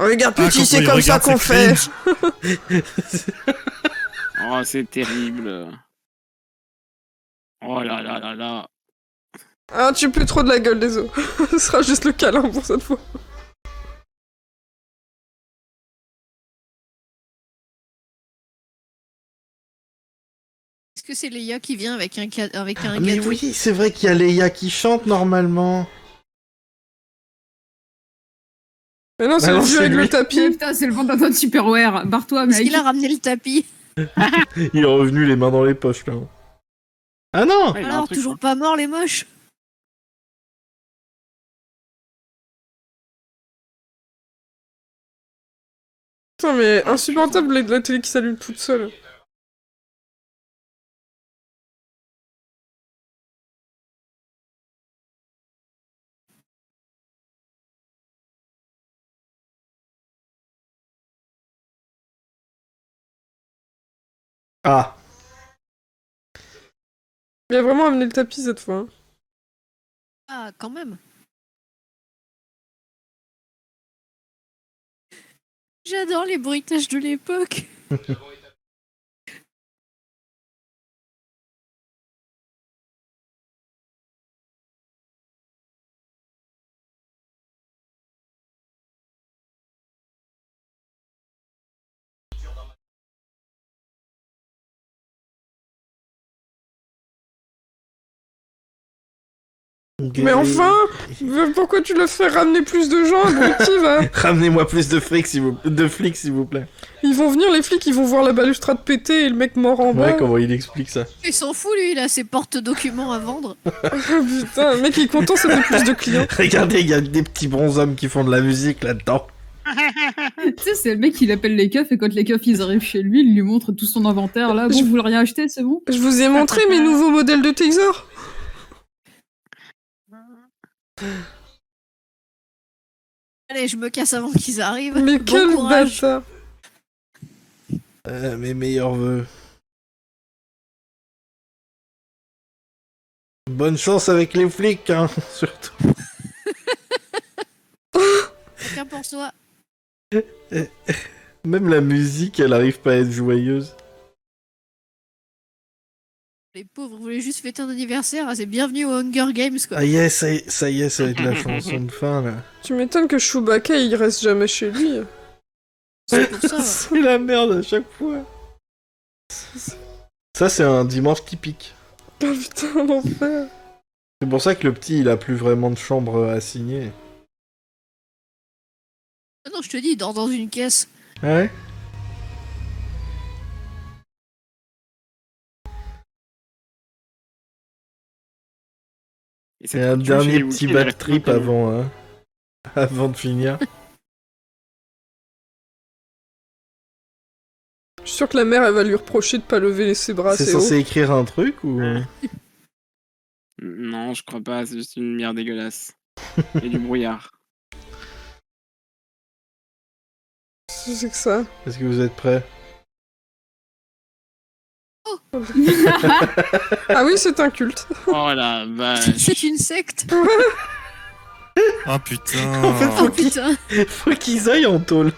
S5: Oh, Regarde
S4: Ah, quand
S5: petit, c'est
S4: il
S5: comme ça
S4: regarde,
S5: qu'on
S4: c'est
S5: fait.
S4: cringe.
S7: Oh, c'est terrible. Oh là là là là.
S5: Ah, tu peux trop de la gueule des os. Ce sera juste le câlin pour cette fois.
S6: Est-ce que c'est Leia qui vient avec un, ca- avec un
S1: Ah, Mais
S6: gâteau
S1: oui, c'est vrai qu'il y a Leia qui chante normalement.
S5: Mais non, c'est
S1: Bah
S5: le
S1: non,
S5: vieux
S1: c'est
S5: avec
S1: lui.
S5: le tapis.
S2: Putain, c'est le pantalon de Superware. Barre-toi,
S6: Est-ce
S2: mec.
S6: qu'il a ramené le tapis
S1: Il est revenu les mains dans les poches là. Ah non
S7: Ouais, il a un
S6: Alors,
S7: truc,
S6: toujours
S7: hein.
S6: pas mort les moches
S5: Putain, mais insupportable la- la télé qui s'allume toute seule.
S1: Ah,
S5: Il a vraiment amené le tapis cette fois. hein.
S6: Ah, quand même. J'adore les bruitages de l'époque.
S5: Mais enfin Mais Pourquoi tu le fais ramener plus de gens, abruti, va
S1: Ramenez-moi plus de flics, s'il vous, de flics, s'il vous plaît.
S5: Ils vont venir, les flics, ils vont voir la balustrade péter et le mec mort en bas.
S1: Ouais, comment il explique ça
S6: Il s'en fout, lui, il a ses porte-documents à vendre.
S5: Putain, le mec, il est content, ça fait plus de clients.
S1: Regardez, il y a des petits bronzes hommes qui font de la musique là-dedans.
S2: Tu sais, c'est le mec qui appelle les keufs et quand les keufs ils arrivent chez lui, il lui montre tout son inventaire. Là, bon,
S5: Je-
S2: vous voulez rien acheter, c'est bon
S5: Je vous ai montré mes nouveaux modèles de taser.
S6: Allez, je me casse avant qu'ils arrivent.
S5: Mais
S6: Bon
S5: quel
S6: courage.
S5: bâtard
S1: Euh, mes meilleurs vœux. Bonne chance avec les flics, hein, surtout.
S6: Chacun pour soi.
S1: Même la musique, elle arrive pas à être joyeuse.
S6: Les pauvres voulaient juste fêter un anniversaire. ah, C'est bienvenue aux Hunger Games, quoi.
S1: Ah yes, ça y est, ça y est, ça va être la chanson de fin, là.
S5: Tu m'étonnes que Chewbacca, il reste jamais chez lui.
S6: C'est pour ça.
S1: c'est la merde à chaque fois. Ça, c'est un dimanche typique.
S5: Ah putain, l'enfer
S1: C'est pour ça que le petit, il a plus vraiment de chambre à signer.
S6: Ah non, je te dis, il dort dans une caisse.
S1: Ah Ouais
S7: Et ça
S1: C'est
S7: te
S1: un
S7: tue chez les
S1: dernier
S7: Wookiees,
S1: petit
S7: elle
S1: back
S7: reste
S1: trip
S7: dans le camion.
S1: avant, hein, avant de finir.
S5: Je suis sûr que la mère, elle va lui reprocher de pas lever ses bras
S1: Ah, c'est
S5: assez haut.
S1: censé écrire un truc ou
S7: Ouais. Non, je crois pas, c'est juste une lumière dégueulasse. Et du brouillard.
S5: C'est que ça.
S1: Est-ce que vous êtes prêts
S5: Ah oui, c'est un culte.
S7: Oh la vache.
S6: C'est une secte.
S4: Ah putain.
S1: En fait, faut
S6: Oh putain.
S1: Faut qu'ils aillent en tôle.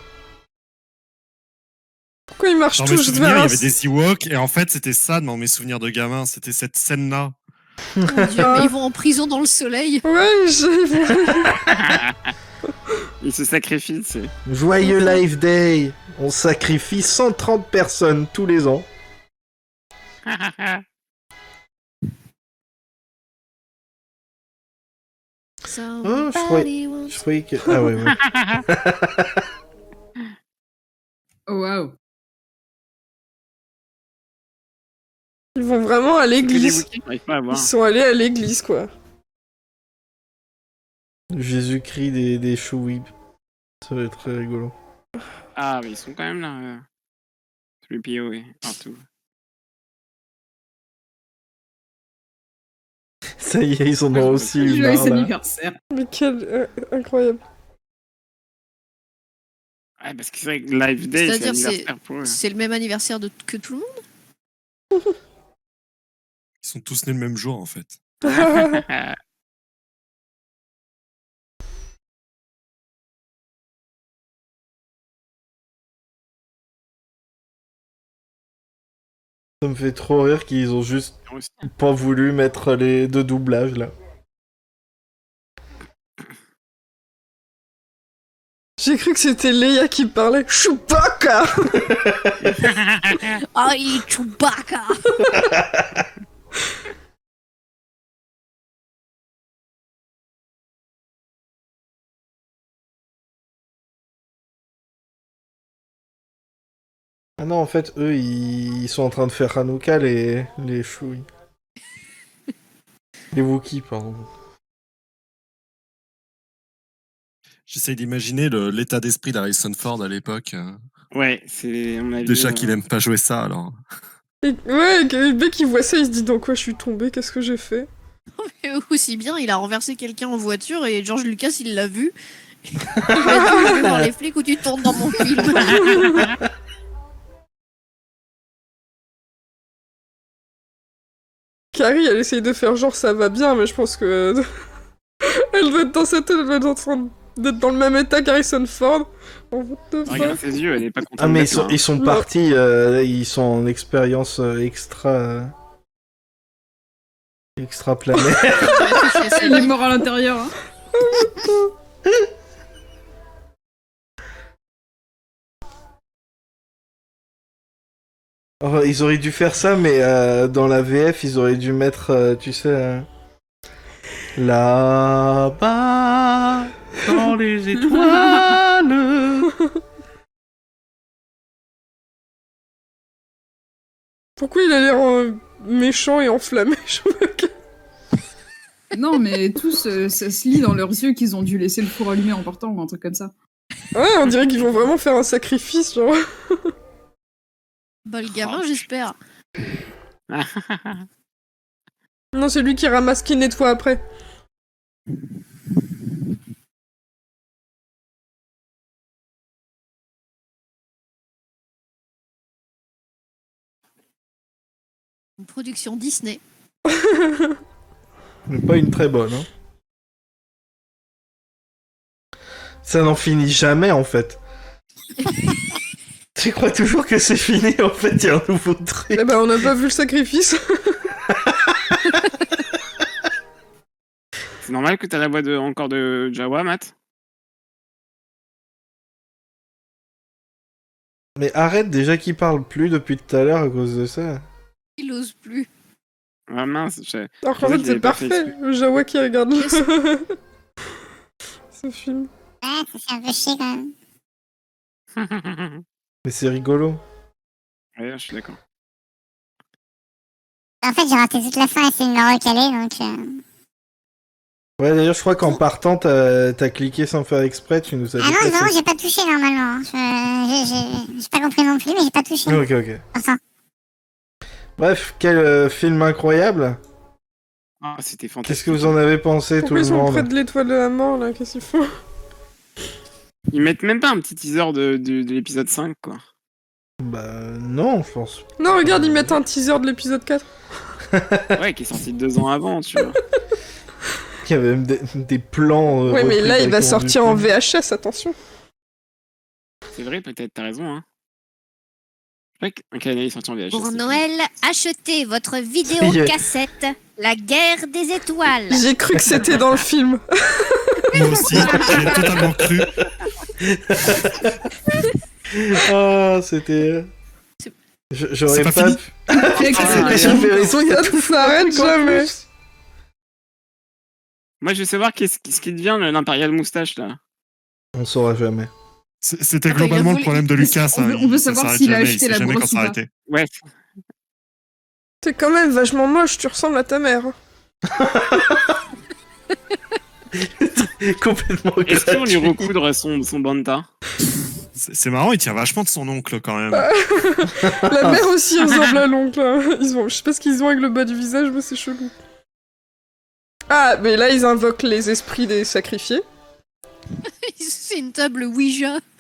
S5: Pourquoi il marche
S4: Dans mes
S5: tous
S4: souvenirs, il
S5: vers
S4: y
S5: un...
S4: avait des Ewoks et en fait, c'était ça dans mes souvenirs de gamin. C'était cette scène-là.
S6: Mon Dieu, mais ils vont en prison dans le soleil.
S5: Ouais, j'ai...
S7: Il se sacrifie, c'est.
S1: Joyeux Life Day On sacrifie 130 personnes tous les ans.
S6: Ça,
S1: Ah, je croyais- Je croyais que... Ah ouais, ouais.
S2: Oh waouh
S5: Ils vont vraiment à l'église.
S7: Ils n'arrivent pas à
S5: Ils
S7: voir.
S5: sont allés à l'église, quoi.
S1: Jésus-Christ des, des chouïbs. Ça va être très rigolo.
S7: Ah, mais ils sont quand même là. euh. Le PO est partout.
S1: Ça y est, ils en ont aussi une
S2: Joyeux
S1: marre, là.
S2: anniversaire
S5: Mais quel... euh, incroyable.
S7: Ouais, parce que c'est vrai que Live Day, c'est
S6: C'est-à-dire, c'est-
S7: l'anniversaire pour eux.
S6: C'est le même anniversaire de... que tout le monde.
S4: Ils sont tous nés le même jour en fait.
S1: Ça me fait trop rire qu'ils ont juste
S7: Ils ont aussi-
S1: pas voulu mettre les deux doublages là.
S5: J'ai cru que c'était Leia qui parlait. Chewbacca
S6: Aïe, Chewbacca.
S1: Ah non, en fait, eux, ils, ils sont en train de faire Hanouka, les, les chouilles. les Wookiees, pardon.
S4: J'essaye d'imaginer le- l'état d'esprit d'Harrison Ford à l'époque. euh.
S2: Ah,
S7: Ouais, c'est. à mon avis,
S4: Déjà
S7: euh,
S4: qu'il aime pas jouer ça alors.
S5: Et- Ouais, et le mec, il voit ça, il se dit dans quoi je suis tombé, qu'est-ce que j'ai fait
S6: Et aussi bien, il a renversé quelqu'un en voiture et George Lucas, il l'a vu. Il m'a dit, Je vais voir les flics où tu tournes dans mon film.
S5: Carrie, elle essaye de faire genre ça va bien, mais je pense que. elle doit être dans cette. Elle doit être en train d'être dans le même état qu'Harrison Ford. Oh, what the fuck
S7: Regarde ses yeux, elle est pas contente.
S1: Ah, mais ils
S7: d'être
S1: sont,
S7: là, hein.
S1: ils sont partis, euh, ils sont en expérience euh, extra. euh, extra planète.
S2: Ah, Il est mort à l'intérieur. hein.
S1: Oh, ils auraient dû faire ça, mais euh, dans la VF, ils auraient dû mettre, euh, tu sais. euh, Là-bas, dans les étoiles.
S5: Pourquoi il a l'air euh, méchant et enflammé je me-
S2: Non, mais tous, euh, ça se lit dans leurs yeux qu'ils ont dû laisser le four allumé en partant ou un truc comme ça.
S5: Ouais, on dirait qu'ils vont vraiment faire un sacrifice, genre.
S6: Bah, le gamin,
S7: Oh.
S6: j'espère.
S5: Non, c'est lui qui ramasse, qui nettoie après.
S6: Une production Disney.
S1: Mais pas une très bonne. hein. Ça n'en finit jamais en fait. tu crois toujours que c'est fini en fait, il y a un nouveau truc.
S5: Eh ben, on n'a pas vu le sacrifice.
S7: C'est normal que t'as la voix de, encore de Jawa, Matt
S1: Mais arrête déjà qu'il parle plus depuis tout à l'heure à cause de ça.
S6: Il ose plus.
S7: Ah mince, je-
S5: Alors qu'en
S7: Ouais,
S5: fait,
S7: il avait
S5: c'est
S7: pas fait
S5: parfait. Le Jawa qui regarde le- ce film.
S8: Ouais, ça fait un peu chier quand même.
S1: Mais c'est rigolo.
S7: Ouais, je suis d'accord.
S8: En fait, j'ai raté toute la fin, essayé de me la recaler, donc... euh,
S1: Ouais, d'ailleurs, je crois qu'en partant, t'as t'as cliqué sans faire exprès, tu nous as
S8: Ah non, non,
S1: déplacé.
S8: j'ai pas touché normalement. hein. Je- j'ai- J'ai j'ai pas compris non plus, mais j'ai pas touché.
S1: Ah, Ok, ok.
S8: Enfin,
S1: Bref, quel euh, film incroyable.
S7: Ah, c'était fantastique.
S1: Qu'est-ce que vous en avez pensé,
S5: Pourquoi ils
S1: tout le
S5: sont près
S1: monde
S5: de l'étoile de la mort, là Qu'est-ce qu'ils font
S7: Ils mettent même pas un petit teaser de, de, de l'épisode 5, quoi.
S1: Bah, non, je pense.
S5: Non, regarde, ils mettent un teaser de l'épisode 4.
S7: Ouais, qui est sorti deux ans avant, tu vois.
S1: qu'il y avait même des, des plans. euh,
S5: ouais, mais
S1: repris
S5: là, il va
S1: directement
S5: sortir
S1: du
S5: en
S1: film.
S5: VHS, attention.
S7: C'est vrai, peut-être, t'as raison, hein. C'est vrai qu'un canal est sorti en VHS.
S9: Pour
S7: c'est-
S9: Noël, achetez votre
S1: Yeah.
S9: vidéo cassette La guerre des étoiles.
S5: J'ai cru que c'était dans le film.
S4: Moi aussi, j'ai totalement cru.
S1: Ah, c'était.
S6: C'est-
S1: Je- J'aurais
S4: C'est
S1: pas.
S4: pas fini.
S1: pu-
S2: Fait que
S7: Ah,
S2: c'est-
S1: Mais j'avais raison, il y a
S5: Ça
S1: tout
S5: ne s'arrête
S1: encore
S5: jamais.
S1: plus.
S7: Moi, je veux savoir qu'est-ce qui- ce qui devient le- l'impérial moustache, là.
S1: On saura jamais.
S4: C'est- C'était
S6: Attends, il a
S4: globalement le
S6: voulu-
S4: problème de
S2: il-
S4: Lucas.
S2: on
S4: hein.
S2: veut- on veut
S4: Ça
S2: savoir
S4: s'arrête
S2: s'il a
S4: jamais,
S2: acheté
S4: il sait
S2: la
S4: jamais
S2: brosse
S4: quand
S2: ou pas.
S4: s'arrêter.
S7: Ouais,
S5: T'es quand même vachement moche, tu ressembles à ta mère.
S1: Complètement
S7: Est-ce qu'ils vont lui
S1: gratuit.
S7: recoudre son, son banta
S4: C'est c'est marrant, il tient vachement de son oncle quand même.
S5: La mère aussi ressemble à l'oncle. hein. Ils ont... Je sais pas ce qu'ils ont avec le bas du visage, mais c'est chelou. Ah, mais là, ils invoquent les esprits des sacrifiés.
S6: C'est une table Ouija.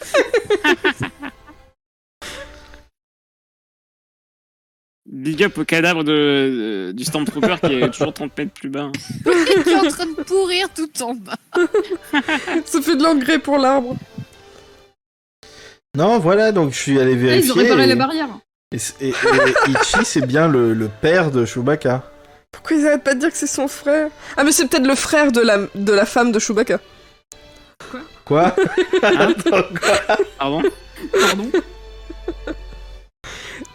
S7: Big up au cadavre de, euh, du Stormtrooper qui est toujours 30 mètres plus bas. hein.
S6: qui est en train de pourrir tout en bas.
S5: Ça fait de l'engrais pour l'arbre.
S1: Non, voilà, donc je suis allé
S2: Ah,
S1: vérifier.
S2: Ils ont réparé
S1: et-
S2: la barrière.
S1: et, c'est- et- et Ichi, c'est bien le, le père de Chewbacca.
S5: Pourquoi ils arrêtent pas de dire que c'est son frère Ah, mais c'est peut-être le frère de la... de la femme de Chewbacca.
S1: Quoi Attends, quoi
S7: Pardon
S2: Pardon.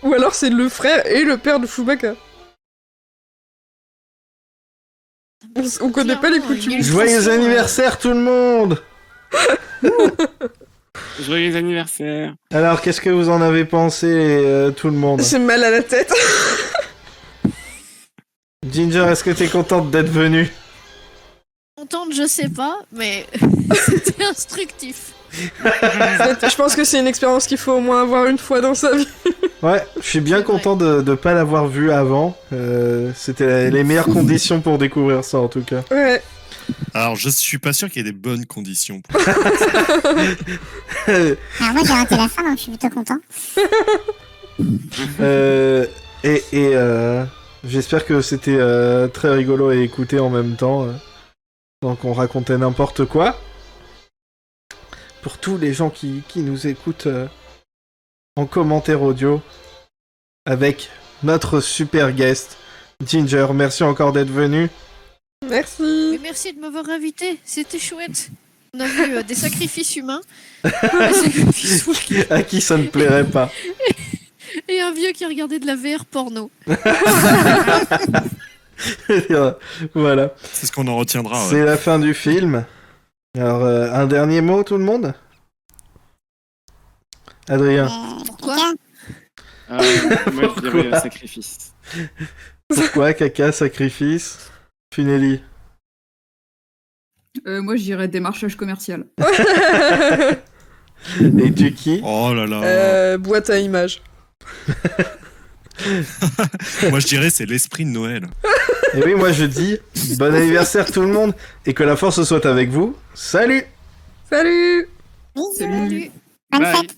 S5: Ou alors c'est le frère et le père de Chewbacca. On, s- on connaît pas les
S6: Clairement,
S5: coutumes.
S6: il est
S1: Joyeux
S6: ultra
S1: anniversaire, tout le monde
S7: Joyeux anniversaire.
S1: Alors, qu'est-ce que vous en avez pensé, euh, tout le monde
S5: J'ai mal à la tête.
S1: Ginger, est-ce que t'es contente d'être venue
S6: contente, je sais pas, mais c'était instructif.
S5: Je pense que c'est une expérience qu'il faut au moins avoir une fois dans sa vie.
S1: Ouais, je suis bien
S6: C'est vrai.
S1: content de ne pas l'avoir vue avant. Euh, C'était la- les meilleures conditions pour découvrir ça, en tout cas.
S5: Ouais.
S4: Alors, je suis pas sûr qu'il y ait des bonnes conditions. pour-
S8: alors moi, j'ai raté la fin, donc je suis plutôt content.
S1: Euh, et et, euh, j'espère que c'était euh, très rigolo à écouter en même temps. euh, donc on racontait n'importe quoi. Pour tous les gens qui, qui nous écoutent euh, en commentaire audio avec notre super guest Ginger, merci encore d'être venu.
S5: Merci.
S6: Mais merci de m'avoir invité, c'était chouette. On a vu euh, des sacrifices humains, des sacrifices Wookiees
S1: à qui ça ne plairait pas
S6: et un vieux qui regardait de la VR porno.
S1: voilà.
S4: C'est ce qu'on en retiendra. Ah ouais.
S1: C'est la fin du film. Alors, euh, un dernier mot, tout le monde Adrien
S8: Euh,
S6: Pourquoi
S8: quelqu'un
S7: Euh, moi, je dirais euh, sacrifice.
S1: Pourquoi caca, sacrifice Funeli
S2: Euh, moi, je dirais démarchage commercial.
S1: Et tu qui
S4: Oh là là.
S5: Euh, boîte à images.
S4: Moi je dirais c'est l'esprit de Noël.
S1: Et Eh oui, moi je dis bon anniversaire tout le monde et que la force soit avec vous. Salut
S5: Salut
S2: Salut.
S8: Bonne
S7: Bye.
S8: fête.